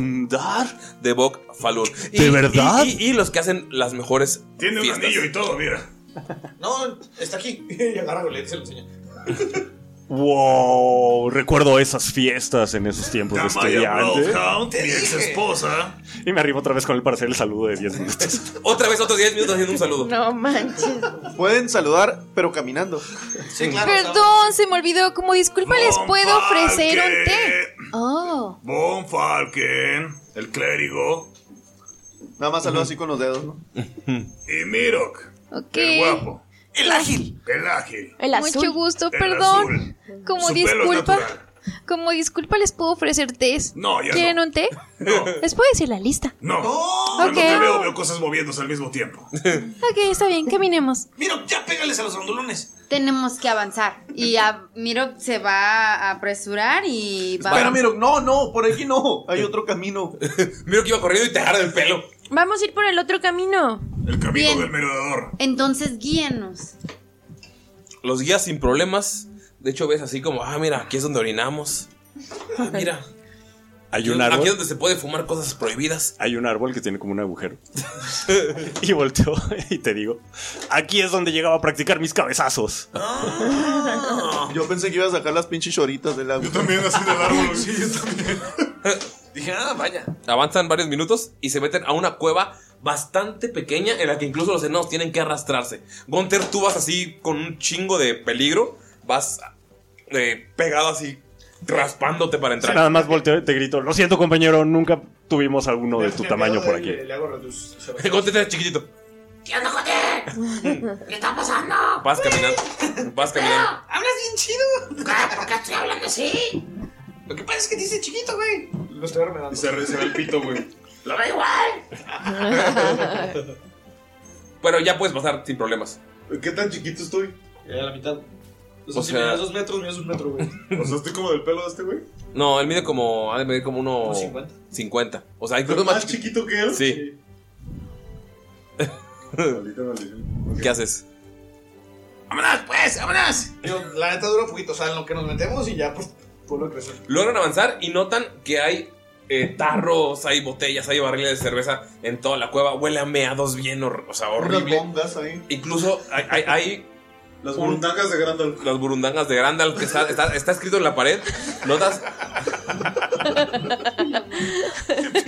de Bok Falur.
¿De verdad?
Y, y los que hacen las mejores
Tiene un
fiestas.
anillo y todo, mira.
No, está aquí. *laughs* Y agarra el se lo enseña.
Wow, recuerdo esas fiestas en esos tiempos de
Amaya
estudiante.
Bloodhound, mi ex esposa.
Y me arrimo otra vez con el parcial saludo de 10 minutos.
*laughs* Otra vez otros 10 minutos haciendo un saludo. *laughs*
No manches.
Pueden saludar, pero caminando. Sí,
Perdón, se me olvidó. Como disculpa, les puedo ofrecer un té. Oh.
Von Falken, el clérigo.
Nada más saluda así con los dedos, ¿no?
Y Mirok,
Ok.
el guapo. El ágil. El ágil.
Mucho gusto,
El
perdón.
azul.
Como
Su pelo es
disculpa.
natural.
Como disculpa, les puedo ofrecer tés.
No, ya
¿Quieren
no.
un té?
No.
Les puedo decir la lista.
No.
Ok.
Cuando te veo, veo cosas moviéndose al mismo tiempo.
Ok, está bien, caminemos.
Mira, ya pégales a los rondolones.
Tenemos que avanzar. Y a, Miro se va a apresurar y va.
Pero miro, no, no, por aquí no. Hay otro *laughs* camino.
miro que iba corriendo y te agarra el pelo.
Vamos a ir por el otro camino.
El camino
Bien.
del merodeador.
Entonces guíenos.
Los guías sin problemas. De hecho, ves así como, ah, mira, aquí es donde orinamos. Ah, mira.
Hay
Aquí-
un árbol.
Aquí es donde se puede fumar cosas prohibidas.
Hay un árbol que tiene como un agujero. y volteo y te digo, aquí es donde llegaba a practicar mis cabezazos.
Ah. Yo pensé que iba a sacar las pinches choritas del agua. Yo
también así del árbol,
sí, yo también.
Dije, ah, vaya. Avanzan varios minutos y se meten a una cueva bastante pequeña en la que incluso los enanos tienen que arrastrarse. Gunter, tú vas así con un chingo de peligro, vas eh, pegado así, raspándote para entrar.
Nada más volteo y te grito, lo siento compañero, nunca tuvimos alguno de tu tamaño por aquí.
Le hago *laughs* Gunter está chiquitito.
¿Qué onda, Jote? ¿Qué está pasando?
Vas caminando. Vas
*laughs*
caminando.
¿Hablas bien chido? ¿Por qué estoy hablando así? Lo que pasa es que dice chiquito, güey.
Lo estoy armando. Y se re- se ve el pito, güey.
Lo da
*laughs*
igual.
Pero ya puedes pasar sin problemas.
¿Qué tan chiquito estoy?
Ya, la mitad.
O
sea, O si sea- mides dos
metros, miras un metro, güey. *laughs* O sea, estoy como del pelo de este, güey.
No, él mide como. Ha de medir como uno.
Unos 50.
50. O sea, incluso más,
más chiquito que él.
Sí. *laughs* ¿Qué haces?
¡Vámonos, pues! ¡Vámonos!
Digo, la neta dura poquito, o sea, en lo que nos metemos y ya, pues, pueblo crecer.
Logran avanzar y notan que hay eh, tarros, hay botellas, hay barriles de cerveza en toda la cueva. Huele a meados bien, hor- o sea, horrible.
bombas ahí.
Incluso hay. hay- hay
las burundangas de Grandal.
Las burundangas de Grandal, que está, está- está escrito en la pared. Notas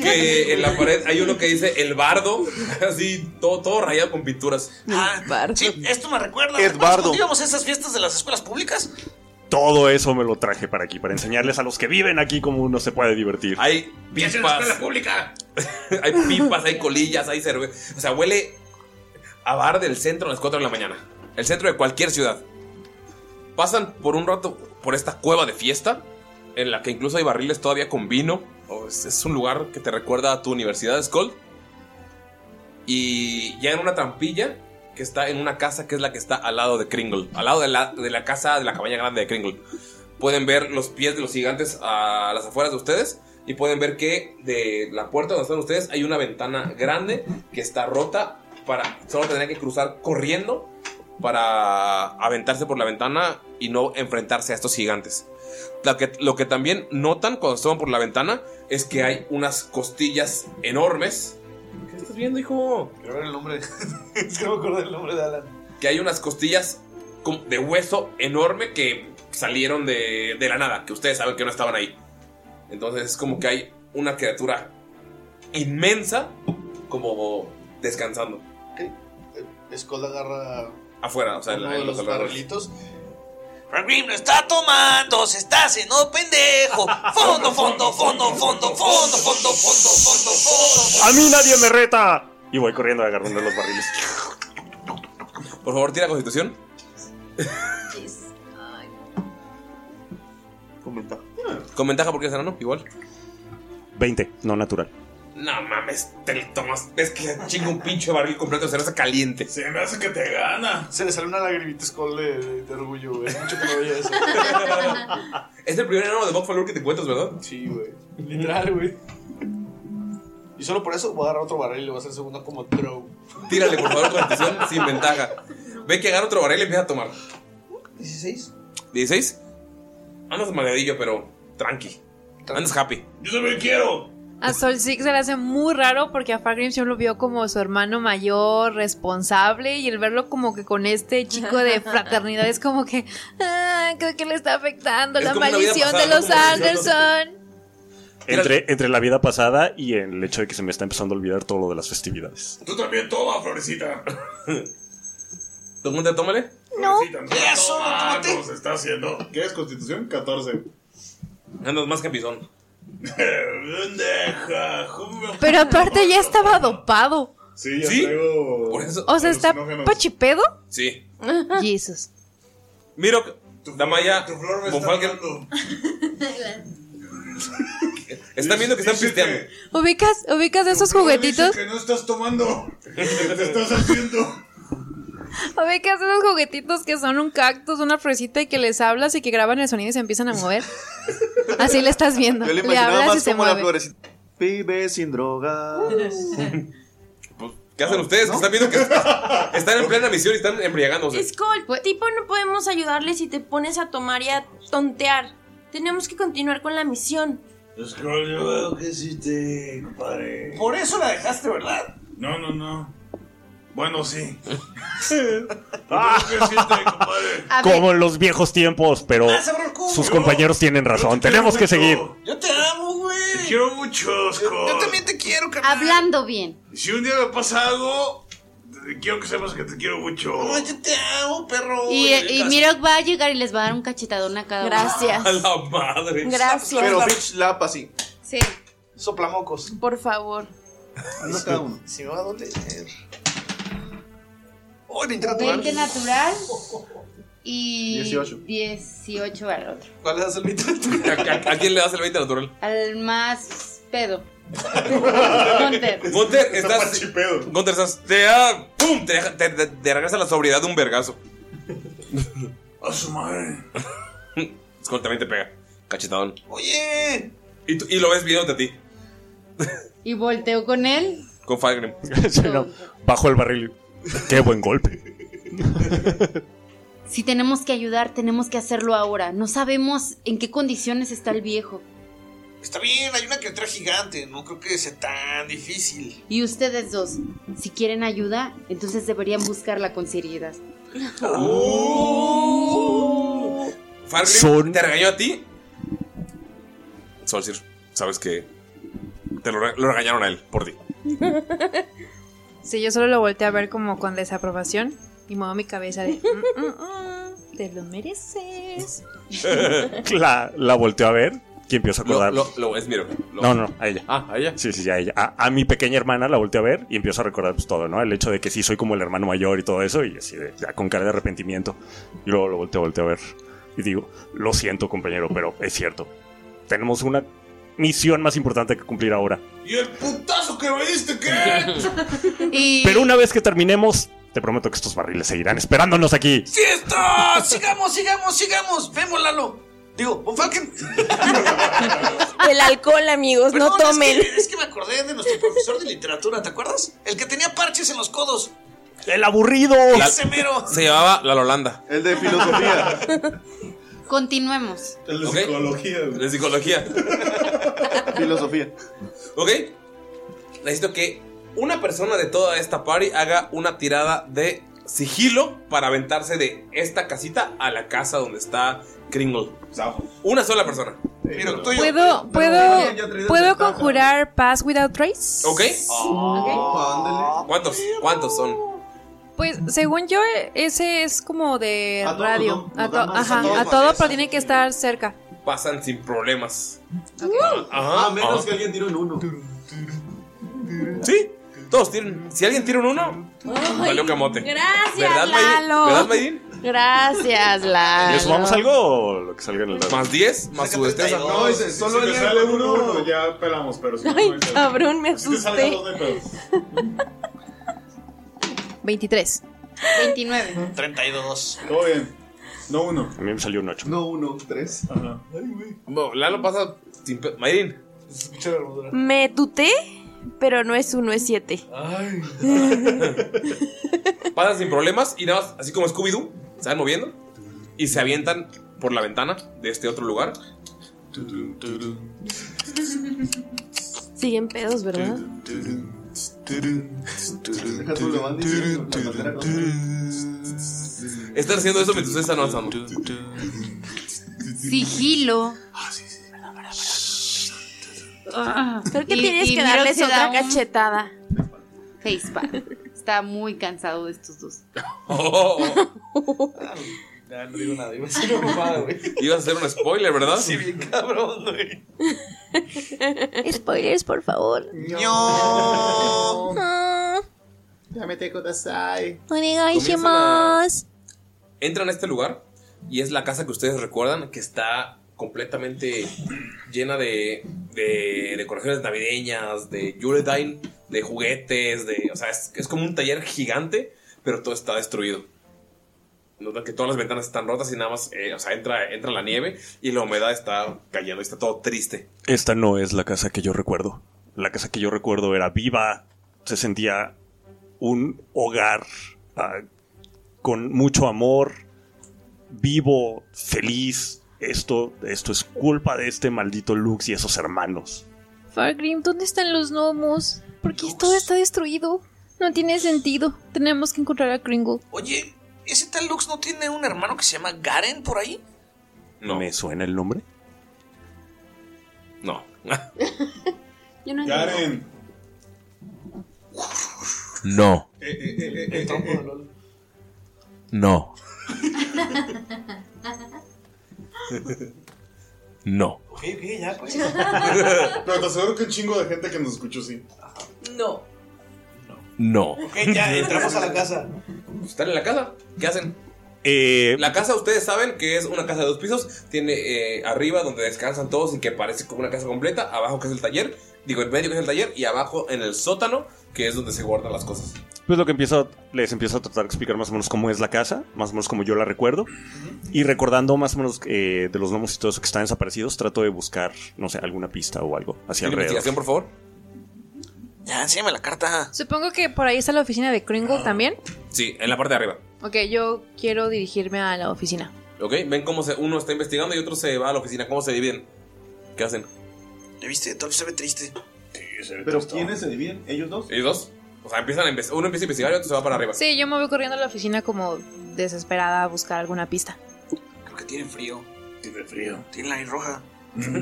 que en la pared hay uno que dice el bardo, *laughs* así todo, todo rayado con pinturas.
Ah, sí, esto me recuerda. ¿te acuerdas
Edbardo.
cuando íbamos a esas fiestas de las escuelas públicas?
Todo eso me lo traje para aquí, para enseñarles a los que viven aquí cómo uno se puede divertir.
Hay pipas. *laughs* hay pipas, hay colillas, hay cerveza. O sea, huele a bar del centro a las 4 de la mañana. El centro de cualquier ciudad. Pasan por un rato por esta cueva de fiesta, en la que incluso hay barriles todavía con vino. O Es, es un lugar que te recuerda a tu universidad, Skull. Y ya en una trampilla que está en una casa que es la que está al lado de Kringle. Al lado de la, de la casa de la cabaña grande de Kringle. Pueden ver los pies de los gigantes a las afueras de ustedes. Y pueden ver que de la puerta donde están ustedes hay una ventana grande que está rota. Para, solo tendrían que cruzar corriendo para aventarse por la ventana y no enfrentarse a estos gigantes. La que- lo que también notan cuando estaban por la ventana es que hay unas costillas enormes ¿Qué estás viendo, hijo?
Quiero ver el nombre. *laughs* es que no me acuerdo del nombre de Alan.
que hay unas costillas como de hueso enorme que salieron de, de la nada, que ustedes saben que no estaban ahí. Entonces es como que hay una criatura inmensa como descansando
Skull agarra
afuera, o sea, en, la-
uno de
en los
los
alrededores.
barrilitos. Ragrim no está tomando, se está haciendo pendejo. Fondo, fondo, fondo, fondo, fondo, fondo, fondo, fondo, fondo.
¡A mí nadie me reta! Y voy corriendo agarrando los barriles.
Por favor, tira constitución.
Con ventaja.
Con ventaja porque es enano, igual.
20, no natural.
No mames, te lo tomas. Ves que le chinga un pinche barril completo de cerveza caliente.
Se me hace que te gana.
Se le sale una lagrimita Skull de, de, de orgullo, güey. Mucho que no veía eso.
*laughs*
Es el primer enano de Bob Falur que te encuentras, ¿verdad?
Sí, güey. Literal, güey.
Y solo por eso voy a agarrar otro barril y le voy a hacer segunda como throw.
Tírale, por favor, constitución sin ventaja. Ve que agarra otro barril y empieza a tomar.
16.
16. Andas mareadillo, pero tranqui. Andas happy. Yo también quiero.
A Sol Six se le hace muy raro porque a Fargrim siempre lo vio como su hermano mayor, responsable, y el verlo como que con este chico de fraternidad es como que, ah, creo que le está afectando
Es
la
como una vida
maldición
pasada,
de los
¿no? Como que-
Anderson.
Entre, entre la vida pasada y el hecho de que se me está empezando a olvidar todo lo de las festividades.
Tú también toma, florecita.
¿Todo mundo tómale?
No. Eso,
¿Cómo se está haciendo? ¿Qué es Constitución? 14.
Andas más que pisón.
*laughs* Deja,
Pero aparte ya estaba dopado.
Sí, ya
¿Sí?
traigo.
Por eso.
O sea, está pachipedo.
Sí.
Jesus.
Miro, Damaya, Bonfalken, *laughs* Están viendo que están pisteando.
¿Ubicas, ubicas de esos juguetitos?
Que no estás tomando. que te estás haciendo.
¿Ubicas de esos juguetitos que son un cactus, una fresita y que les hablas y que graban el sonido y se empiezan a mover? Así le estás viendo.
Yo le
Le
imaginaba
hablas y
más
se
como la
mueve.
florecita. Vive sin drogas.
*laughs*
¿Qué hacen ustedes? Que Están viendo que están en plena misión y están embriagándose.
Skull, tipo, no podemos ayudarle si te pones a tomar y a tontear. Tenemos que continuar con la misión.
Scroll, yo veo que sí te, compadre.
Por eso la dejaste,
*laughs*
¿verdad? No, no, no. Bueno, *laughs* sí. Yo creo que sí te, *laughs* compadre.
Como en los viejos tiempos, pero
Ah, sabrón, ¿cómo?
sus compañeros tienen razón. Tenemos que seguir.
Yo te amo, güey. Te quiero mucho, Scott. Yo también te quiero, carnal.
Hablando bien.
Si un día me pasa algo, te- quiero que sepas que te quiero mucho.
yo te amo,
perro.
Y,
Ya
y
casi.
Mirok va a llegar y les va a dar un cachetadón a cada uno.
Gracias.
la madre.
Gracias.
Pero bitch lap así.
Sí,
Soplamocos.
por favor.
Uno cada uno.
Si me va a doler.
Oh,
20 natural y
18.
18 al otro.
¿Cuál le das el 20
natural? ¿A, a quién le das el 20 natural?
Al más pedo.
Gunter, estás. Gunter, estás. Te, da- ¡pum! te, deja- te, te- te regresa la sobriedad de un vergazo.
A su
*laughs*
madre.
Skull también te pega. Cachetadón.
Oye.
Y, tú- y lo ves viéndote a ti,
Y volteo con él.
con Falgrim.
*laughs* Sí, no. Bajo el barril. Qué buen golpe.
Si tenemos que ayudar, tenemos que hacerlo ahora. No sabemos en qué condiciones está el viejo.
Está bien, hay una que otra gigante. No creo que sea tan difícil.
Y ustedes dos, si quieren ayuda, entonces deberían buscarla con seriedad.
Falgrim te regañó a ti. Solsir, sabes que. Te lo, re- lo regañaron a él, por ti.
Sí, yo solo lo volteé a ver como con desaprobación y muevo mi cabeza de... "Mm, mm, mm, te lo mereces.
*laughs* La, la volteó a ver. ¿Quién empieza a acordar?
Lo, lo ves, mira. lo-
No, no, no, a ella. Ah, a ella. Sí, sí, sí, a ella. A, a mi pequeña hermana la volteé a ver y empiezo a recordar pues, todo, ¿no? El hecho de que sí soy como el hermano mayor y todo eso, y así de- ya con cara de arrepentimiento. Y luego lo volteo, volteo a ver. Y digo, lo siento, compañero, pero es cierto. Tenemos una misión más importante que cumplir ahora.
Y el putazo que me diste, ¿qué? *laughs*
Y...
Pero una vez que terminemos, te prometo que estos barriles seguirán esperándonos aquí.
¡Fiesta! ¡Sigamos, sigamos, sigamos! ¡Vemos, Lalo! Digo, Von Falken.
El alcohol, amigos, no
Perdón,
tomen.
Es que, es que me acordé de nuestro profesor de literatura, ¿te acuerdas? El que tenía parches en los codos.
El aburrido.
La-
Ese mero.
Se llamaba la Lolanda.
El de filosofía.
Continuemos.
El de psicología. De psicología.
*laughs* Filosofía.
Ok. Necesito que una persona de toda esta party haga una tirada de sigilo para aventarse de esta casita a la casa donde está Kringle. Una sola persona.
¿Puedo, puedo, ¿puedo conjurar Pass Without Trace?
¿Ok?
Ah,
¿Cuántos? ¿Cuántos son?
Pues según yo, ese es como de
A todos,
radio.
¿no?
A
Nos
to-
damos a
ajá,
todos,
a todo, pero tiene que estar cerca.
Pasan sin problemas.
A menos que alguien
tire un uno. Ah. Sí, todos tiran. Si alguien tira un uno, valió camote.
Gracias,
¿Verdad, Mayrin?
Lalo.
¿Verdad, Mayrin?
Gracias, Lalo.
¿Le sumamos algo o lo que salga en el dado?
Más 10, más su destreza.
No, dice, solo si te sale uno, ya pelamos, pero si no, no
Ay,
hay pedo.
cabrón, me
Si te sale
asusté.
dos, no hay pedo.
23.
29.
32.
Todo bien. No uno.
A mí me salió un 8.
No uno, tres.
Ajá.
No, Lalo pasa sin pe- Mayrin.
Me tuté, pero no es uno, es siete.
Pasan sin problemas y nada más, así como Scooby-Doo, se van moviendo y se avientan por la ventana de este otro lugar.
Siguen pedos, ¿verdad?
Deja tú, lo van diciendo, la bandera
Están haciendo eso mientras ustedes están avanzando. *laughs*
Sigilo. Ah,
Creo que
y-
tienes
y
que
Mirok
darles
se da
otra
un
cachetada.
facepalm. Está muy cansado de estos dos.
Oh.
Ah, Ya, no digo nada. Iba a ser una mamada, güey.
Ibas a hacer un spoiler, ¿verdad?
Sí, bien cabrón, güey.
*laughs* Spoilers, por favor.
No.
Ah,
Ya me tengo dasai.
Comienza
onegaishimasu.
Entran a este lugar y es la casa que ustedes recuerdan que está completamente llena de, de decoraciones navideñas, de Juledine, de juguetes, de. O sea, es, es como un taller gigante, pero todo está destruido. Notan que todas las ventanas están rotas y nada más, eh, o sea, entra, entra la nieve y la humedad está cayendo y está todo triste.
Esta no es la casa que yo recuerdo. La casa que yo recuerdo era viva, se sentía un hogar ah, con mucho amor, vivo, feliz. Esto, esto es culpa de este maldito Lux y esos hermanos.
Fargrim, ¿dónde están los gnomos? Porque todo está destruido. No tiene sentido. Tenemos que encontrar a Kringle.
Oye, ¿ese tal Lux no tiene un hermano que se llama Garen por ahí?
¿Me suena el nombre?
No.
Yo no
*laughs* Karen.
No,
Eh, eh, eh, eh, eh, eh.
no, no.
Ok, ok, ya, pues. Pero te aseguro que un chingo de gente que nos escuchó, sí.
No.
No.
Ok, ya entramos a
*laughs*
la casa.
Pues Están en la casa. ¿Qué hacen? la casa, ustedes saben que es una casa de dos pisos. Tiene eh, arriba donde descansan todos y que parece como una casa completa. Abajo que es el taller. Digo, en medio que es el taller. Y abajo en el sótano que es donde se guardan las cosas.
Pues lo que empiezo, les empiezo a tratar de explicar más o menos cómo es la casa, más o menos como yo la recuerdo. Y recordando más o menos eh, de los gnomos y todo eso que están desaparecidos, trato de buscar, no sé, alguna pista o algo hacia
¿Tiene
alrededor.
investigación, por favor?
Ya, enséñame la carta.
Supongo que por ahí está la oficina de
Ah.
Kringle también.
Sí, en la parte de arriba.
Ok, yo quiero dirigirme a la oficina.
¿Ok? Ven cómo se, uno está investigando y otro se va a la oficina. ¿Cómo se dividen? ¿Qué hacen?
¿Ya viste? Todo se ve triste.
Pero ¿quiénes se dividen? ¿Ellos dos?
¿Ellos dos? O sea, empiezan a inves- uno empieza a investigar y otro se va para arriba.
Sí, yo me voy corriendo a la oficina como desesperada a buscar alguna pista.
Creo que tienen Ah, frío.
Tiene frío.
Tienen la nariz roja.
*laughs*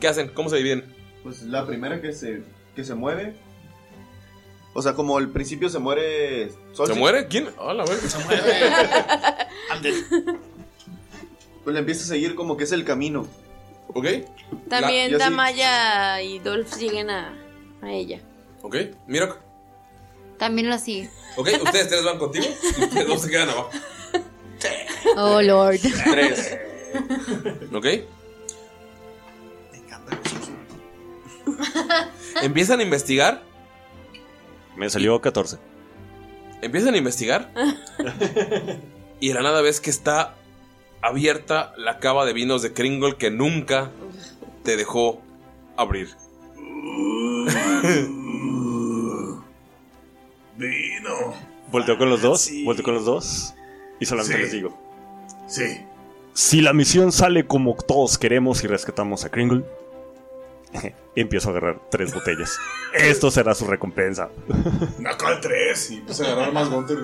¿Qué hacen? ¿Cómo se dividen?
Pues la primera que se, que se mueve. O sea, como al principio se muere. Sol,
¿Se
sí.
muere? ¿Quién? Hola, güey. Se muere.
Pues le empieza a seguir como que es el camino.
¿Ok?
También
La- yo sí-
Damaya y Dolph siguen a, a ella.
¿Ok? Mira.
También lo sigue.
*laughs* ¿Ok? Ustedes tres van contigo y ustedes dos se quedan abajo.
Oh, Lord.
*laughs* Tres. ¿Ok? *laughs* Empiezan a investigar.
Me salió 14.
Empiezan a
*laughs*
investigar. Y de la nada ves que está abierta la cava de vinos de Kringle que nunca te dejó abrir. *laughs*
Vino.
Volteo con los dos, volteo con los dos y solamente
Ah, Sí.
les digo.
Sí.
Si la misión sale como todos queremos y rescatamos a Kringle, *laughs* empiezo a agarrar tres
*laughs*
botellas. Esto será su recompensa. *laughs*
Acá tres. Y empecé a pues, agarrar más Gunter.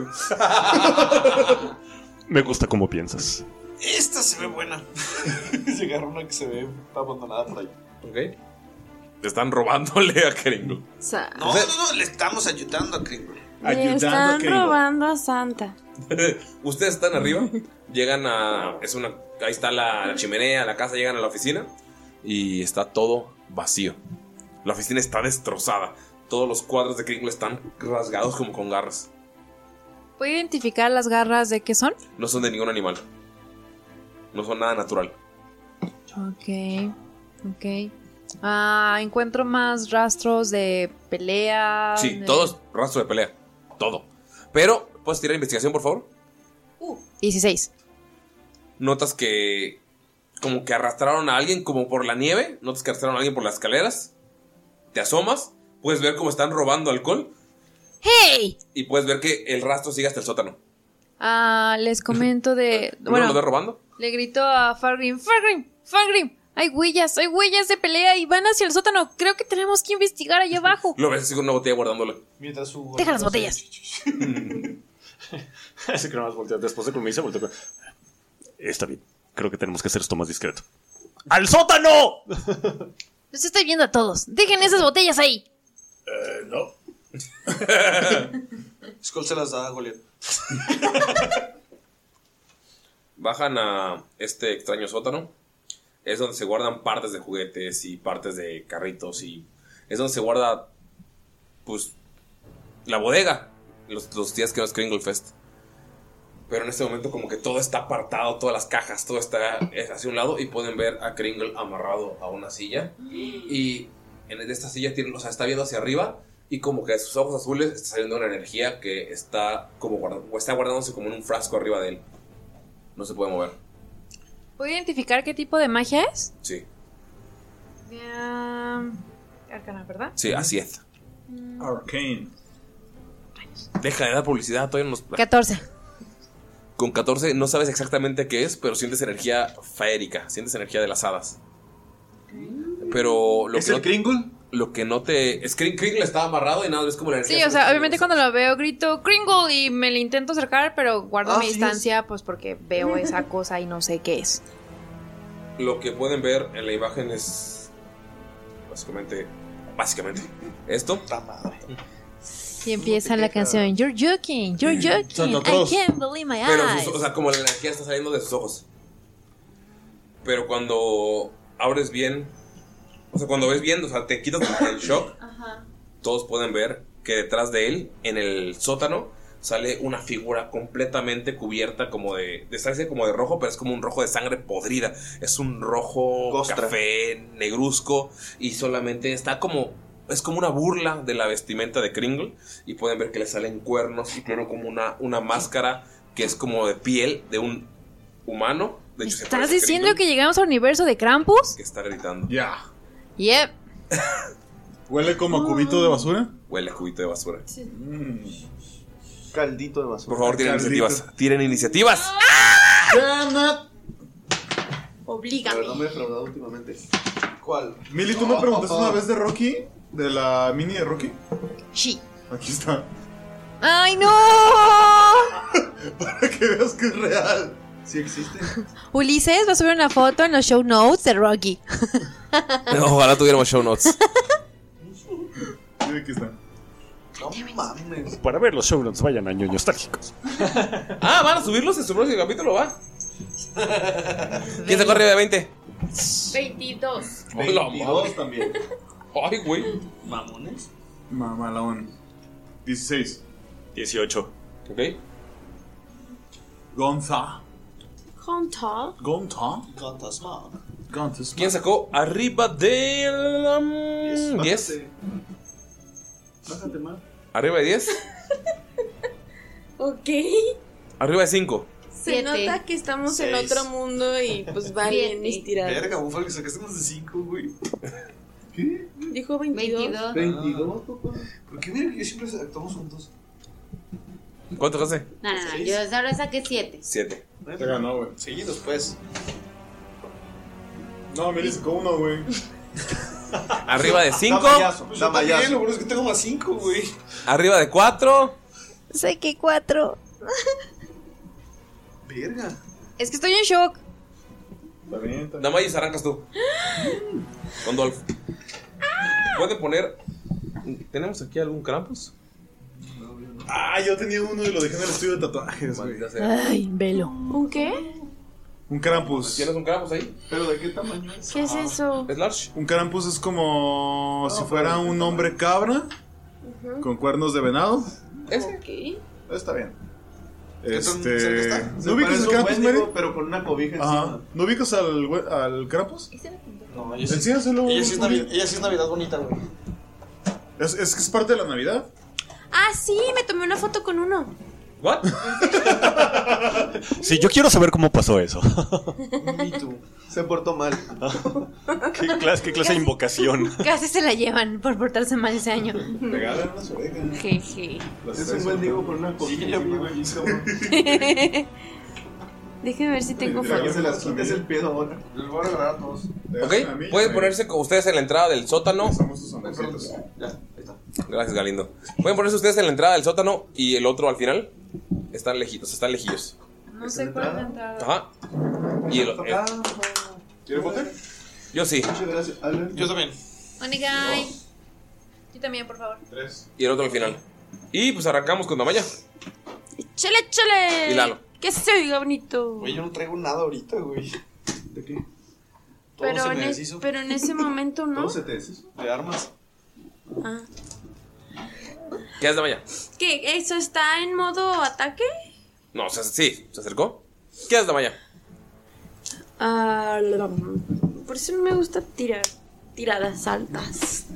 *laughs* Me gusta como piensas.
Esta se ve buena.
se agarra una que se ve abandonada por ahí.
¿Ok? Te están *laughs* robándole a Kringle.
No, no, no, le estamos ayudando a Kringle.
Le están robando a Santa.
Ustedes están arriba, llegan a. Es una. Ahí está la, la chimenea, la casa, llegan a la oficina. Y está todo vacío. La oficina está destrozada. Todos los cuadros de Kringle están rasgados como con garras.
¿Puedo identificar las garras de qué son?
No son de ningún animal. No son nada natural.
Ok, ok. Ah, encuentro más rastros de pelea.
Sí,
de-
todos rastro de pelea. Todo. Pero, ¿puedes tirar investigación, por favor?
16.
Notas que. Como que arrastraron a alguien como por la nieve. Notas que arrastraron a alguien por las escaleras. Te asomas. Puedes ver cómo están robando alcohol.
¡Hey!
Y puedes ver que el rastro sigue hasta el sótano.
Ah,
*laughs*
les comento de.
¿No lo
Bueno,
ves robando?
le grito a Fargrim: ¡Fargrim! ¡Fargrim! Hay huellas, hay huellas de pelea y van hacia el sótano. Creo que tenemos que investigar allá abajo.
*laughs* Lo ves así con una botella guardándola.
Mientras su.
Deja las botellas.
Así que nomás volteo. Después de que me hice, volteo con- Está bien. Creo que tenemos que hacer esto más discreto. ¡Al sótano!
*laughs* Los estoy viendo a todos. Dejen esas botellas ahí.
*laughs*
no.
Skull se las da a Goliath.
Bajan a este extraño sótano. Es donde se guardan partes de juguetes y partes de carritos y es donde se guarda pues la bodega los, los días que no es Kringle Fest. Pero en este momento como que todo está apartado, todas las cajas, todo está eh, hacia un lado y pueden ver a Kringle amarrado a una silla. Y en esta silla tiene, o sea, está viendo hacia arriba y como que de sus ojos azules está saliendo una energía que está como guarda- o está guardándose como en un frasco arriba de él. No se puede mover.
¿Puedo identificar qué tipo de magia es?
Sí.
ah,
Em, Arcana, ¿verdad?
Sí, ah, así es.
Mm,
Arcane. Deja de dar publicidad, todavía nos...
14.
Con 14 no sabes exactamente qué es, pero sientes energía faérica, sientes energía de las hadas. Pero lo
¿Es
que
el
no, Lo que no te... Es Kring- Kringle está amarrado y nada, es como la energía...
Sí, o sea, obviamente cuando lo veo grito Kringle y me le intento acercar, pero guardo
Ah,
mi
sí
distancia, pues porque
*laughs*
veo esa cosa y no sé qué es.
Lo que pueden ver en la imagen es... Básicamente... Básicamente. Esto.
Oh Y empieza la canción You're joking, you're joking,
Santa
I
Claus.
can't believe my
Pero,
eyes.
sus- o sea, como la energía está saliendo de sus ojos. Pero cuando abres bien, o sea, cuando ves bien, o sea, te quitas como que el shock, todos pueden ver que detrás de él, en el sótano, sale una figura completamente cubierta como de, de sangre, como de rojo, pero es como un rojo de sangre podrida. Es un rojo café, negruzco, y solamente está como... Es como una burla de la vestimenta de Kringle y pueden ver que le salen cuernos y tiene como una, una máscara que es como de piel de un humano. De hecho, se
¿Estás
parece a
diciendo
Kringle,
que llegamos al universo de Krampus?
que está gritando. Ya.
Yep.
¿Huele como a cubito de basura?
Huele a cubito de basura.
Caldito de basura.
Por favor, tiren
Caldito.
iniciativas. Tiren iniciativas.
Oblígame.
no me he defraudado últimamente. ¿Cuál?
Mili,
Oh,
¿tú me preguntaste una vez de Rocky? ¿De la mini de Rocky?
Sí.
Aquí está.
¡Ay, no!
Para *laughs* que veas que es real. Sí existe.
Ulises va a subir una foto en los show notes de Rocky. *laughs*
Ojalá tuviéramos show notes.
aquí está.
No mames.
Para ver los show notes, vayan a ñoños trágicos.
Ah, van a subirlos en su próximo capítulo, va. ¿Quién se corre de 20?
22.
Hola, madre.
también.
Ay, güey.
Mamones. Mamalón. 16.
18.
Ok.
Gonza.
Contal.
Gonta.
Gonta Smog.
Gonta Smog.
¿Quién sacó arriba del. um, 10?
Bájate, man.
¿Arriba de 10?
Ok.
¿Arriba de 5?
Se nota que estamos en
Seis.
otro mundo y pues va
Siete.
bien estirado.
Verga, búfalo, que sacaste más de 5, güey.
Dijo 22.
22, papá. ¿Por qué mira que yo siempre actuamos juntos?
¿Cuánto hace?
No, no, no, yo ahora saqué 7.
7.
Te ganó, güey.
Seguidos, pues.
No, Mili sacó uno, güey. Ah,
¿Arriba de 5?
Pues yo también, lo bueno es que tengo más 5, güey.
¿Arriba de 4?
Sé que cuatro.
Verga.
Es que estoy en shock.
Damayis, arrancas tú. Con Dolph. ¿Pueden poner. ¿Tenemos aquí algún Krampus?
Ah, yo tenía uno y lo dejé en el estudio de tatuajes, güey.
Ay, velo.
¿Un qué?
Un Krampus.
¿Tienes un Krampus ahí?
¿Pero de qué tamaño es?
¿Qué es eso?
¿Es large?
Un Krampus es como si fuera un hombre cabra con cuernos de venado.
¿Ese?
Está bien.
cerca
Este.
está. Se
¿No ubicas
parece
al
un
Krampus,
Wendigo,
Mary?
Pero con una cobija
Ajá.
encima.
¿No ubicas al, we- al Krampus?
No,
ella sí- Enséñaselo,
Ella sí es
güey.
Navidad, ella sí es Navidad bonita, güey.
Es, es que es parte de la Navidad.
Ah, sí, me tomé una foto con *laughs* uno.
¿What?
Sí, yo quiero saber cómo pasó eso.
Se portó mal.
*laughs* ¿Qué clase, qué clase de invocación?
Casi se la llevan por portarse mal ese año.
Regalan unas orejas.
Jeje.
Es un Wendigo con una cobija.
Déjenme ver si tengo
Ya
fotos.
se las quites el pedo ahora. Les voy a regalar a todos.
Ok, pueden ponerse con ustedes en la entrada del sótano.
Ya.
Gracias, Galindo. Pueden ponerse ustedes en la entrada del sótano y el otro al final. Están lejitos, están lejillos.
No sé cuál es la entrada.
Ajá. Y el, el-
¿Quieres votar?
yo sí.
Muchas gracias. Alan.
Yo también.
Onegai. Yo también, por favor.
Y el otro al final. Y pues arrancamos con Damaya.
Chele, chele.
Y Lalo.
Que se oiga bonito.
Güey, yo no traigo nada ahorita, güey. ¿De qué? Todo
Pero
se me
en, es-
deshizo.
pero en ese momento no.
Todo se te deshizo. De armas.
Ah.
¿Qué es Damaya?
¿Qué? ¿Eso está en modo ataque?
No, o sea, sí, se acercó. ¿Qué haces, Damaya?
Ah, la- por eso no me gusta tirar
*laughs*
tiradas altas.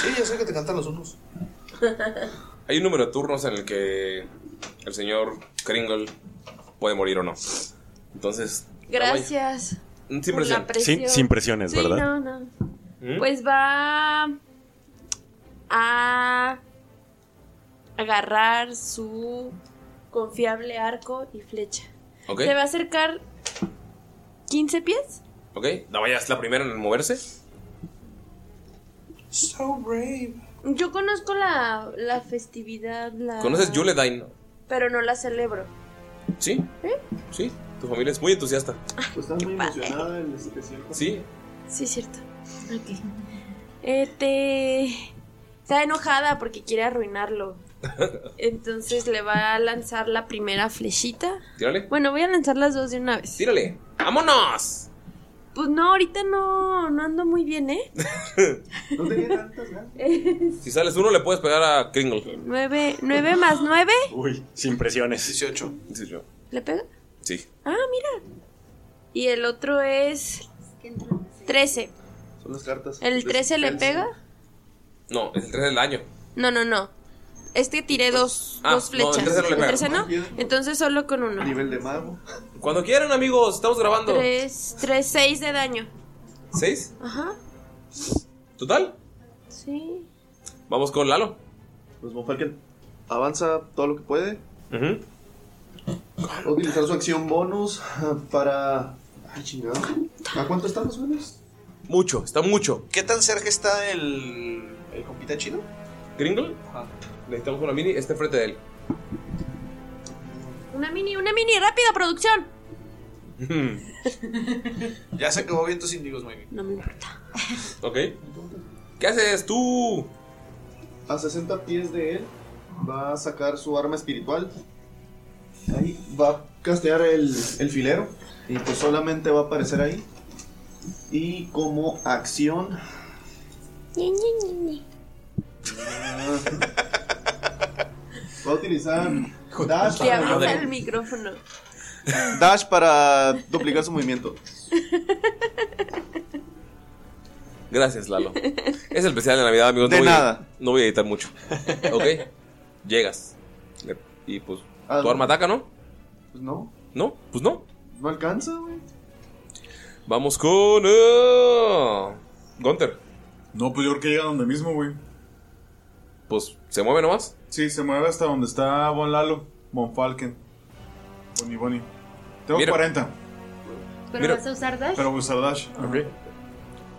Sí, yo sé que te cantan los unos.
Hay un número de turnos en el que el señor Kringle puede morir o no. Entonces,
Gracias.
Mm, sin
por
presión.
la presión. Sí, no, no. Pues va a agarrar su confiable arco y flecha.
Ok.
Se va a acercar 15 pies.
¿Ok? Damaya es la primera en moverse.
So brave. Yo conozco la, la festividad, la...
¿Conoces Juledine?
Pero no la celebro.
Sí, sí. Tu familia es muy
*laughs*
entusiasta.
Pues estás muy
padre.
emocionada en la
este
situación.
Sí. *laughs*
Sí, es cierto. Ok. Este... Está enojada porque quiere arruinarlo. Entonces le va a lanzar la primera flechita.
Tírale.
Bueno, voy a lanzar las dos de una vez.
Tírale. ¡Vámonos!
Pues no, ahorita no, no ando muy bien, ¿eh?
Si sales uno, le puedes pegar a Kringle.
Nueve, nueve más nueve.
Uy, sin presiones. 18. 18.
¿Le pega?
Sí.
Ah, mira. Y el otro es... 13.
Son las cartas.
¿El 13 le pega?
No, es el 3 del año.
No, no, no. Este tiré dos,
Ah,
dos
no, el
flechas.
tercero le
¿El
pega.
tercero no? Entonces solo con uno.
Nivel de mago. Cuando quieran, amigos, estamos grabando.
Tres, tres, seis de daño.
¿Seis?
Ajá.
¿Total?
Sí.
Vamos con Lalo.
Pues Von Falken avanza todo lo que puede. Va a Utilizar su acción bonus ah, para. Ay, chingado. ¿A cuánto están los menos?
Mucho, está mucho.
¿Qué tan cerca está el. el compita chido?
¿Kringle? Necesitamos una mini, este frente de él.
Una mini, una mini, rápida producción.
*laughs* ya se acabó vientos índigos, muy bien.
No me importa.
Ok. ¿Qué haces tú?
A 60 pies de él va a sacar su arma espiritual. Ahí va a castear el, el filero. Y pues solamente va a aparecer ahí. Y como acción.
Ñe, Ñe, Ñe, Ñe.
ah, va a utilizar Dash
Te hablo
para, *laughs*
al micrófono.
dash para duplicar su movimiento.
Gracias, Lalo. Es el especial de Navidad, amigos.
De
no voy a-
nada.
no voy a editar
*laughs*
mucho. Ok. Llegas. Le- Y pues,
Ah,
tu arma ataca, ¿no?
Pues no,
No, pues no.
no alcanza, güey.
Vamos con. eh, Gunter.
No, pues yo creo que llega donde mismo, güey.
Pues, ¿se mueve nomás?
Sí, se mueve hasta donde está Von Lalo, Von Falken. Bonnie, Bonnie. Tengo
Mira.
40,
¿Pero
Mira,
vas a usar dash?
pero voy a usar Dash.
Ok.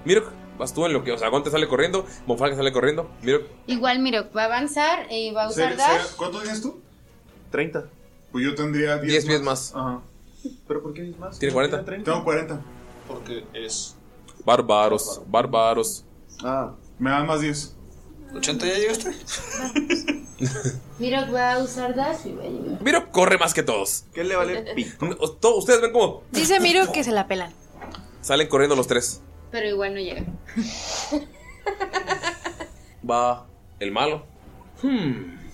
Mirok, vas tú en lo que. O sea, Gunter sale corriendo, Monfalque sale corriendo. Mirok,
Igual, mira, va a avanzar y va a usar
Se-
dash.
se- ¿Cuánto tienes tú?
30.
Pues yo tendría 10,
10 pies más.
Ajá.
¿Pero por qué es más?
¿Tiene 40?
Tengo 40.
Porque es.
Bárbaros, bárbaros.
Ah.
Me dan más 10.
¿80 ya llegaste?
Mira, va a usar dash y va a llegar.
Mirok corre más que todos.
¿Qué le vale?
Ustedes ven cómo
Dice Miro que se la pelan.
salen corriendo los tres.
Pero igual no llega.
Va el malo.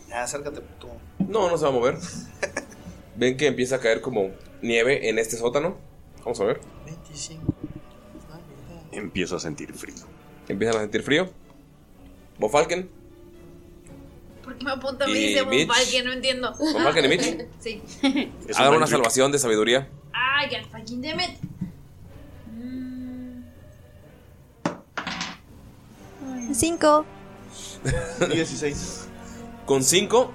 Ya, acércate tú.
No, no se va a
*laughs*
mover. Ven que empieza a caer como nieve en este sótano. Vamos a ver.
25.
Empiezo a sentir frío. Empiezan a sentir frío. Bofalken.
¿Por qué me apunta a
Y
mí dice
Mitch.
Von Falken? No entiendo.
¿Von Falken y Mitch?
*laughs* Sí.
Hagan una salvación de sabiduría.
Ay, God fucking damn it. Mm.
Cinco.
16.
Con 5,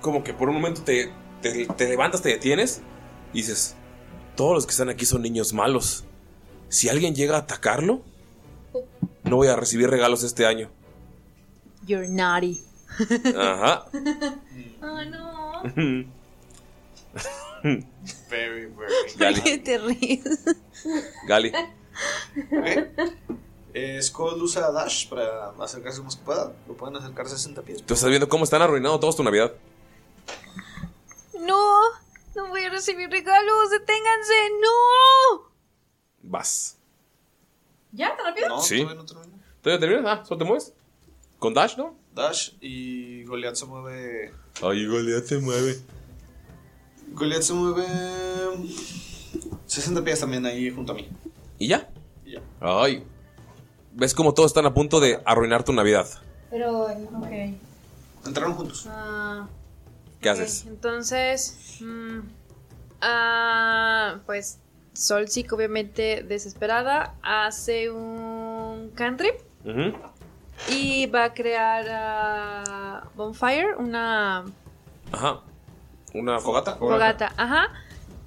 como que por un momento te, te- te levantas, te detienes y dices, todos los que están aquí son niños malos. Si alguien llega a atacarlo, no voy a recibir regalos este año.
You're naughty.
Ajá.
Oh, no.
Very, very.
Gali.
te ríes?
Gali.
Eh, Skull usa Dash para acercarse más que pueda. Lo pueden acercar 60 pies.
Tú estás viendo cómo están arruinados todos tu Navidad.
*laughs* No. No voy a recibir regalos. Deténganse. No.
Vas.
¿Ya? ¿Tan rápido?
sí. ¿Todavía terminas? Ah, solo te mueves. Con Dash, ¿no?
Dash y Goliath se mueve.
Ay, Goliath se mueve.
Goliath se mueve. 60 pies también ahí junto a mí.
¿Y ya? Ay. ¿Ves como todos están a punto de arruinar tu Navidad?
Pero, ok.
Entraron juntos.
Ah,
¿Qué
ok,
haces?
Entonces, mm, ah, pues Solsic, obviamente desesperada, hace un cantrip y va a crear a Bonfire, una
Ajá. ¿Una fogata?
fogata, ajá,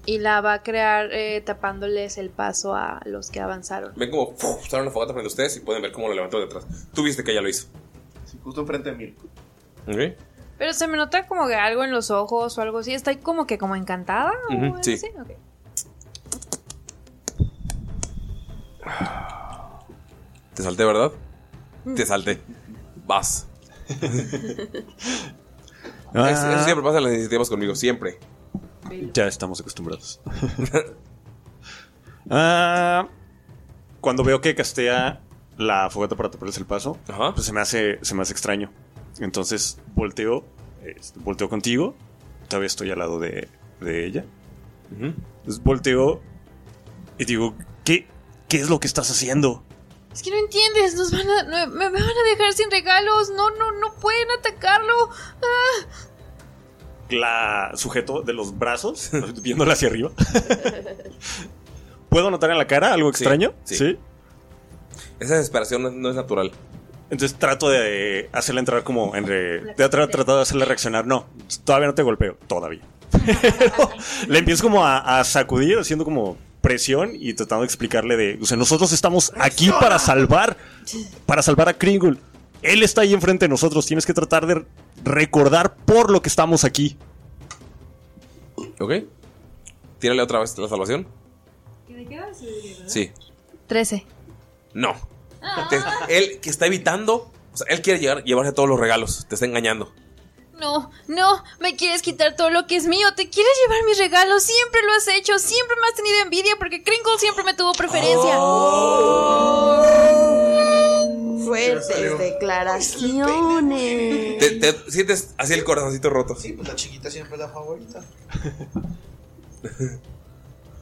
y la va a crear eh, tapándoles el paso a los que avanzaron.
Ven como ¡fuf! sale una fogata frente a ustedes y pueden ver cómo la levantó detrás. Tú viste que ella lo hizo.
Justo enfrente de mí.
¿Ok?
Pero se me nota como que algo en los ojos o algo así. Está como que como encantada. o
Ujú,
algo
sí.
así, ok.
Te salté, ¿verdad? Te salté. Vas.
Ah.
Es- eso siempre pasa en las iniciativas conmigo, siempre.
Ya estamos
*laughs*
acostumbrados. Ah, cuando veo que castea la fogata para taparles el paso, pues se me hace, se me hace extraño. Entonces volteo, este, volteo contigo. Todavía estoy al lado de, de ella. Entonces volteo y digo, ¿qué, ¿qué es lo que estás haciendo?
Es que no entiendes, nos van a, no- me, me van a dejar sin regalos. No, no, no pueden atacarlo. Ah.
La sujeto de los brazos, *laughs* viéndola hacia arriba. ¿Puedo notar en la cara algo extraño?
sí.
¿Sí?
Esa desesperación no- no es natural.
Entonces trato de hacerla entrar como entre. De tra- tratar de hacerla reaccionar. No, todavía no te golpeo. Todavía. *laughs* Pero le empiezo como a, a sacudir, haciendo como presión y tratando de explicarle de. O sea, nosotros estamos aquí para salvar. Para salvar a Kringle. Él está ahí enfrente de nosotros. Tienes que tratar de recordar por lo que estamos aquí.
¿Ok? Tírale otra vez la salvación. Sí.
13.
No. Te- él que está evitando. O sea, él quiere llegar- llevarse todos los regalos. Te está engañando.
No, no, me quieres quitar todo lo que es mío. Te quieres llevar mis regalos. Siempre lo has hecho. Siempre me has tenido envidia porque Kringle siempre me tuvo preferencia.
Oh.
salió.
*laughs* Fuertes declaraciones.
Te, te sientes así el corazoncito roto.
Sí, pues la chiquita siempre es la favorita.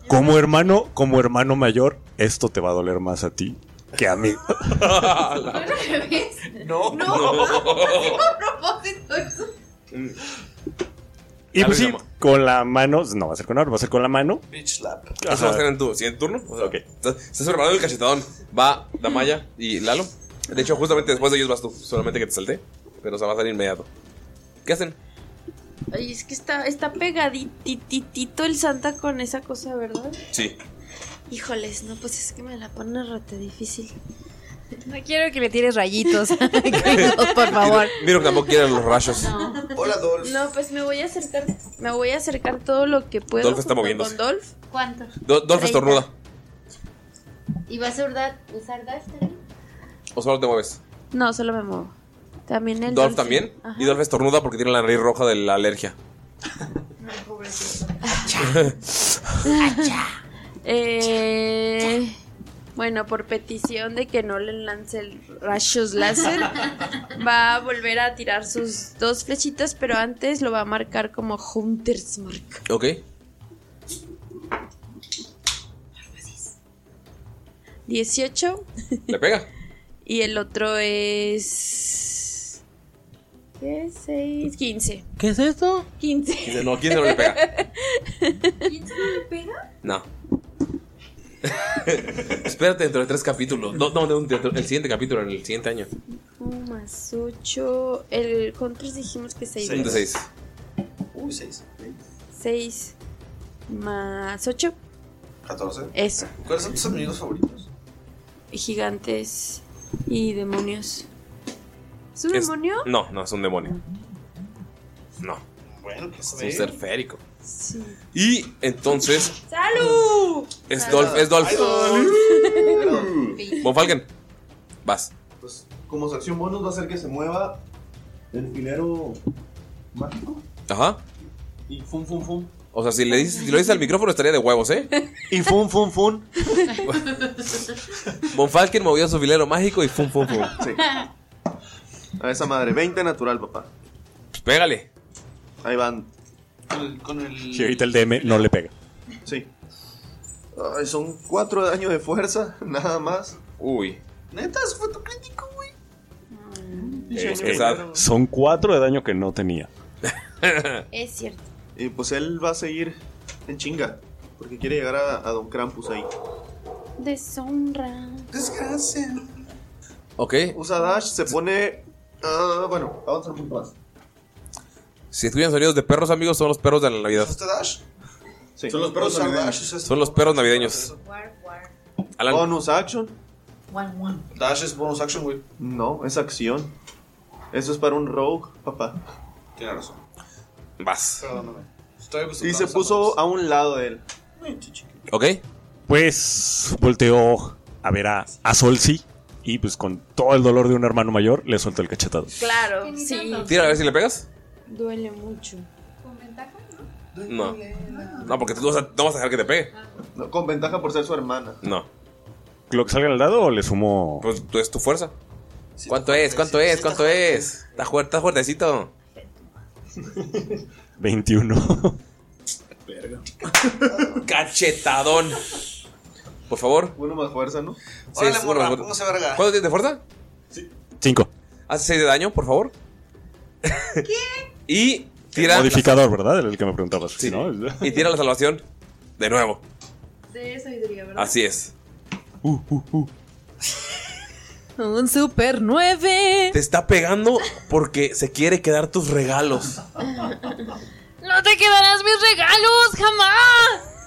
Como hermano, como hermano mayor, esto te va a doler más a ti que
*laughs*
a mí.
No,
no.
Y pues sí, con la mano, no va a ser con arma, va a ser con la mano.
Bitch slap.
Eso va a ser en tu siguiente turno. O sea, estás, estás preparando el cachetadón. Va Damaya y Lalo. De hecho, justamente después de ellos vas tú. Solamente que te salté. Pero se va a salir inmediato. ¿Qué hacen?
Ay, es que está, está pegadititito el Santa con esa cosa, ¿verdad?
Sí.
Híjoles, no, pues es que me la pone rete difícil.
No quiero que le tires rayitos. por favor.
*laughs* Miro que tampoco quieren los rayos.
Hola, Dolph.
No, pues me voy a acercar, me voy a acercar todo lo que puedo.
Dolph está
junto
moviéndose.
Con Dolph.
¿Cuánto?
Do- Dolph
Treinta.
estornuda.
¿Y vas a usar, usar dash también?
O solo te mueves.
No, solo me muevo. También el
Dolph
sí.
también.
Ajá.
Y Dolph estornuda porque tiene la nariz roja de la alergia.
Eh, bueno, por petición de que no le lance el rayos láser, va a volver a tirar sus dos flechitas, pero antes lo va a marcar como Hunter's Mark.
ok.
18
Le pega.
y el otro es... ¿Qué? 6, 15.
¿Qué es esto?
15.
Dice, no, 15 no le pega.
¿15 no le pega?
No. *laughs* Espérate dentro de tres capítulos. No, no, no, dentro- el siguiente capítulo, en el siguiente año.
1 más 8. El Hunters dijimos que 6.
Un de seis.
Uy, 6.
6 más 8.
14.
Eso.
¿Cuáles son tus amigos favoritos?
Gigantes y demonios. ¿Es un
Es-
demonio?
No, no, es un demonio. No.
Bueno, pues
Es un ser férico.
Sí.
Y entonces
¡Salud!
es Dolph. Es Dolph.
Ay, Dolph.
Von Falken, vas.
Como su acción bonus va a hacer que se mueva el filero mágico.
Ajá.
Y fum, fum, *laughs* fum.
O sea, si le dices, si lo dices al micrófono estaría de huevos, ¿eh?
Y fum, fum, fum.
Von Falken movió su filero mágico y fum, fum, fum.
A esa madre. 20 natural, papá.
Pégale.
Ahí van. Con el- con el-
Y ahorita el DM no le pega.
Sí. Ay, son cuatro de daño de fuerza, *laughs* nada más.
Uy. *laughs*
Neta, eso fue tu crítico, güey.
Es
Sí,
que sad.
Son cuatro de daño que no tenía.
Es cierto.
Y pues él va a seguir en chinga. Porque quiere llegar a, a Don Krampus ahí.
Deshonra.
Desgracia.
Ok.
Usa dash, se pone. ah, bueno, avanza un poquito más.
Si escuchan sonidos de perros, amigos, son los perros de la Navidad.
¿Usaste dash? Sí.
Son los perros
Usa
navideños.
dash, usaste-
Son los perros navideños. Alan.
Bonus action. Dash es bonus action, güey. No, es acción. Eso es para un rogue, papá.
Tiene razón. Vas.
Y se puso a un lado de él.
¿Ok?
Pues volteó a ver a, a Solsi y pues con todo el dolor de un hermano mayor le soltó el cachetado.
Claro, sí.
Tira a ver si le pegas.
Duele mucho.
No. No, porque tú no vas a, no vas a dejar que te pegue.
No, con ventaja por ser su hermana.
No.
¿Lo que salga en el dado o le sumo?
Pues tú es tu fuerza. ¿Cuánto es? ¿Cuánto es? ¿Cuánto es? Estás fuerte, estás fuertecito.
21.
Cachetadón. Por favor.
Uno más fuerza, ¿no?
Órale, morra, póngase verga.
¿Cuánto tienes de fuerza?
Cinco.
Hace 6 de daño, por favor. y tira.
Modificador, ¿verdad? El que me preguntabas. Sí. ¿no?
Y tira la salvación. De nuevo.
De sabiduría, ¿verdad?
Así es.
Uh, uh, uh.
Un super 9.
Te está pegando porque se quiere quedar tus regalos.
¡No te quedarás mis regalos!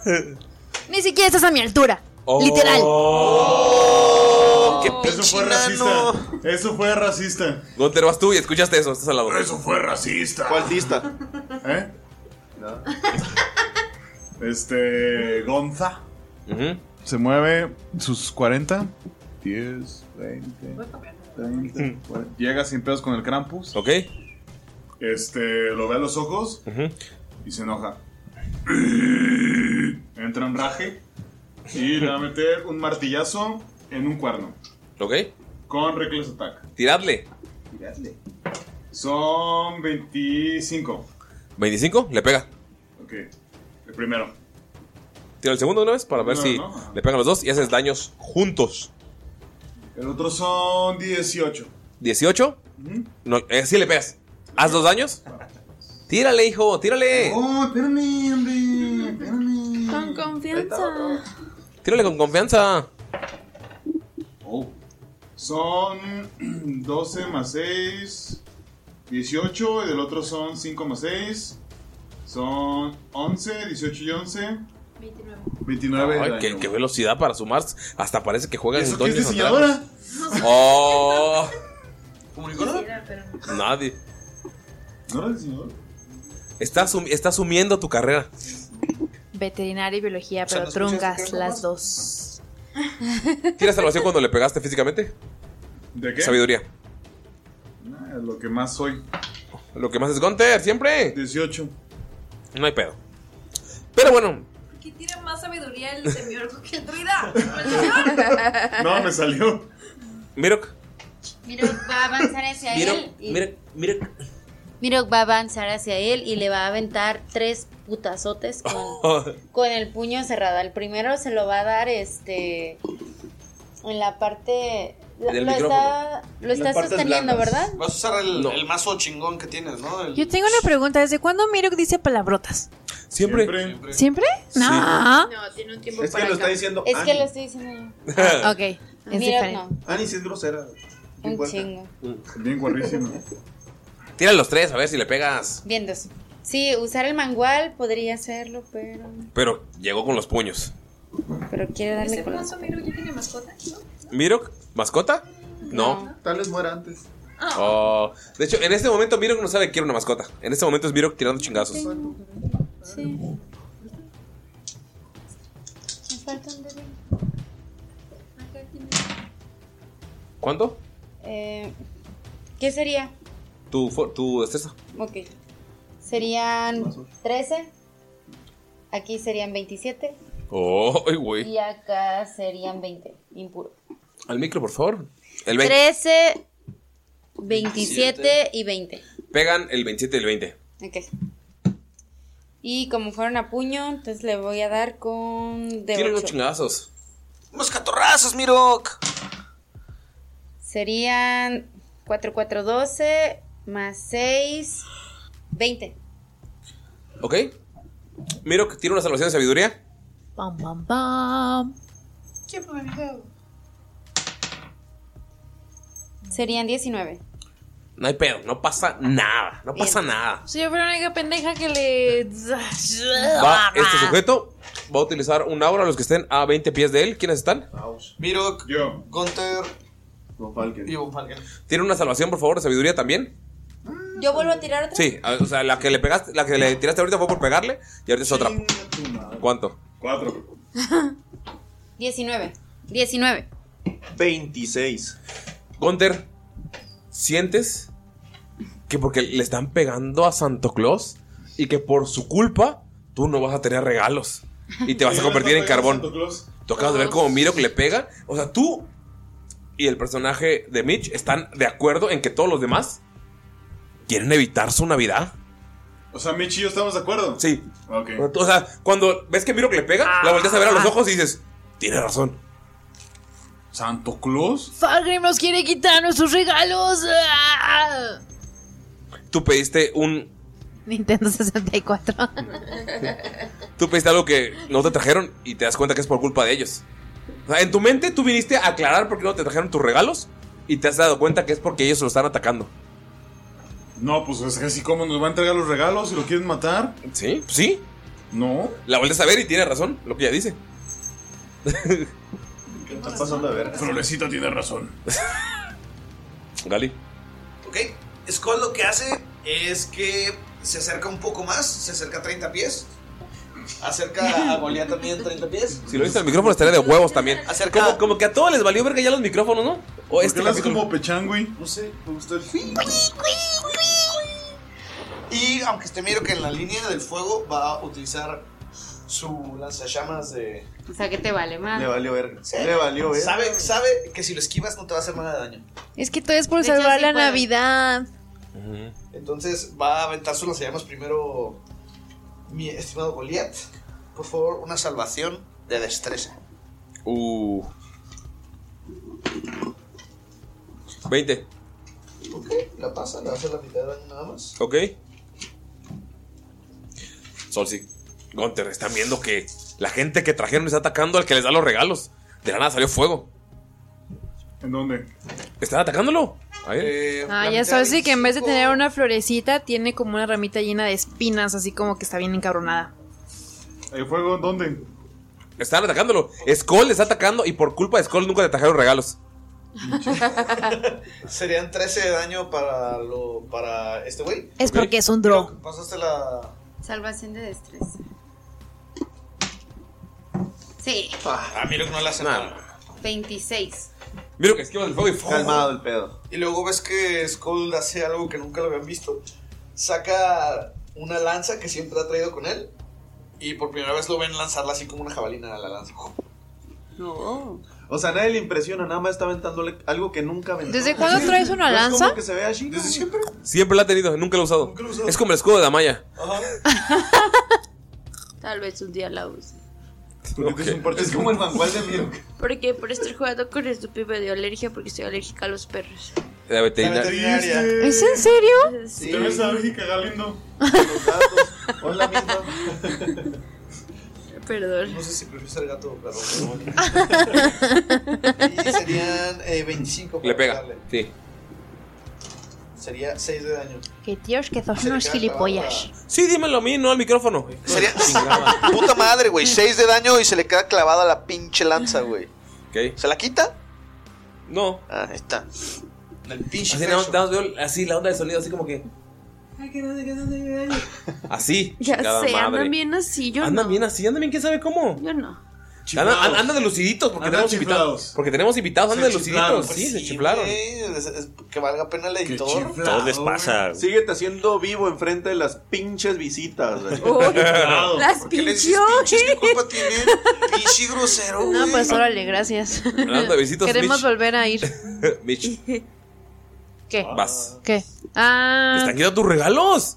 ¡Jamás! *laughs* Ni siquiera estás a mi altura. Literal.
Oh.
Oh.
¡Qué
Eso fue racista. Eso fue racista.
Gunter, vas tú y escuchaste eso. Estás al lado.
Eso fue racista.
¿Cuál dista?
¿Eh? Este. Gonza. Se mueve sus 40. 10, 20, 30. 40. Llega sin pedos con el Krampus.
Ok.
Este. Lo ve a los ojos. Y se enoja. Entra en raje. Y le va a meter un martillazo en un cuerno.
¿Ok?
Con Reckless Attack.
Tiradle.
Tiradle. Son 25.
¿25? Le pega.
Ok. El primero.
Tira el segundo una vez para ver
No,
si
no, ajá.
le pegan los dos y haces daños juntos.
El otro son 18.
¿18?
Ujú.
No, eh, sí le pegas. ¿Haz dos daños? Tírale, hijo, tírale.
Oh, espérame, hombre. Espérame.
Con confianza.
Tírale con confianza.
Oh. Son *clears throat* 12 más 6. 18. Y del otro son 5 más 6. Son 11, 18 y 11. 29 de
Ay, qué,
daño.
qué velocidad para sumar. Hasta parece que juegan en
¿Eso qué es
Dungeons and
diseñadora?
Dragons. Oh,
¿Comunicadora?
nadie.
¿No era diseñadora?
Está, asumi- está asumiendo tu carrera.
Veterinaria y biología,
sea,
pero
¿no escuchas
truncas
que no
las dos.
¿Tira salvación cuando le pegaste físicamente?
¿De qué?
Sabiduría.
Ah, Lo que más soy.
Lo que más es Gunter, siempre.
18.
No hay pedo. Pero bueno,
¿Qué tiene más sabiduría el señor *laughs* que el druida?
*laughs*
No, me salió.
Mirok.
Mirok va a avanzar hacia él. y-
Mirok, Mirok.
Mirok va a avanzar hacia él y le va a aventar tres putazotes con, con el puño cerrado. El primero se lo va a dar este en la parte. la-
Del
lo
micrófono.
está, lo está sosteniendo, ¿verdad?
Vas a usar el, el mazo chingón que tienes, ¿no? El-
Yo tengo una pregunta. ¿Desde cuándo Mirok dice palabrotas?
Siempre.
¿Siempre? No.
No, tiene un tiempo
Es que
para
lo
acá.
está diciendo.
Es que
Ani.
lo estoy diciendo yo.
Ah,
ok. Es
Mirok
diferente.
Ani sí es grosera.
Un
Igual.
chingo.
*laughs* Bien guarrísimo.
Tira los tres, a ver si le pegas.
Viendo eso. Sí, usar el mangual podría hacerlo, pero.
Pero llegó con los puños.
Pero quiere darle
¿Ese
con
mazo Mirok ya tiene mascota? ¿no?
¿Mirok? ¿Mascota? No.
Tal vez muera antes.
Oh. De hecho, en este momento Mirok no sabe que quiere una mascota. En este momento es Mirok tirando chingazos.
Sí. Me falta un dedo. Acá tiene-
¿Cuánto?
Eh, ¿Qué sería?
Tu, fu- tu destreza.
Ok. Serían 13. Aquí serían 27.
Oh, ay, güey.
Y acá serían 20. Impuro.
Al micro, por favor. El 20.
13, 27 y 20.
Pegan el 27 y el 20.
Ok. Y como fueron a puño, entonces le voy a dar con. De
Tiene unos
ocho.
chingazos.
¡Unos catorrazos, Mirok!
Serían 4, 4, 12 más 6, 20.
¿Ok? Miro que tiene una salvación de sabiduría.
Pam, pam, pam.
Siempre me
Serían 19.
No hay pedo, no pasa nada. No pasa nada.
Si yo fuera una hija pendeja que le.
Va, este sujeto va a utilizar un aura a los que estén a 20 pies de él. ¿Quiénes están?
Mirok, Yo. Gunter y Von Falken.
Tiene una salvación, por favor, de sabiduría también.
Yo vuelvo a *laughs* tirar otra.
Sí, a- o sea, la que le pegaste, la que le tiraste ahorita fue por pegarle y ahorita es otra. ¿Cuánto? Cuatro.
19. 19.
26. Gunter, ¿sientes que porque le están pegando a Santo Claus y que por su culpa tú no vas a tener regalos y te
*laughs*
vas a convertir en carbón? Tú acabas de ver cómo Miro que le pega. O sea, tú y el personaje de Mitch están de acuerdo en que todos los demás quieren evitar su Navidad.
O sea, Mitch y yo estamos de acuerdo.
Sí.
Ok.
O sea, cuando ves que Miro que le pega, la volteas a ver a los ojos y dices, tiene razón.
¿Santo Claus?
Falgrim nos quiere quitar nuestros regalos. ¡Ah!
Tú pediste un
Nintendo 64.
Tú pediste algo que no te trajeron y te das cuenta que es por culpa de ellos. O sea, en tu mente tú viniste a aclarar por qué no te trajeron tus regalos y te has dado cuenta que es porque ellos lo están atacando.
No, pues es que si como nos va a entregar los regalos y lo quieren matar.
Sí, pues. sí.
No.
La vuelves a ver y tiene razón, lo que ella dice.
¿Qué está pasando a ver? Florecita tiene razón.
Gali.
Ok, Skull lo que hace es que se acerca un poco más, se acerca a 30 pies. Acerca a Goliat también 30 pies.
Si lo viste al micrófono estaría de huevos también.
Acerca-
Como, como que a todos les valió verga ya los micrófonos, ¿no? O este
¿Por qué
capítulo.
como pechangüi? No sé, me gustó el
Y aunque esté miro que en la línea del fuego va a utilizar su lanzallamas de.
O sea, que te vale más.
verga.
Le valió
¿eh?
verga.
Sabe, sabe que si lo esquivas no te va a hacer nada de daño.
Es que todo es por
De hecho,
salvar
sí
la
puede.
Navidad.
Entonces va a aventar su lanzallamas primero, mi estimado Goliat. Por favor, una salvación de destreza.
Uh. 20,
Ok, la pasa, le va a hacer la mitad de daño nada más.
ok. Solsi, Gunter, están viendo que la gente que trajeron está atacando al que les da los regalos. De la nada salió fuego.
¿En dónde?
¿Están atacándolo? A ver.
Eh,
Ah, ya sabes sí, que en vez de tener una florecita, tiene como una ramita llena de espinas, así como que está bien encabronada.
¿El fuego dónde?
Están atacándolo. Skull está atacando y por culpa de Skull nunca te trajeron regalos.
Serían 13 de daño para, lo, para este güey.
Es porque es un drog.
Pasaste la.
Salvación de destreza. Sí,
Ah, mira que no la hace nada.
26.
Mira que esquivas el fuego y
Calmado el pedo. Y luego ves que Skull hace algo que nunca lo habían visto. Saca una lanza que siempre ha traído con él. Y por primera vez lo ven lanzarla así como una jabalina a la lanza.
No. O sea, nadie le impresiona, nada más está aventándole algo que nunca aventó.
¿Desde cuándo traes una
No es
lanza?
como que se vea así.
*laughs*
*laughs*
Desde siempre.
Siempre la ha tenido, nunca lo ha usado. Es como el escudo de la maya.
*laughs* Tal vez un día la use.
Es como el manual de Miro.
Porque por estar jugando con estupe me dio alergia porque soy alérgica a los perros.
La
*laughs*
veterinaria.
¿Es en serio?
Sí.
¿Te ves alérgica, Galindo?
Perdón.
No sé si prefieres ser gato o perro.
*laughs*
y serían eh, 25. para
Le pega.
pegarle.
Sí.
Sería 6 de daño.
Que tíos, que son
Se le
unos
queda
gilipollas.
Sí, dímelo a mí, no al micrófono.
Sería. *laughs* Puta madre, güey. 6 de daño y se le queda clavada la pinche lanza, güey. ¿Se la quita?
No.
Ah, ahí está. El pinche.
Así, nada más- nada más veo así la onda de sonido, así como que. Así.
Ya
chingada
sé,
madre.
andan bien así, yo
Andan
no.
bien así, andan bien, quién sabe cómo.
Yo no.
Andan, an- andan deluciditos porque
Andan
tenemos invitados. Porque tenemos invitados, andan deluciditos. Pues Sí, se chiflaron.
que valga pena el editor.
Todo les pasa.
Síguete haciendo vivo enfrente de las pinches visitas. güey.
Las
¿Por qué le
pinches.
Pinche grosero,
No,
güey.
pues órale, gracias.
Hablando de visitas,
Queremos
Mitch.
volver a ir.
*laughs* Mitch,
¿Qué?
vas.
¿Qué?
Te
Ah.
están quitando tus regalos.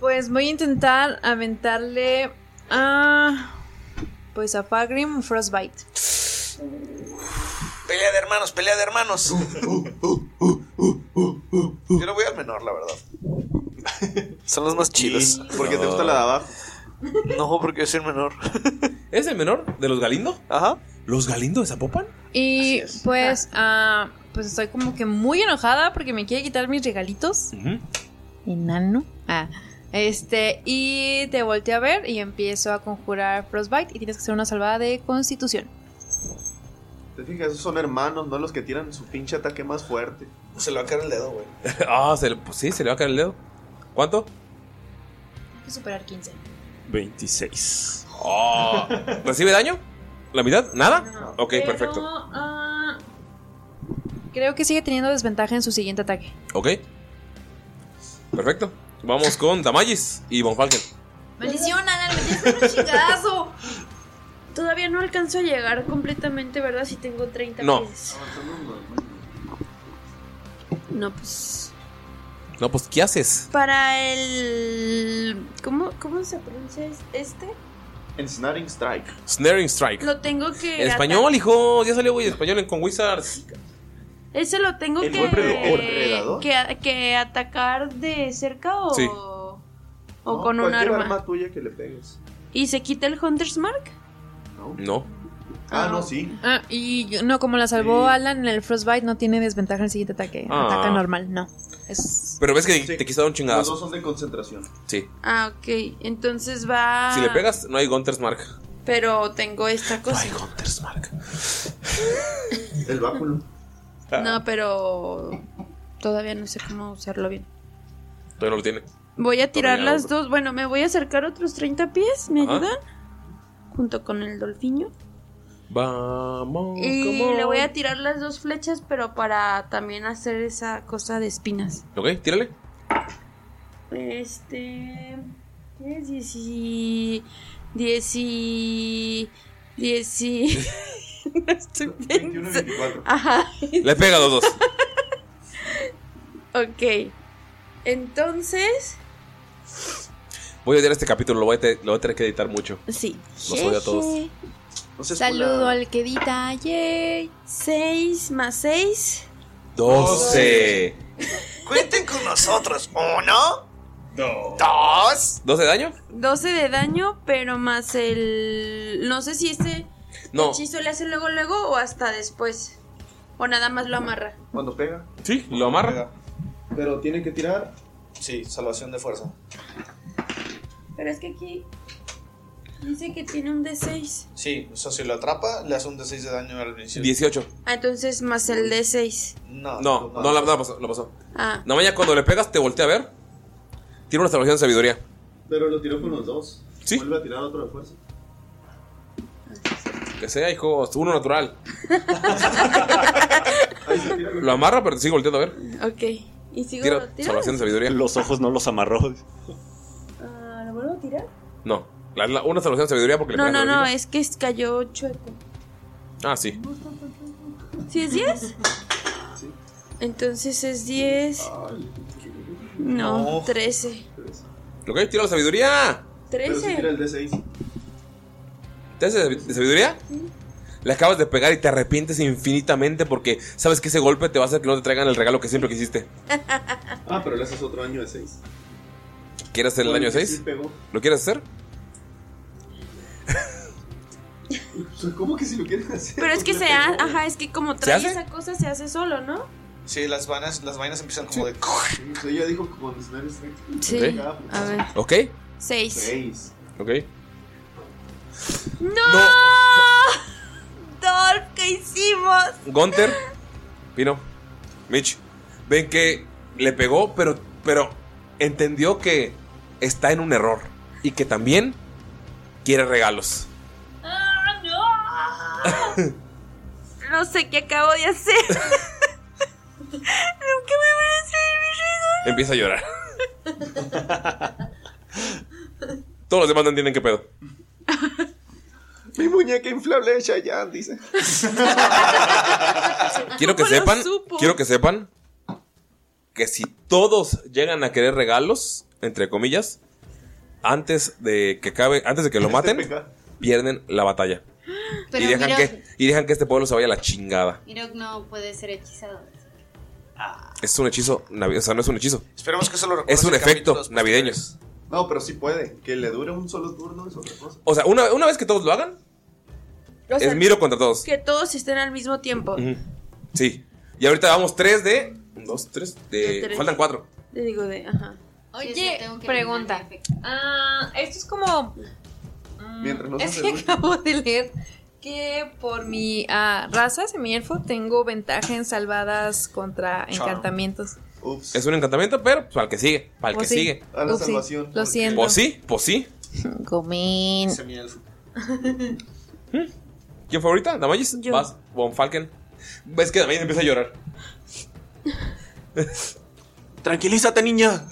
Pues voy a intentar aventarle a. Pues a Fagrim Frostbite.
Pelea de hermanos, pelea de hermanos.
Uh,
Yo no voy al menor, la verdad. Son los más chidos.
porque te gusta la de abajo.
No, porque yo soy el menor.
*laughs* ¿Es el menor de los Galindo?
Ajá.
¿Los Galindo de Zapopan?
Y pues. ah, pues estoy como que muy enojada porque me quiere quitar mis regalitos. Enano. Ah. Este, y te volteé a ver y empiezo a conjurar Frostbite y tienes que hacer una salvada de constitución.
Te fijas, esos son hermanos, no los que tiran su pinche ataque más fuerte.
Se le va a caer el dedo, güey.
*laughs* Ah, se le- pues sí, se le va a caer el dedo. ¿Cuánto?
Hay que superar 15.
26. Ah. ¿Recibe daño? ¿La mitad? ¿Nada? Ok,
Pero,
perfecto.
ah, creo que sigue teniendo desventaja en su siguiente ataque.
Ok. Perfecto. Vamos con Damayis y Von Falken.
Maldición, Alan, me tienes un chingazo. Todavía no alcanzo a llegar completamente, ¿verdad? Si tengo 30
No.
pies. No, pues.
No, pues, ¿qué haces?
Para el. ¿Cómo, cómo se pronuncia es- este?
Ensnaring Strike.
Snaring Strike.
Lo tengo que.
En español,
atar-
hijo. Ya salió, güey, en español en- con Wizards.
Ese lo tengo
El
que,
buen predador.
Eh,
Predador.
que. que atacar de cerca o.
Sí.
O
No,
con un
cualquier
arma.
tuya que le pegues.
¿Y se quita el Hunter's Mark?
No.
Ah, no, sí.
Ah, y yo- no, como la salvó Alan en el Frostbite, no tiene desventaja en el siguiente ataque.
Ah.
Ataca normal, no. Es...
Pero ves que te quiso dar un
Los dos
chingadazo.
son de concentración.
Sí.
Ah, ok. Entonces va.
Si le pegas, no hay Gunter's Mark.
Pero tengo esta cosa. No
Hunter's Mark.
El báculo.
Ah.
No, pero. Todavía no sé cómo usarlo bien.
Todavía no lo tiene.
Voy a tirar
Todavía
las dos. Bueno, me voy a acercar otros 30 pies. ¿Me
Ajá.
ayudan? Junto con el dolfiño.
Vamos.
y
Oh, come
le voy
on.
a tirar las dos flechas, pero para también hacer esa cosa de espinas.
Ok, tírale.
Este. ¿Qué es? Dieci. Dieci. Dieci. *laughs* no estoy pensando. Ajá. *laughs*
Le pega los dos.
Ok. Entonces.
Voy a odiar este capítulo, lo voy a, te- lo voy a tener que editar mucho.
Sí.
Los odio a todos.
Jeje. Saludo al que edita. Yay. 6 más 6.
12.
Cuenten con nosotros. Uno. Dos.
¿12 de daño?
12 de daño, pero más el. No sé si este
No.
hechizo le hace luego, luego o hasta después. O nada más lo amarra.
Cuando pega.
Sí, lo amarra.
Pero tiene que tirar.
Sí, salvación de fuerza.
Pero es que aquí dice que tiene un D6.
Sí, o sea, si lo atrapa, le hace un D6 de daño al inicio.
18.
Ah, entonces más el D6.
No,
No, no, la, no pasó, no pasó.
Ah,
No, mañana cuando le pegas, te voltea a ver. Tiene una salvación de sabiduría.
Pero lo tiró con los dos.
Sí.
Vuelve a tirar otro de fuerza.
Que sea, hijo, es uno natural. lo amarra, pero te sigue volteando a ver.
ok. ¿Y sigo
Tira salvación de sabiduría. Los ojos no los amarró.
Ah, ¿Lo vuelvo a tirar?
No, la- la- una salvación de sabiduría porque le
No,
pegas
no,
a
no,
los
es que es- cayó chueco.
hijos. Ah, sí.
¿Sí es 10? Entonces es 10. No,
No.
13.
Ok, tira la sabiduría.
¿13?
D6.
¿Te hace de sabiduría? Le acabas de pegar y te arrepientes infinitamente porque sabes que ese golpe te va a hacer que no te traigan el regalo que siempre quisiste.
Ah, pero le haces otro daño de 6.
¿Quieres hacer el daño 6? ¿Lo quieres hacer?
¿Cómo que si lo quieres hacer?
Pero es que se ha, ajá, es que como
¿Se
trae
hace?
esa cosa se hace solo, ¿no?
Sí, las vainas, las vainas empiezan como de.
Ella dijo con Snare
*laughs*
Strike.
Sí. A ver.
¿Ok?
6.
Seis.
¿Ok?
¡No! Dolph, ¿qué hicimos?
Gunter, Pino, Mitch, ven que le pegó, pero, pero entendió que está en un error y que también quiere regalos. *laughs*
¡Ah, no! no sé qué acabo de hacer. ¿Qué me van a hacer,
Empieza a llorar. Todos los demás no entienden qué pedo.
Mi muñeca inflable de Shayan, dice.
Quiero
*laughs*
que
¿Cómo lo
sepan,
supo?
quiero que sepan que si todos llegan a querer regalos, entre comillas, antes de que acabe, antes de que lo maten, pierden la batalla.
Pero
y, dejan
mira-
que, y dejan que este pueblo se vaya a la chingada.
Mirok no puede ser hechizado.
Es un hechizo navideño. O sea, no es un hechizo.
Ah, Esperemos que eso lo recuerdes
Es un
en
efecto
capítulos
navideño.
No, pero sí puede. Que le dure un solo turno es otra cosa.
O sea, una, una vez que todos lo hagan,
O sea,
es miro contra todos.
Que todos estén al mismo tiempo.
Ujú. Sí. Y ahorita vamos 3 de. 2, 3.
De
De,
tres.
faltan 4.
Le digo de, ajá.
Oye, pregunta. Ah, esto es como. Mm,
Mientras no se
es que
aseguren.
*laughs* acabo de leer que por mi ah, raza, semi-elfo, tengo ventaja en salvadas contra
Charm.
encantamientos.
Es un encantamiento, pero pues, al que sigue. Al
Pues
que
sí.
sigue.
A la Pues sí. salvación. Lo siento.
Pues sí, pues sí.
Comín. *laughs*
Ah, ¿Quién fue ahorita? ¿Damayis? Vas, Von Falken. Ves que Damayis empieza a llorar.
Tranquilízate, niña.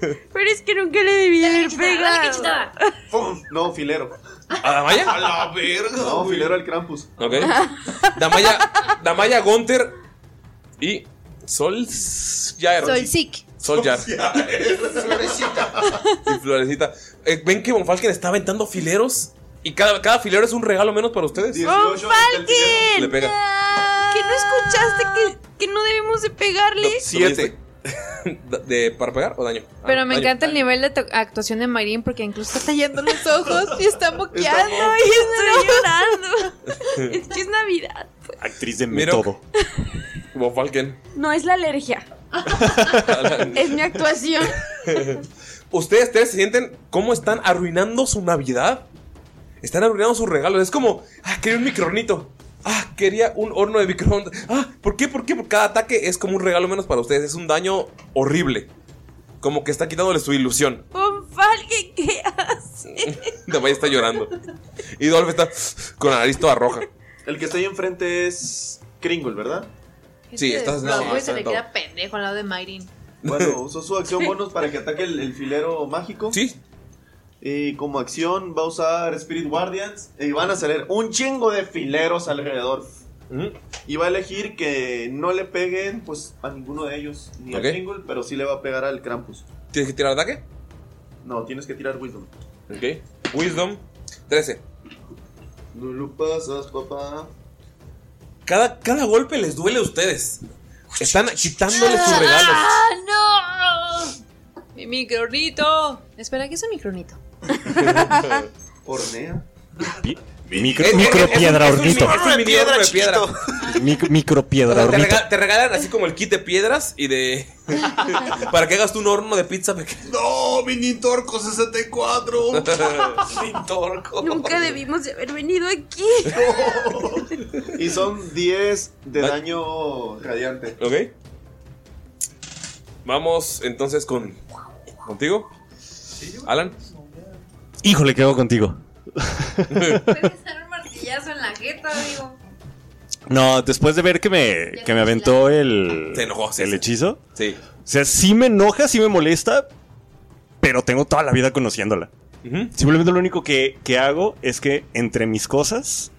Pero es que nunca le debí haber pegado.
No, filero.
¿A Damaya?
A la verga. No, filero al Krampus.
Ok. Damaya, Damaya Gunter y Soljar.
Solsic.
Soljar.
*laughs*
Y Florecita. Eh, ¿Ven que Von Falken está aventando fileros? Y cada, cada filero es un regalo menos para ustedes.
¡Von Falken!
Le pega.
¿Que no escuchaste que, que no debemos de pegarle?
Da- *laughs* ¿De, ¿Para pegar o daño? Ah,
Pero me
daño.
encanta el nivel de to- actuación de Marín porque incluso está tallando los ojos y *laughs* está moqueando
Ay,
y
estoy llorando.
*laughs*
es que es Navidad.
Actriz de método. *laughs* Von Falken. *laughs*
No es la alergia. es mi actuación.
*laughs* Ustedes tres sienten cómo están arruinando su Navidad. Están arruinando sus regalos. Es como, ah, quería un micronito. Ah, quería un horno de microondas. Ah, ¿por qué? ¿Por qué? Porque cada ataque es como un regalo menos para ustedes. Es un daño horrible. Como que está quitándole su ilusión. *laughs*
Von Falken, ¿qué hace?
Damaya está llorando. Y Dolph está con la nariz toda roja.
El que está ahí enfrente es Kringle, ¿verdad?
Sí, estás- no,
No, pues se le
está-
queda pendejo al lado de Mayrin.
Bueno, usó su acción bonus para que ataque el, el filero mágico.
Sí.
Y como acción va a usar Spirit Guardians. Y van a salir un chingo de fileros alrededor. Y va a elegir que no le peguen pues a ninguno de ellos. Ni
Ok.
a Kringle, pero sí le va a pegar al Krampus.
¿Tienes que tirar ataque?
No, tienes que tirar Wisdom.
Ok. Wisdom 13.
No lo pasas, papá.
Cada, cada golpe les duele a ustedes. Están quitándoles sus regalos.
¡Ah, no! Mi micronito. Espera, ¿qué es un micronito?
Hornea.
Micro,
Es- es-
micro
es un-
piedra
es un
hornito.
mini- es un mini horno de piedra.
Mic- micro
O sea,
piedra
te,
hornito.
rega- te regalan así como el kit de piedras y de. para que hagas tú un horno de pizza pequeño.
No, mini torco 64.
torco.
Nunca debimos de haber venido aquí.
Y son 10 de daño radiante.
Ok. Vamos entonces con. ¿Contigo? Alan.
Híjole, quedo
*laughs*
contigo.
un martillazo en la jeta, digo.
No, después de ver que me, que me aventó el, el hechizo.
Sí.
O sea, sí me enoja, sí me molesta, pero tengo toda la vida conociéndola. Simplemente lo único que, que hago es que entre mis cosas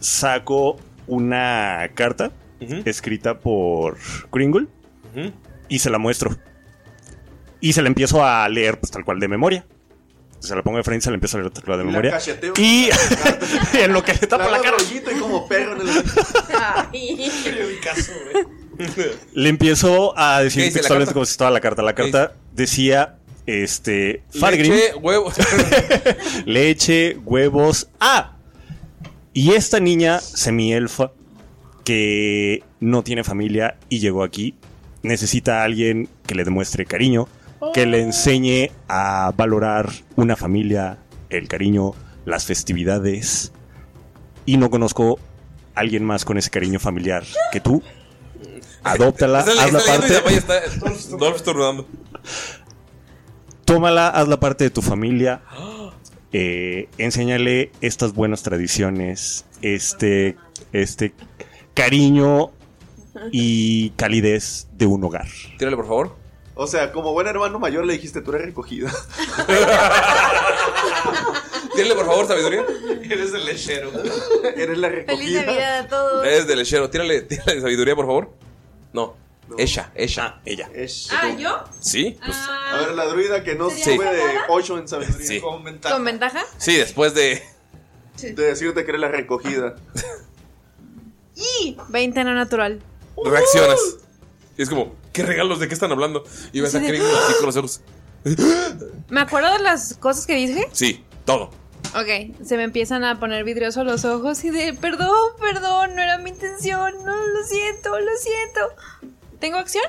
saco una carta escrita por Kringle
Ujú.
y se la muestro. Y se la empiezo a leer pues tal cual de memoria. Se la pongo de frente y se la empiezo a leer tal cual de
La
memoria.
cacheteo.
y *laughs* en lo que le tapo la cara.
Rollito y como perro en el.
Le empiezo a decir
¿Qué dice la
textualmente
carta?
como si estaba la carta. La
¿Qué
carta decía, este, Fargrim,
Leche, huevo. *laughs*
leche, huevos. ¡Ah! Y esta niña semielfa que no tiene familia y llegó aquí, necesita a alguien que le demuestre cariño, que le enseñe a valorar una familia, el cariño, las festividades. Y no conozco a alguien más con ese cariño familiar que tú. Adóptala,
Está-
hazla
está leyendo y
parte.
Damaya está- Dolph estornudando.
tómala, hazla parte de tu familia. eh, enséñale estas buenas tradiciones, este, este cariño y calidez de un hogar.
Tírale, por favor.
O sea, como buen hermano mayor le dijiste, tú eres recogida.
*laughs* Tírale, por favor, sabiduría.
Eres el lechero. *laughs* Eres la recogida.
Feliz Navidad a todos.
Eh, Es de lechero. Tírale, tírale sabiduría, por favor. No. Ella, ella. ella.
Ah, ¿yo?
Sí, pues,
A ver, la druida que no
¿Sería
sube de
cómoda?
8 en sabiduría
Sí.
con ventaja.
¿Con ventaja?
sí, después de.
De decirte que eres la recogida.
Y 20 no natural.
Reaccionas. Y es como, ¿qué regalos? ¿De qué están hablando? Y ves a
Sí, de-
Kring así con los ojos.
¿Me acuerdo de las cosas que dije?
Sí, todo.
Ok, se me empiezan a poner vidriosos los ojos y de perdón, perdón, no era mi intención, no, lo siento, lo siento. ¿Tengo acción?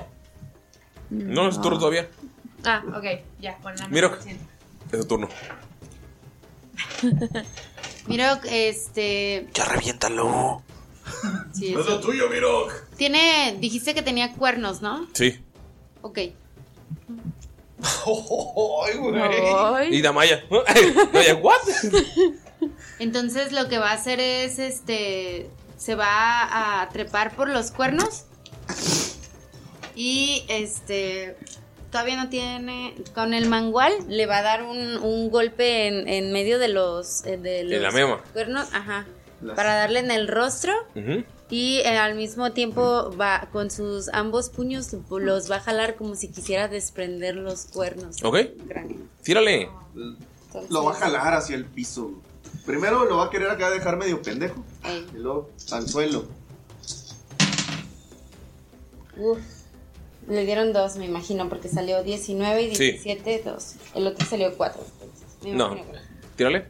No, es tu turno todavía.
Ah, ok, ya, con la
Miro. Es tu turno.
Mirok, este.
Ya reviéntalo.
sí,
No es lo
sí.
*laughs* tuyo, Mirok.
Tiene. Dijiste que tenía cuernos, ¿no?
Sí.
*laughs*
Ok.
Y Damaya. *laughs* Damaya, ¿what?
Entonces lo que va a hacer es este. Se va a trepar por los cuernos. Y este. Todavía no tiene. Con el mangual le va a dar un, un golpe en, en medio de los. eh, De los
la mema.
cuernos. Ajá.
Las-
Para darle en el rostro.
Ujú.
Y eh, al mismo tiempo va con sus ambos puños los va a jalar como si quisiera desprender los cuernos.
Ok. Tírale.
Lo va a jalar hacia el piso. Primero lo va a querer acá dejar medio pendejo.
Ey.
Y luego al suelo.
Uf. Le dieron dos, me imagino, porque salió 19 y
Sí.
17, dos. El otro salió cuatro. Me
No.
imagino.
Tírale.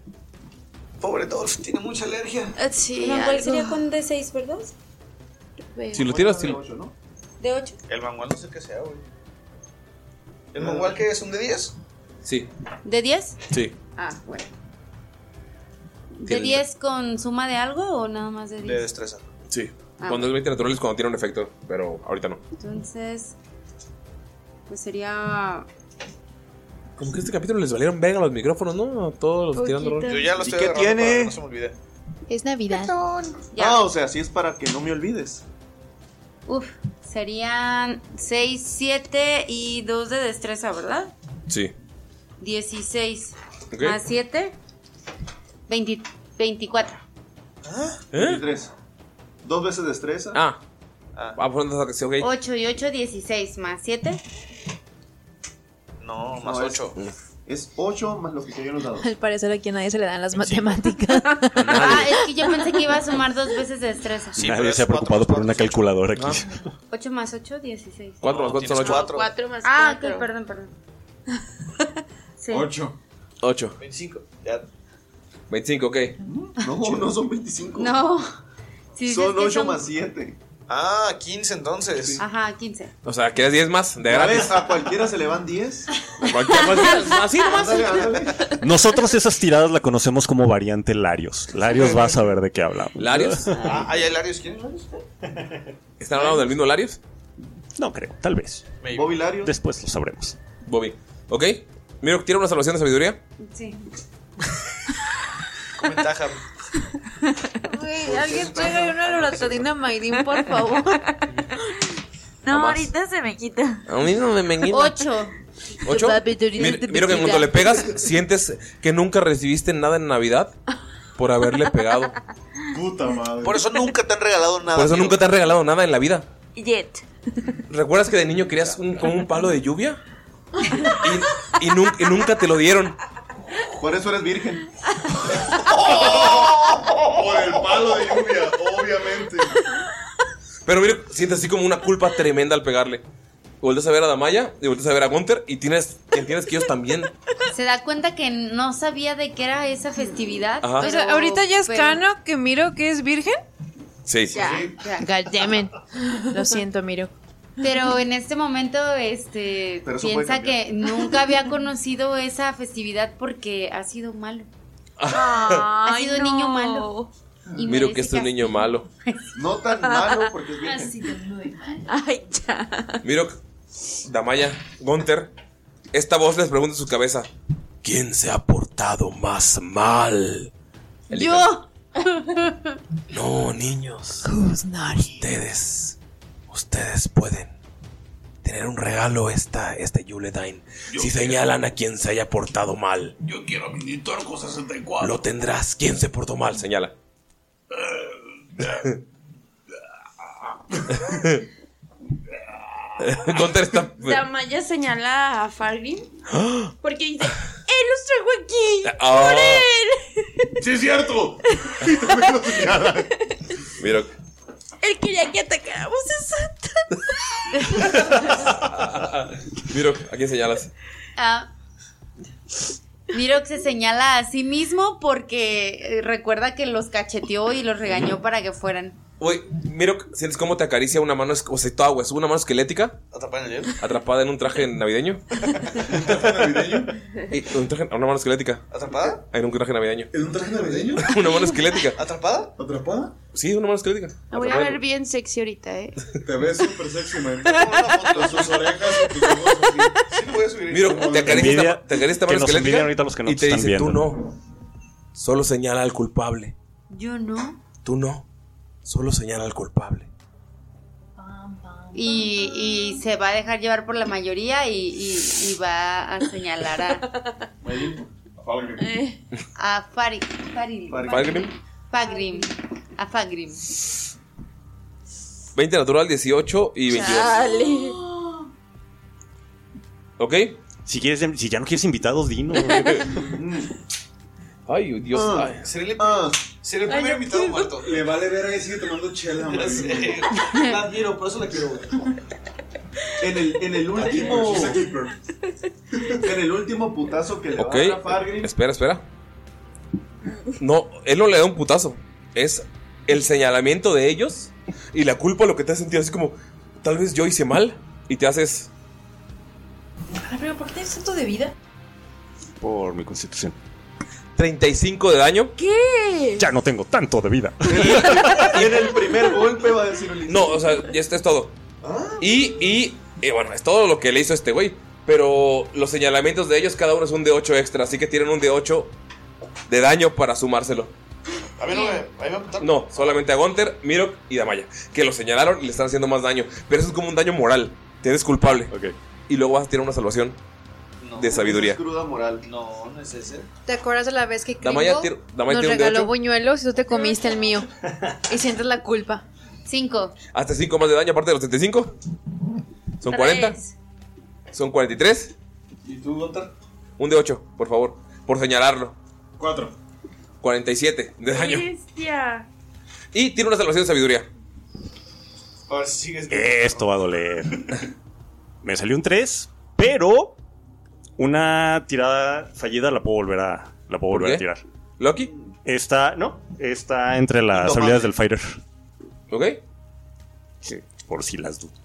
Pobre Dolph, tiene mucha alergia.
Eh,
Sí,
No, ¿Cuál
algo.
sería con D6, verdad?
Si lo tiras, sí.
¿De 8?
El mangual no sé qué sea, güey. ¿El mangual que es un de 10?
Sí,
¿De 10?
sí.
Ah, bueno. ¿De
Tiene-
10 con suma de algo o nada más de 10?
destreza.
Sí.
Ah.
Cuando es 20 natural es cuando tiene un efecto, pero ahorita no.
Entonces, pues sería...
Como que este capítulo les valieron verga los micrófonos, ¿no? A Todos los
Poquito.
tirando rol.
Yo ya lo estoy
¿Y qué
agarrando
tiene?
para que
no se me olvide.
Es Navidad.
Ah, o sea, sí es para que no me olvides.
Uf, serían 6, 7 y 2 de destreza, ¿verdad?
Sí.
16
Ok.
más 7, 20 24.
Destreza. Dos veces destreza.
¿Eh? Ah. Ah, pues andas a que sí, ok.
8 y 8, 16 más 7.
No,
más 8. Es 8 más lo que cayó en
*laughs*
los dados.
Al parecer aquí a nadie se le dan las matemáticas.
Ah, es que yo pensé que iba a sumar dos veces de destreza.
Nadie se ha preocupado por una calculadora aquí.
8 más 8, 16.
Cuatro más cuatro son tienes ocho. cuatro.
4 más Ah,
Ah,
ok,
ok,
perdón, perdón. Sí.
8. 8. 25. Ya. 25, ok.
No, no son 25.
No. Sí, es que son-
7.
Ah, 15 entonces.
Ajá, 15.
O sea, ¿quieres 10 más? De
¿Ya
gratis.
ves? A cualquiera se le van 10.
Cualquier más. Así nomás.
Ándale, ándale.
Nosotros esas tiradas la conocemos como variante Larios. Larios va a saber de qué hablamos.
¿Larios?
Ah, ¿hay Larios? ¿Quién es Larios?
¿Están hablando del mismo Larios?
No creo, tal vez.
Bobby Larios.
Después lo sabremos.
Bobby. Ok. Miro, tira una salvación de sabiduría.
Sí.
Con ventaja.
Güey, alguien traiga una loratadina Mayrin, por *laughs* favor.
No,
Nomás.
ahorita se me quita.
A mí no me menguina. ¿Ocho? Miro
este
miro que en cuanto le pegas, sientes que nunca recibiste nada en Navidad por haberle pegado.
Puta madre.
Por eso
*laughs*
nunca te han regalado nada.
Por eso nunca te han regalado nada en la vida.
Jet.
¿Recuerdas que de niño querías un, como un palo de lluvia? Y, y nun- y nunca te lo dieron.
Por eso eres virgen.
Por el palo de lluvia, obviamente.
Pero mira, sientes así como una culpa tremenda al pegarle. Vuelves a ver a Damaya y vuelves a ver a Gunther y tienes, entiendes que ellos también.
Se da cuenta que no sabía de qué era esa festividad.
Ajá.
pero-
O sea, ahorita ya es
pero-
cano que miro que es virgen.
Sí,
God damn it. Lo siento, miro.
Pero en este momento, este,
Pero eso
piensa
puede
que nunca había conocido esa festividad porque ha sido malo. ha sido un niño malo. Y
Miro
merece
que este es un
castigo.
niño malo.
No
*laughs*
tan malo porque es
Ha
virgen.
sido muy malo.
Ay, ya.
Miro, Damaya, Gunther, esta voz les pregunta en su cabeza: ¿Quién se ha portado más mal?
Yo.
No, niños. Ustedes, ustedes pueden tener un regalo esta, este Yuledine.
Yo
Si
quiero.
señalan a quien se haya portado mal,
Yo quiero a mi Nitorco 64.
lo tendrás. ¿Quién se portó mal? Señala. *laughs* Gunter está.
Damaya señala a
*gasps*
Fargrim porque dice: ¡Él los trajo aquí!
Ah.
¡Por
*laughs*
él!
¡Sí es cierto!
Mira,
Él quería que atacáramos a Santa.
Miro, ¿a quién señalas?
Ah. Miro que se señala a sí mismo porque eh, recuerda que los cacheteó y los regañó para que fueran.
Uy, Miro, ¿sientes cómo te acaricia una mano, es- o sea, toda huesuda, una mano esquelética? Atrapada en Atrapada en un traje
*laughs*
navideño. Eh, un traje- una mano esquelética.
¿Atrapada?
En un traje navideño.
¿En un traje navideño?
*laughs* Una mano esquelética.
¿Atrapada?
¿Atrapada?
Sí, una mano esquelética.
La Ah, voy a
Atrapada.
ver bien sexy ahorita, ¿eh?
Te ves súper sexy, man.
Miro, te acaricia
Envidia-
esta, te acaricia esta
que
mano
nos envidian
esquelética.
ahorita los que no
y
te
te
están
dice, tú
viendo".
no. Solo señala al culpable.
Yo no.
Tú no. Solo señala al culpable.
Y, y se va a dejar llevar por la mayoría y, y- y va a señalar a, a Fari- Fari-
Falgrim,
Fagrim. A Fagrim.
20 natural, 18 y 22.
Ah.
Dale.
¿Ok?
Si, quieres, si ya no quieres invitados, dino.
*laughs*
Ah,
Ay, Dios.
Ah.
ay.
Sería el, sería el primer invitado muerto.
Le vale ver ahí, sigue tomando chela, man.
La admiro, por eso la quiero, güey. En el, en el último. en el último putazo que le
Ok.
va a dar a Fargrim.
Espera, espera. No, él no le da un putazo. Es el señalamiento de ellos y la culpa lo que te hace sentir así como, tal vez yo hice mal y te haces
Ahora, Ah, pero ¿por qué tienes tanto de vida?
Por mi constitución.
35 de daño.
¿Qué?
Ya no tengo tanto de vida.
En el primer golpe va a decir Ulises.
No, o sea, ya este es todo. Y, y, eh, bueno, es todo lo que le hizo este güey. Pero los señalamientos de ellos, cada uno es un de 8 extra, así que tienen un de 8 de daño para sumárselo.
A mí no me, a mí me apuntaron.
No, solamente a Gunter, Mirok y Damaya, que lo señalaron y le están haciendo más daño. Pero eso es como un daño moral. Te eres culpable. Y luego vas a tirar una salvación de sabiduría.
Cruda moral. No, no es ese.
¿Te acuerdas de la vez que Kringle
Damaya tira- Damaya
nos
tiene un de
regaló
ocho.
buñuelos y tú te comiste el mío? y sientes la culpa.
Cinco.
Hasta 5 más de daño, aparte de los 75. Son 40. Son 43.
¿Y tú, Gunter?
Un de 8, por favor. Por señalarlo.
4.
47 de daño.
Bestia.
Y tiene una salvación de sabiduría.
A ver si sigues.
Esto va a doler. Me salió un 3, pero una tirada fallida la puedo volver a, la puedo volver a
qué?
tirar.
¿Loki?
Está, no, está entre las
Indomable.
habilidades del fighter.
¿Ok?
Sí, por si las dudas.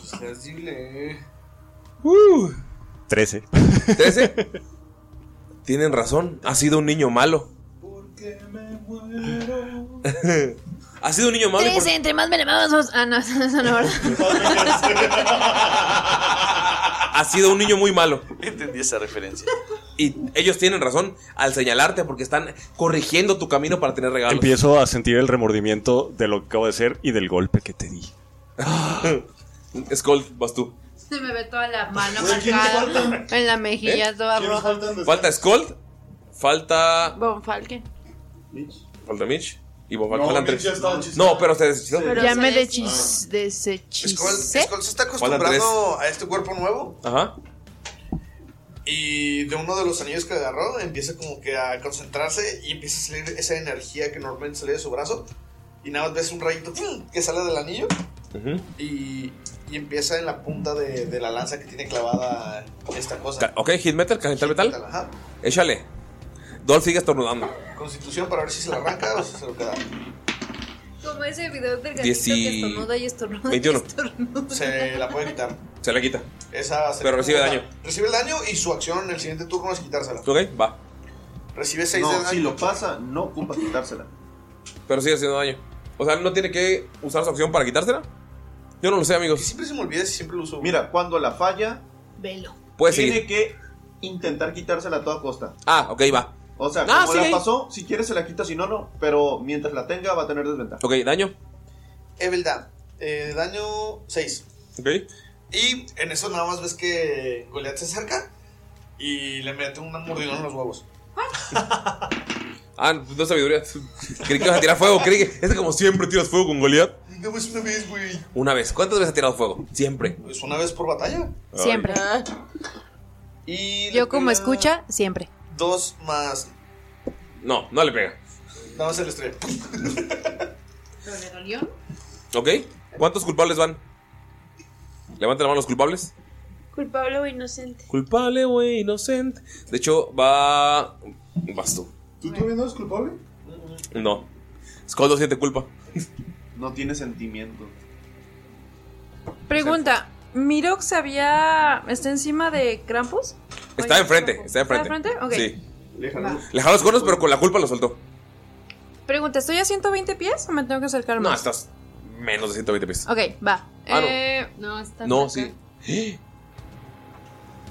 Pues, Sensible.
13.
13. Tienen razón. Ha sido un niño malo. *laughs* ha sido un niño malo. y por-
Tres, entre más me le mamas más- Ah, no, *laughs* eso no,
Ha sido un niño muy malo.
Entendí esa referencia.
Y ellos tienen razón al señalarte porque están corrigiendo tu camino para tener regalos. *laughs*
Empiezo a sentir el remordimiento de lo que acabo de hacer y del golpe que te di.
Skull, vas tú.
Se me ve toda la mano
Güey, ¿quién marcada,
marcada. En la mejilla toda roja.
¿Eh? Falta Skull. Falta.
Von Falken.
Falta Mitch. Y vos
No,
faltan
Mitch
tres.
ya está hechizado.
No, pero se deshechizó.
ya me deshis-
Skull,
desechicé.
Skull se está
Faltan tres.
acostumbrando a este cuerpo nuevo
Ajá.
y de uno de los anillos que agarró empieza como que a concentrarse y empieza a salir esa energía que normalmente sale de su brazo y nada más ves un rayito ¡pum! que sale del anillo y, y empieza en la punta de, de la lanza que tiene clavada esta cosa.
Ca- Ok, hit metal, calentar metal.
Ajá.
Échale. Dolph
*laughs*
sigue estornudando.
Constitución para ver si se la arranca o si se lo queda.
Como ese video del gatito
Dieci-
que estornuda y estornuda.
21.
Se la puede quitar.
Se la quita.
Esa se-
Pero recibe daño.
Recibe el daño y su acción en el siguiente turno es quitársela.
Ok, va.
Recibe 6
no,
de daño.
Si lo pasa, no ocupa quitársela.
Pero sigue haciendo daño. O sea, no tiene que usar su opción para quitársela. Yo no lo sé, amigos.
Siempre se me olvida si siempre lo uso.
Mira, cuando la falla,
Velo.
Puede
tiene
seguir.
que intentar quitársela a toda costa.
Ah, ok, va.
O sea,
Ah,
como
sí.
la pasó, si quiere se la quita, si no, no. Pero mientras la tenga, va a tener desventaja.
Ok, daño.
Evil Dam. Eh, daño 6.
Ok.
Y en eso nada más ves que Goliath se acerca y le mete una mordidón en los huevos.
Ah, no sabiduría. Creí que ibas a tirar fuego. Creí que. Es que como siempre tiras fuego con Goliath.
Digamos una vez, güey.
Una vez. ¿Cuántas veces ha tirado fuego? Siempre.
Pues una vez por batalla.
Siempre.
Y le
Yo como
pega
escucha, siempre.
Dos más.
No, no le pega.
Nada más el estrella.
¿Le dolió?
¿Ok? ¿Cuántos culpables van? Levanten la mano los culpables.
Culpable o inocente.
Culpable o inocente. De hecho, va. Vas tú.
¿Tú todavía no eres culpable?
No. Skull no siente culpa.
No tiene sentimiento.
Pregunta, ¿Mirox había... está encima de Krampus?
Está enfrente,
¿Está
está enfrente.
enfrente? Ok.
Sí.
Le
Va.
jaló los cuernos, pero con la culpa lo soltó.
Pregunta, ¿estoy a 120 pies o me tengo que acercar
No,
más?
estás menos de 120 pies.
Ok, va.
Ah, no.
Eh, no, está
No, sí.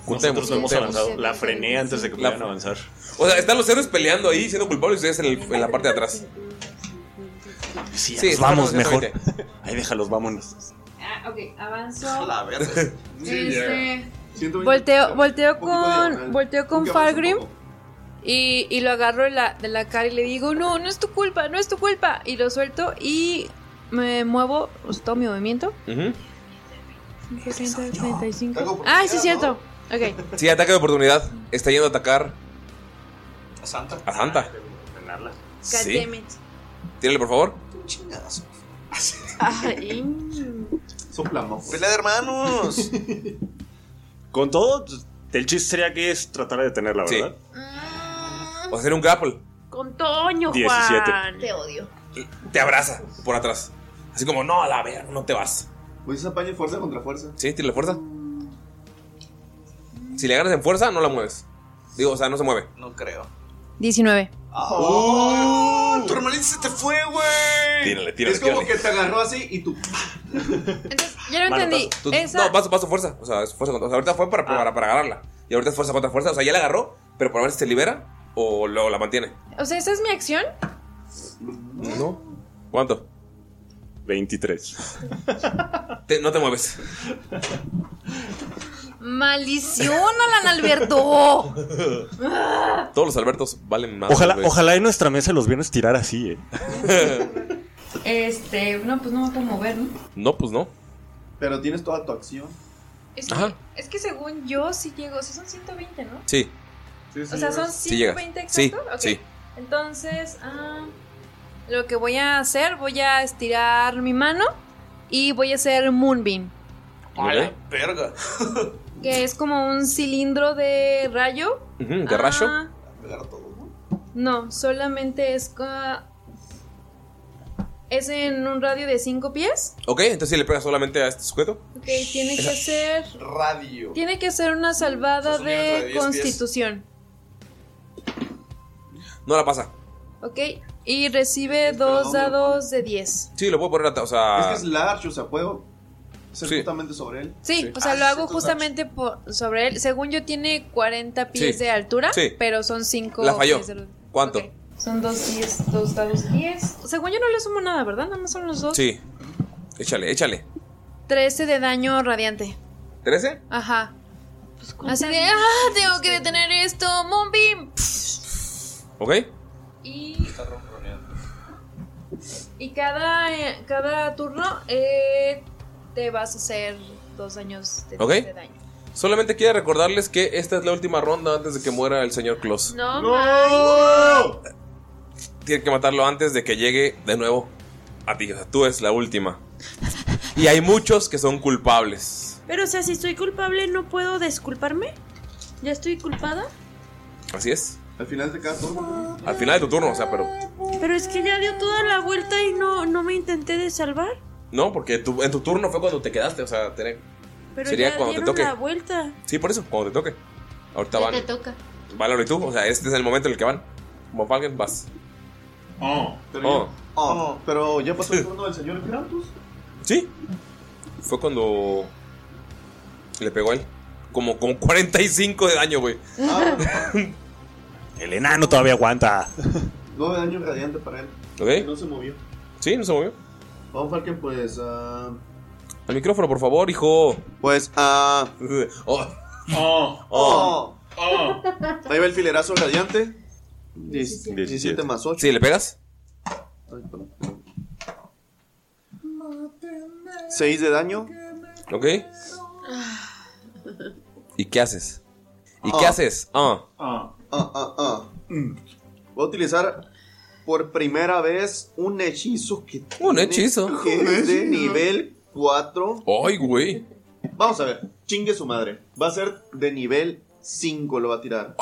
Contemos,
Nosotros no hemos
contemos.
avanzado. La frené antes de que
La-
pudieran avanzar.
O sea, están los héroes peleando ahí, siendo culpables, y ustedes en, el- en la parte de atrás.
Sí,
Sí,
nos vamos
estamos
mejor. Ahí déjalos, vámonos.
Ah, ok, avanzo.
*laughs*
Este,
120.
Volteo, volteo
poquito diagonal.
con, volteo con
Aunque avanza un
Fargrim y, y lo agarro de la, de la cara y le digo, no, no es tu culpa, no es tu culpa. Y lo suelto y me muevo, o sea, todo mi movimiento. Ah, sí, es cierto. Ok.
*laughs* Sí, ataque de oportunidad. Está yendo a atacar
A Santa.
a
Ah,
Santa. Sí. Tírale, por favor.
Chingadas.
Soplamos.
*laughs*
Pues,
Pelea de hermanos.
Con todo, el chiste sería que es tratar de detenerla, ¿verdad?
O hacer un grapple.
Con Toño, Juan.
17.
Te odio.
Te abraza por atrás. Así como, no, a la verga, no te vas.
Pues es apaño fuerza contra fuerza.
Sí, tírale fuerza. Si le ganas en fuerza, no la mueves. Digo, o sea, no se mueve.
No creo.
19.
Ah.
Oh,
Uh.
Tu hermanito se te fue, güey.
Tírale, tírale,
Es como
tírale.
que te agarró así y tú.
Ya lo entendí.
Manotazo. Tú-
Esa- Ah.
No, vas, vas a fuerza. O sea, es fuerza contra. o sea, ahorita fue para, para, para agarrarla. Y ahorita es fuerza contra fuerza. O sea, ya la agarró, pero para ver si se libera o lo, la mantiene.
O sea, ¿esa es mi acción?
¿No? ¿Cuánto? 23. no *laughs* te mueves.
Maldición, Alan Alberto.
*laughs* Todos los Albertos valen más.
Ojalá,
güey.
ojalá en nuestra mesa los viernes tirar así, eh.
*laughs*
Este, no, pues no me puedo mover, ¿no?
no, pues no.
Pero tienes toda tu acción.
Es que,
Ajá.
es que según yo sí llego, o sea, son 120, ¿no?
Sí.
o sea, son
Sí llegas.
120
Sí,
exactos. Ok.
sí.
Entonces, ah, lo que voy a hacer, voy a estirar mi mano y voy a hacer Moonbeam,
A la verga.
que es como un cilindro de rayo.
Ujú, ¿De rayo?
Ah, no, solamente es ca- es en un radio de 5 pies.
Ok, entonces si le pegas solamente a este sujeto.
Ok, tiene que
Esa-
ser
Radio.
tiene que ser una salvada
un nivel de
de
10 pies.
constitución.
No la pasa.
Ok, y recibe dos dados de 10.
Sí, lo puedo poner atrás. O sea.
Es que es large, o sea, puedo ser
Sí.
justamente sobre él. Ah,
Sí, o
Ah,
sea, lo hago justamente por, sobre él. Según yo, tiene 40 pies
Sí.
de altura,
Sí.
pero son 5
La falló.
pies de-
¿Cuánto?
Son dos, diez, dos dados 10. Según yo, no le sumo nada, ¿verdad? Nada más son los dos.
Sí. Échale, échale.
13 de daño radiante.
¿13?
Ajá. Así de, ah, tengo que detener esto, Moonbeam.
¿Ok?
Y, y cada, eh, cada turno eh, te vas a hacer dos daños de,
¿Ok?
de daño.
Solamente quiero recordarles que esta es la última ronda antes de que muera el señor Claus.
No,
Tienen que matarlo antes de que llegue de nuevo a ti. O sea, tú es la última. Y hay muchos que son culpables.
Pero, o sea, si estoy culpable, ¿no puedo disculparme? ¿Ya estoy culpada?
Así es.
Al final de cada turno.
Al final de tu turno, o sea, pero.
Pero es que ya dio toda la vuelta y no, no me intenté de salvar.
No, porque tu- en tu turno fue cuando te quedaste. O sea, tener-
Pero
Sería
ya
cuando te
dieron
toque.
la vuelta.
sí, por eso, cuando te toque. Ahorita
Ya
van.
te toca.
Valor y tú. O sea, este es el momento en el que van. Von Falken, vas.
Oh, pero,
Oh.
Ya, oh, pero ya pasó el *laughs* turno
Oh.
del señor Krampus.
*laughs* Sí. Fue cuando le pegó a él. Como con 45 de daño, güey.
Ah, *laughs*
El enano todavía aguanta.
9 daño radiante para él.
*laughs* ¿Ok?
No se movió.
Sí, no se movió.
Von Falken, pues. ah,
Al micrófono, por favor, hijo.
Pues, ah.
Oh.
Oh,
Oh.
*laughs*
Ahí va el filerazo radiante. 17 más 8.
¿Sí, le pegas?
Ay, perdón. 6 de daño.
¿Ok? ¿Y qué haces? ¿Y qué
Ah.
haces? Ah. Mm.
Ah, ah, ah. Voy a utilizar por primera vez un hechizo que
Un
tiene-
hechizo.
que
Un
es de
hechizo.
nivel 4.
Ay, güey.
Vamos a ver, chingue su madre. Va a ser de nivel 5, lo va a tirar.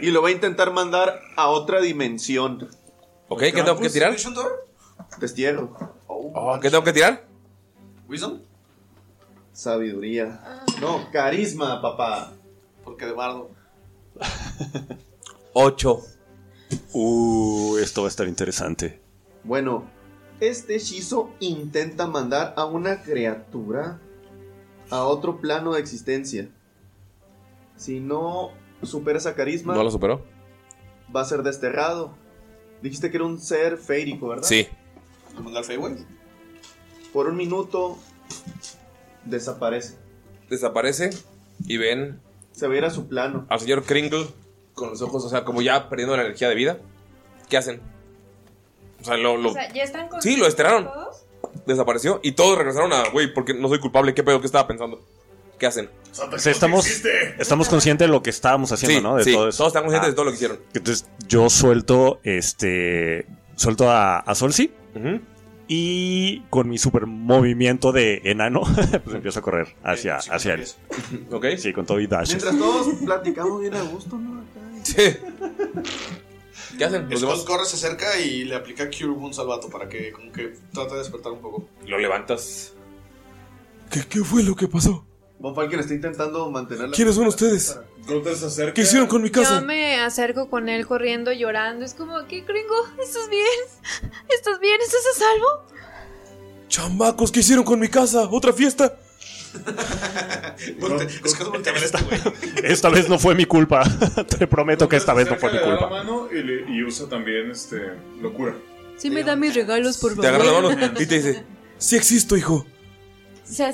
Y lo va a intentar mandar a otra dimensión.
Ok, ¿qué tengo
Pues,
que tirar? Ah,
Destierro. Oh,
¿Qué tengo que tirar?
¿Wisdom? Sabiduría. No, carisma, papá. Porque de bardo.
8.
Uh, esto va a estar interesante.
Bueno, este hechizo intenta mandar a una criatura a otro plano de existencia. Si no supera esa carisma,
¿No lo superó?
va a ser desterrado. Dijiste que era un ser feérico, ¿verdad?
Sí.
¿Mandar Feywild? Por un minuto desaparece.
Desaparece y ven
Se va a ir a su plano.
al señor Kringle con los ojos, o sea, como ya perdiendo la energía de vida. ¿Qué hacen? O sea, lo, lo-
O sea, ya están con.
Sí, lo estrenaron.
todos?
desapareció y todos regresaron a, güey, porque no soy culpable, qué pedo que estaba pensando. ¿Qué hacen?
O sea, estamos, estamos conscientes de lo que estábamos haciendo,
Sí,
¿no? De
sí,
todo eso.
todos están conscientes
Ah.
de todo lo que hicieron.
Entonces yo suelto este suelto a, a Solsi y con mi super movimiento de enano *laughs* pues empiezo a correr hacia, hacia él.
*laughs* ¿Ok?
Sí, con todo y dash.
Mientras todos platicamos bien a gusto, ¿no?
¿Qué hacen?
Los demás corre, se acerca y le aplica Cure Wounds al vato para que como que trate de despertar un poco.
Lo levantas.
¿Qué, fue lo que pasó?
Von Falken está intentando mantener la...
¿Quiénes son ustedes?
¿Qué hicieron
con mi
Yo me acerco con él corriendo, llorando. Es como, ¿qué gringo? ¿Estás bien? ¿Estás bien? ¿Estás a salvo?
Chamacos, ¿qué hicieron con mi casa? ¿Otra fiesta? Volte- es que voltea a ver a este güey.
*laughs* *laughs* Esta vez no fue mi culpa. *laughs* Te prometo que esta vez no fue mi
le da la
culpa.
mano y, le- y usa también este, locura.
Sí, me da mis regalos, por favor.
Te agarra la mano.
Y te dice:
Sí existo, hijo.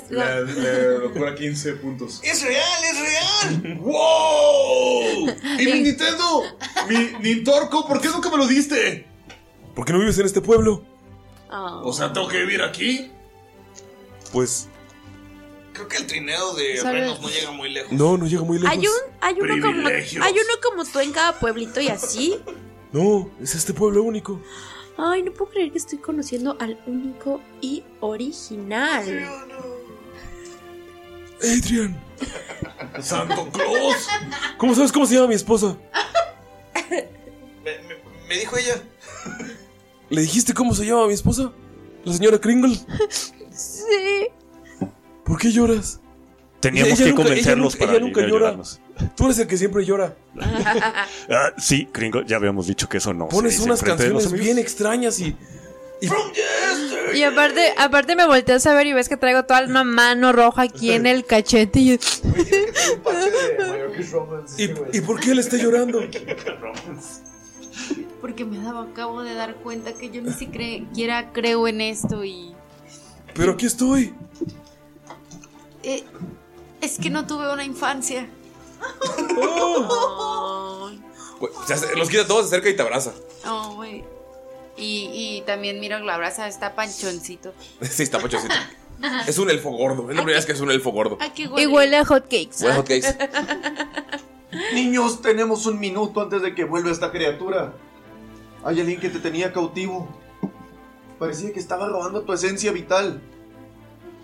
Le, le locura 15 puntos.
¡Es real, es real!
¡Wow! ¡Oh! *laughs* ¡Y mi Nintendo! ¡Mi Nintorco! ¿Por qué nunca me lo diste?
¿Por qué no vives en este pueblo?
O sea, tengo que vivir aquí.
Pues
Creo que el trineo de
Sale-
Renos no llega muy lejos.
no, no llega muy lejos.
Hay un, hay uno como,
Privilegios.
hay uno como tú en cada pueblito y así.
No, es este pueblo único.
Ay, no puedo creer que estoy conociendo al único y original.
Adrian.
¡Santo
Claus! ¿Cómo sabes cómo se llama mi esposa?
Me dijo ella.
¿Le dijiste cómo se llama mi esposa? ¿La señora
*laughs*
Kringle?
Sí.
¿Por qué lloras?
Teníamos
Ella
que
nunca-
convencerlos
ella nunca-
para
ella nunca
liberarnos.
llora. Tú eres el que siempre llora.
Ah, sí, gringo, ya habíamos dicho que eso no. se
Pones
dice
unas
enfrente de los
canciones bien extrañas y
Y aparte, aparte me volteas a ver y ves que traigo toda la mano roja aquí en el cachete. Y...
¿Y por qué él está llorando?
Porque me daba, acabo de dar cuenta que yo ni siquiera creo en esto y.
Pero aquí estoy.
eh, es que no tuve una infancia.
Güey, Pues, se hace- los quita todos de cerca y te abraza. *laughs*
Oh, güey. Y, y también mira la brasa, está panchoncito.
Sí, está pachocito. Es un elfo gordo. Es la primera vez que es un elfo gordo.
Ah,
Y huele a hotcakes. ¿ah?
Huele a hotcakes.
Niños, tenemos un minuto antes de que vuelva esta criatura. Hay alguien que te tenía cautivo. Parecía que estaba robando tu esencia vital.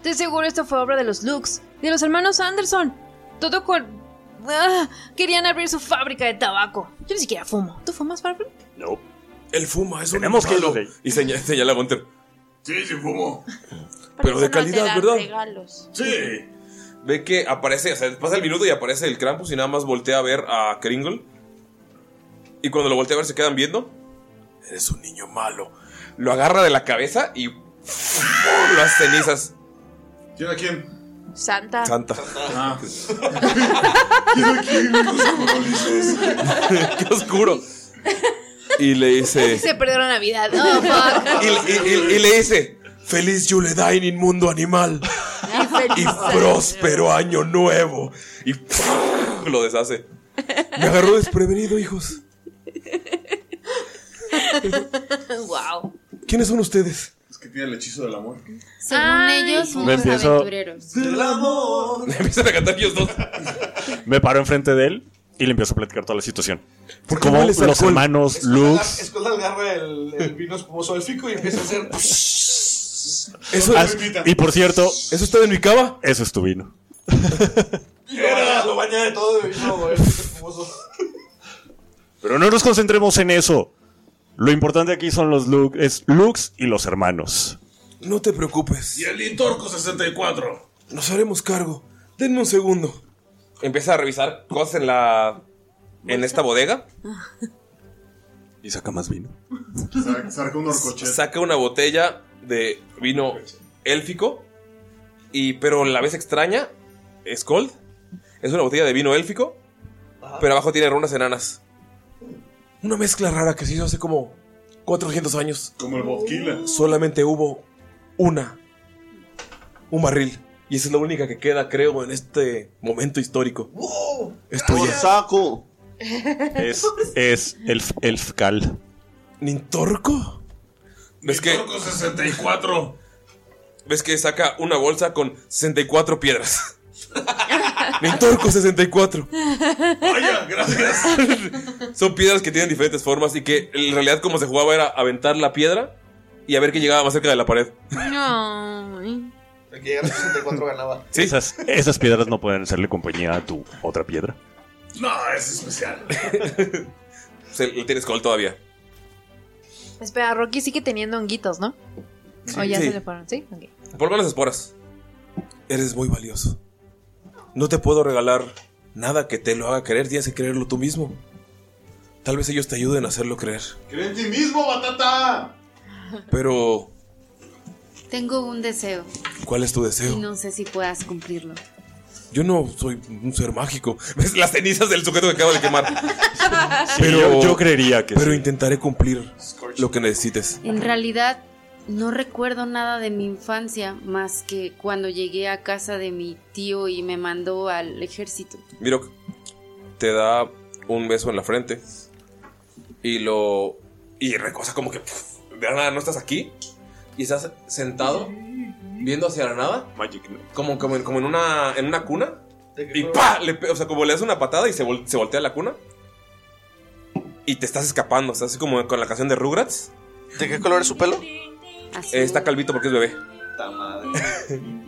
De seguro esto fue obra de los Lux, de los hermanos Anderson. Todo con... Ah, querían abrir su fábrica de tabaco. Yo ni siquiera fumo. ¿Tú fumas, Barbara?
No.
Él fuma, es un
Tenemos que
malo.
irnos
Y señala, señala a Gunter.
Sí, sí fumo.
Pero de
Eso no te
calidad,
dan
¿verdad?
regalos.
Sí.
Ve que aparece, o sea, pasa el minuto y aparece el Krampus y nada más voltea a ver a Kringle. Y cuando lo voltea a ver se quedan viendo. Eres un niño malo. Lo agarra de la cabeza y *laughs* ¡fum! las cenizas.
¿Quién a quién?
*laughs*
Santa.
Santa.
Ah.
*laughs* Qué oscuro. Y le dice.
Se perdió la Navidad. Oh, fuck.
Y, y- y- y le dice: Feliz Yuledain, inmundo animal. Y próspero año nuevo. Y *laughs* ¡pum! lo deshace.
Me agarró desprevenido, hijos.
wow.
¿Quiénes son ustedes?
Es que tiene el hechizo del amor.
Ah,
Según ellos, somos
Me empiezo-
*laughs*
aventureros.
Del amor.
Empiezan a cantar ellos dos.
Me paro enfrente de él y le empiezo a platicar toda la situación.
¿Por
qué
Como
hueles
los
a alcohol?
hermanos Lux.
Escuela agarra el, el vino espumoso del fico y empieza a hacer.
Eso
As- y por cierto. ¿Eso
está en mi cava?
Eso es tu vino. *laughs*
Lo baña, lo baña de todo de vino, el espumoso.
Pero no nos concentremos en eso. Lo importante aquí son los Lux, es Lux y los hermanos.
No te preocupes.
Y el Intorco 64.
Nos haremos cargo. Denme un segundo. Empieza a revisar cosas en la. en esta bodega.
Y saca más vino.
Sa- Saca un horcochet.
Saca una botella de vino élfico. Y, pero la vez extraña, es cold. Es una botella de vino élfico. Pero abajo tiene runas enanas. Una mezcla rara que se hizo hace como 400 años.
Como el vodka.
Solamente hubo una. Un barril. Y esa es la única que queda, creo, en este momento histórico. Es tuya.
saco!
*laughs*
Es, es elf, Elfcal.
¿Nintorco? ¿Ves que,
64.
ves que saca una bolsa con
*laughs*
64 piedras. Nintorco 64.
Vaya, gracias.
Son piedras que tienen diferentes formas y que en realidad como se jugaba era aventar la piedra y a ver qué llegaba más cerca de la pared.
No.
El que llegara a 64 ganaba.
Esas, esas piedras no pueden hacerle compañía a tu otra piedra.
No, es especial.
Se, le tienes col todavía.
Espera, Rocky sigue teniendo honguitos, ¿no? o ya
sí.
se le fueron, ¿sí? Ok.
Por con las esporas. Eres muy valioso. No te puedo regalar nada que te lo haga creer, tienes que creerlo tú mismo. Tal vez ellos te ayuden a hacerlo creer.
Cree en ti mismo, batata.
Pero,
Tengo un deseo
¿cuál es tu
y
deseo?
no sé si puedas cumplirlo.
Yo no soy un ser mágico. *laughs* ¿Ves las cenizas del sujeto que acabo de quemar?
yo- yo creería que
Pero intentaré cumplir lo que necesites.
En realidad, no recuerdo nada de mi infancia más que cuando llegué a casa de mi tío y me mandó al ejército.
Mirok te da un beso en la frente y lo. Y recosa como que. puf, de la nada, no estás aquí y estás sentado viendo hacia la nada. Como, como, en- como en, una, en una cuna. Y ¡pa! Le pe- o sea, como le das una patada y se, vol- se voltea la cuna. Y te estás escapando. Estás así como con la canción de Rugrats.
¿De qué color es su pelo?
Eh, está calvito porque es bebé.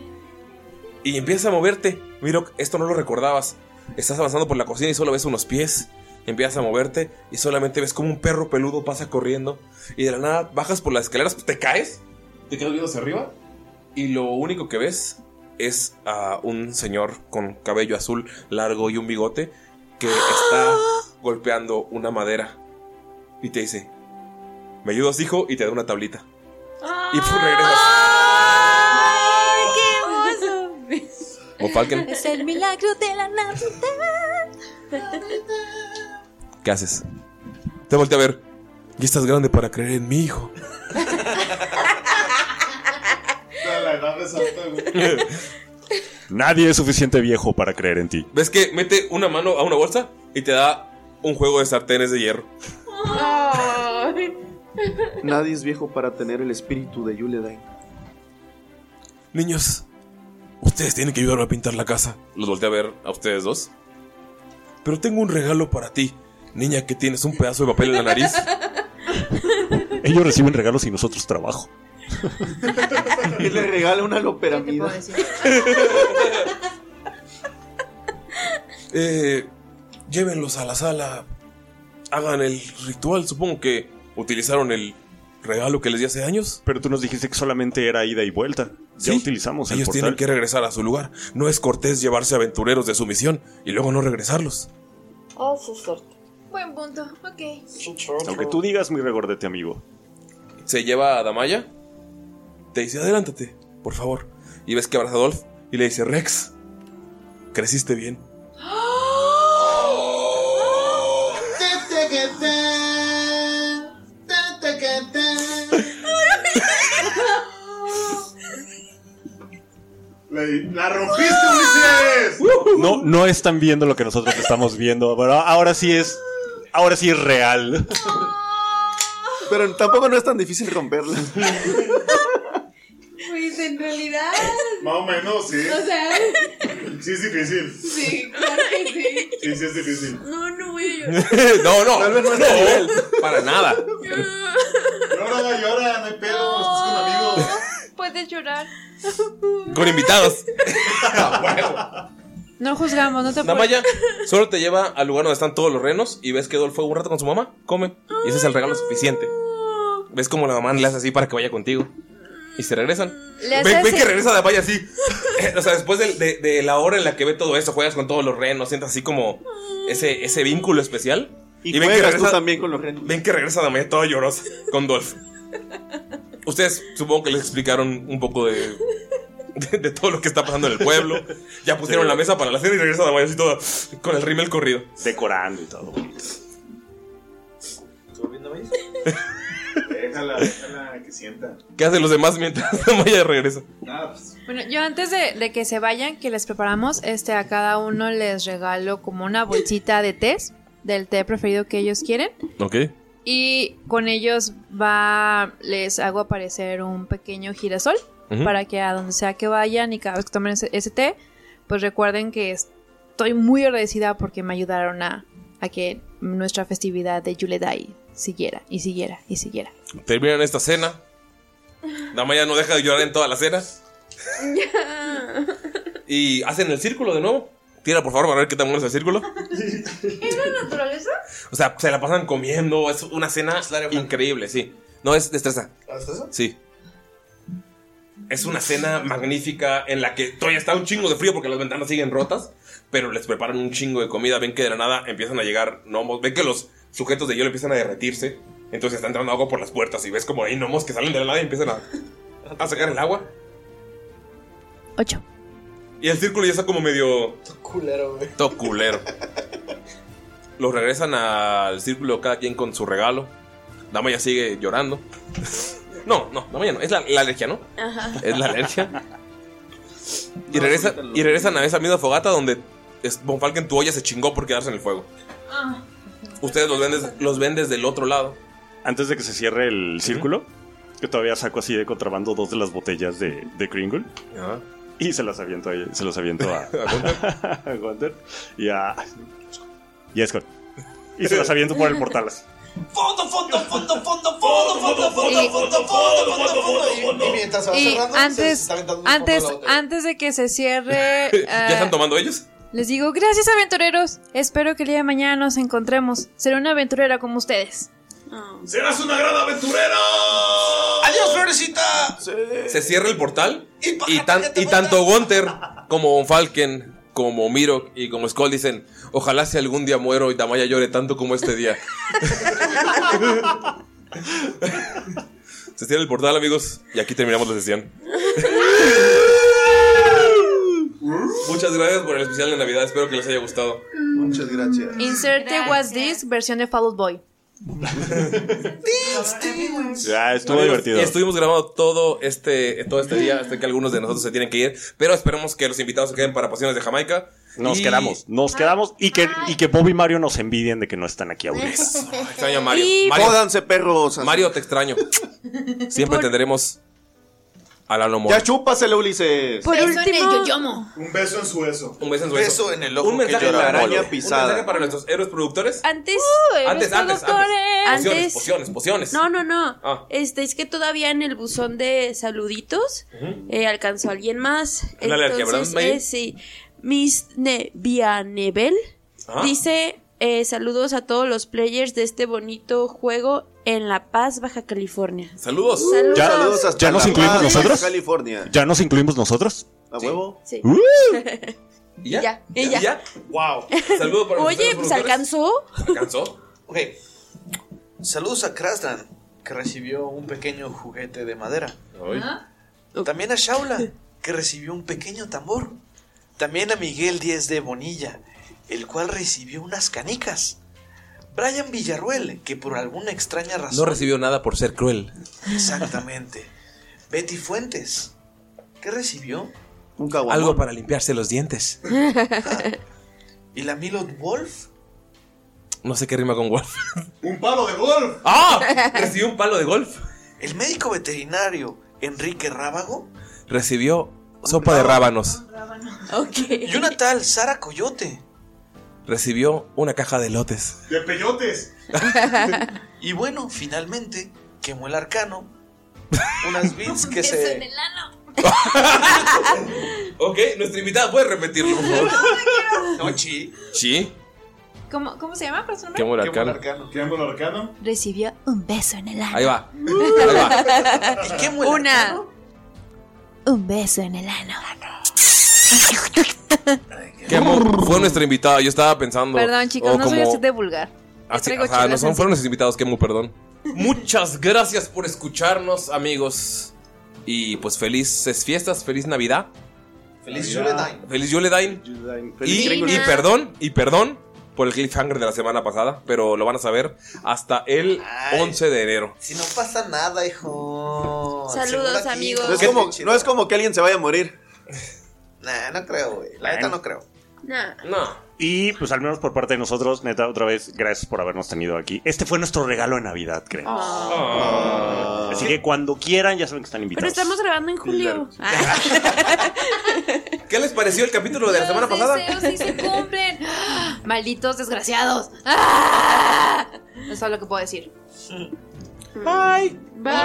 *laughs* y empiezas a moverte. Miro, esto no lo recordabas. Estás avanzando por la cocina y solo ves unos pies. Empiezas a moverte y solamente ves como un perro peludo pasa corriendo. Y de la nada bajas por las escaleras, te caes, te quedas viendo hacia arriba. Y lo único que ves es a un señor con cabello azul largo y un bigote que está golpeando una madera. Y te dice, ¿me ayudas, hijo? Y te da una tablita. Y pues regresas.
¡Ay, qué hermoso!
O Falken,
*laughs* Es el milagro de la Navidad.
¿qué haces? Te volteé a ver. Y estás grande para creer en mi hijo.
A La edad de Santa, güey.
Nadie es suficiente viejo para creer en ti.
¿Ves que mete una mano a una bolsa y te da un juego de sartenes de hierro?
Nadie es viejo para tener el espíritu de Yuledine.
*laughs* Niños, ustedes tienen que ayudarme a pintar la casa. Los volteé a ver a ustedes dos. Pero tengo un regalo para ti, niña que tienes un pedazo de papel en
*laughs*
la nariz.
Ellos reciben regalos y nosotros trabajo.
Y le regala una loperamida.
Eh, llévenlos a la sala. Hagan el ritual. Supongo que utilizaron el regalo que les di hace años.
Pero tú nos dijiste que solamente era ida y vuelta. Ya utilizamos el
Ellos tienen
portal.
que regresar a su lugar. No es cortés llevarse aventureros de su misión y luego no regresarlos.
Ah,
Oh, su suerte. Buen punto, ok.
Aunque tú digas mi regordete, amigo.
Se lleva a Damaya. Te dice, adelántate, por favor. Y ves que abraza a Dolph y le dice, Rex, creciste bien.
Le- ¡La rompiste, Ulises!
No, no están viendo lo que nosotros estamos viendo, pero ahora sí es. Ahora sí es real.
Pero tampoco no es tan difícil romperla.
Pues en realidad.
Más o menos, sí.
O sea,
Sí es difícil.
sí, claro que sí.
Sí, sí es difícil.
No, no voy a llorar.
*laughs* no, no.
Tal vez no es
no,
tu nivel.
Para nada.
Llora, llora, no hay pedo. Estás con amigos.
*laughs* Puedes llorar.
Con invitados.
No juzgamos, no te
Namaya
preocupes.
solo te lleva al lugar donde están todos los renos y ves que Dolfo un rato con su mamá, come. Y ese es el regalo suficiente. Ves como la mamá le hace así para que vaya contigo. Y se regresan.
Le
Ven,
haces-
ven que regresa Namaya así. *laughs* o sea, después del- de, de la hora en la que ve todo eso, juegas con todos los renos, sientas así como ese, ese vínculo especial. Y, ven, que
juegas tú
regresa,
también con los renos.
ven que regresa Namaya toda llorosa con Dolph. Ustedes supongo que les explicaron un poco de, de, de todo lo que está pasando en el pueblo. Ya pusieron la mesa para la cena y regresa Damaya así toda con el rímel corrido. Decorando y todo.
Déjala, déjala que sienta.
¿Qué hacen los demás mientras *laughs* Damaya regresa?
Nada, pues.
Bueno, yo antes de, de que se vayan, que les preparamos, este, a cada uno les regalo como una bolsita de tés, del té preferido que ellos quieren.
Ok.
Y con ellos va, les hago aparecer un pequeño girasol
Ujú.
para que a donde sea que vayan y cada vez que tomen ese, ese té, pues recuerden que estoy muy agradecida porque me ayudaron a, a que nuestra festividad de Yuledai siguiera y siguiera y siguiera.
Terminan esta cena. Damaya no deja de llorar en toda la cena. Y hacen el círculo de nuevo. Tira, por favor, para ver qué tan bueno es el círculo.
¿Es la naturaleza?
O sea, se la pasan comiendo. Es una cena increíble, sí. No, es destreza. Sí. Es una cena magnífica en la que todavía está un chingo de frío porque las ventanas siguen rotas, pero les preparan un chingo de comida. Ven que de la nada empiezan a llegar gnomos. Ven que los sujetos de hielo empiezan a derretirse. Entonces está entrando agua por las puertas y ves como hay gnomos que salen de la nada y empiezan a, a sacar el agua.
Ocho.
Y el círculo ya está como medio
Culero, güey.
todo culero. Los regresan al círculo, cada quien con su regalo. Damaya sigue llorando. No, no, Damaya no. Es la, la alergia, ¿no?
Ajá.
Es la alergia. Y, regresa- y regresan a esa misma fogata donde es- Von Falken, tu olla se chingó por quedarse en el fuego.
Ah.
Ustedes los ven, des- los ven desde el otro lado.
Antes de que se cierre el círculo, que todavía saco así de contrabando dos de las botellas de, de Kringle. Y se las aviento a, ella- se los aviento
*laughs*
a, a Gunther y a, y a Scott. Y se las aviento por el portal. así.
Fondo, fondo, fondo, fondo, fondo, fondo, fondo,
Y-
fondo, fondo, fondo, fondo.
Y mientras se va
Y
cerrando, se
antes,
está aventando un
antes,
poco la botella.
antes de que se cierre,
*laughs* ¿Ya
eh,
están tomando ellos?
les digo gracias aventureros. Espero que el día de mañana nos encontremos. Seré una aventurera como ustedes.
Serás una gran aventurera.
¡Adiós, florecita!
Se cierra el portal y, tan- y tanto Gunther como Von Falken, como Miro y como Skull dicen, ojalá si algún día muero y Damaya llore tanto como este día. *laughs* Se cierra el portal, amigos, y aquí terminamos la sesión. Muchas gracias por el especial de Navidad, espero que les haya gustado.
Muchas gracias.
Inserte What's This versión de Fall Out Boy.
Ya, estuvo
Amigos,
divertido.
y estuvimos grabando todo este, todo este día, hasta que algunos de nosotros se tienen que ir, pero esperemos que los invitados se queden para Pasiones de Jamaica.
Nos
Y-
quedamos, nos quedamos y que, y que Bob y Mario nos envidien de que no están
*laughs*
aquí aún.
Extraño a Mario.
Y-
Mario
Jódanse, perros.
Mario, te extraño. Siempre tendremos a Lalo Mora.
Ya chúpasele, Ulises.
Por último,
Un beso en su eso.
Un beso en su
Beso
beso.
en el ojo
Un
que
mensaje
llora
de la
mole.
araña
pisada.
Un mensaje para nuestros héroes productores.
Antes,
Uh,
antes, antes, antes. Pociones,
Antes-
pociones, pociones.
No, no, no.
Ah.
Este, es que todavía en el buzón de saluditos
Ujú.
eh, alcanzó a alguien más.
Una alergia,
Entonces,
¿verdad, May?
eh, sí. Miss Nevia Nebel
Ah.
dice: eh, Saludos a todos los players de este bonito juego en La Paz, Baja California.
Saludos.
Saludos.
¿Ya,
Saludos
hasta
ya nos
La
incluimos
Paz,
nosotros?
California.
¿Ya nos incluimos nosotros?
¿A huevo?
Sí.
¡Uh!
¿Y
ya? *laughs* Y ya.
Wow. Saludos para nuestros
Oye, pues
héroes
alcanzó.
productores. ¿Alcanzó?
Ok. Saludos a Krasdan, que recibió un pequeño juguete de madera.
Ay.
También a Shaula, que recibió un pequeño tambor. También a Miguel 10 de Bonilla, el cual recibió unas canicas. Brian Villarruel, que por alguna extraña razón.
No recibió nada por ser cruel.
*laughs*
*laughs*
Exactamente. Betty Fuentes,
*laughs*
que recibió.
Algo para limpiarse los dientes.
¿Y la Milot Wolf?
No sé qué rima con golf.
¡Un palo de golf!
¡Ah! Recibió un palo de golf.
El médico veterinario Enrique Rábago
*laughs* Recibió sopa de rábanos.
y una tal Sara Coyote
Recibió una caja de lotes.
de peyotes. *laughs* y bueno, finalmente quemó el arcano.
*laughs*
Unas bits que se *laughs*
Ok, nuestra invitada, ¿puedes repetirlo, por
*laughs*
favor?
No, chi.
Sí,
*laughs* ¿Cómo, cómo se llama? personalmente?
quemó el arcano.
Triángulo arcano.
Recibió un beso en el ano.
Ahí va. *laughs*
Una.
Un beso en el ano.
Quemó. Fue nuestra invitada, yo estaba pensando.
Perdón, chicos,
o
no soy
como-
así de vulgar.
Así,
traigo
ajá, no
chelas
son,
encima.
fueron nuestros invitados, Kemu, perdón. Muchas gracias por escucharnos, amigos. Y pues felices fiestas, feliz Navidad.
Feliz Yuletide.
Feliz Yuledine.
Feliz
Y,
Kringle.
y perdón, y perdón por el cliffhanger de la semana pasada, pero lo van a saber hasta el 11 de enero.
Si no pasa nada, hijo.
Saludos,
Seguro aquí-
amigos.
No es, como, no es como que alguien se vaya a morir.
Nah, no creo, güey. La neta no creo.
Nah.
Y pues al menos por parte de nosotros, neta, otra vez, gracias por habernos tenido aquí. Este fue nuestro regalo de Navidad, creo. Así que cuando quieran, ya saben que están
Ah. Pero
invitados.
estamos grabando en julio. Ah,
¿Qué les pareció el capítulo de la semana
Los
pasada?
deseos sí se
*laughs*
cumplen. ¡Ah! Malditos desgraciados. ¡Ah! Eso es todo lo que puedo decir.
Bye.
Bye.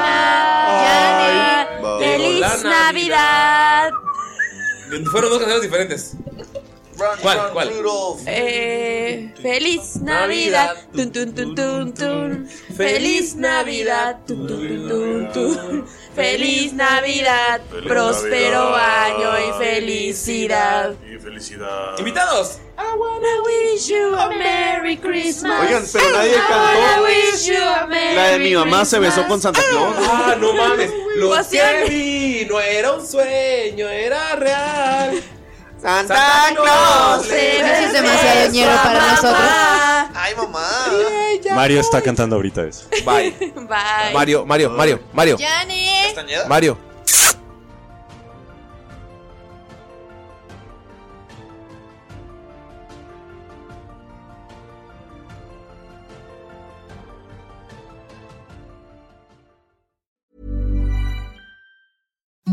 Bye.
¡Feliz
Llegó la
Navidad!
Fueron dos canciones diferentes. ¿Cuál? ¿Cuál?
Eh, ¡Feliz Navidad! Tun, tun, tun, tun, tun. ¡Feliz Navidad! Tun, tun, tun, tun, tun. ¡Feliz Navidad!
Feliz
¡Próspero
Navidad.
año y felicidad!
Y felicidad.
¡Invitados!
I wanna wish you a Merry Christmas.
Oigan, pero nadie
I wanna
cantó.
wish you a Merry
La de mi mamá se besó con Santa Claus.
Ah,
*laughs*
no mames. Lo
Pasión.
que vi no era un sueño, era real.
Santa,
Claus
Ese es
demasiado ñero para nosotros.
Ay, mamá.
Mario está cantando ahorita eso.
Bye.
*laughs* Bye.
Mario, Mario, Mario, Mario. Mario.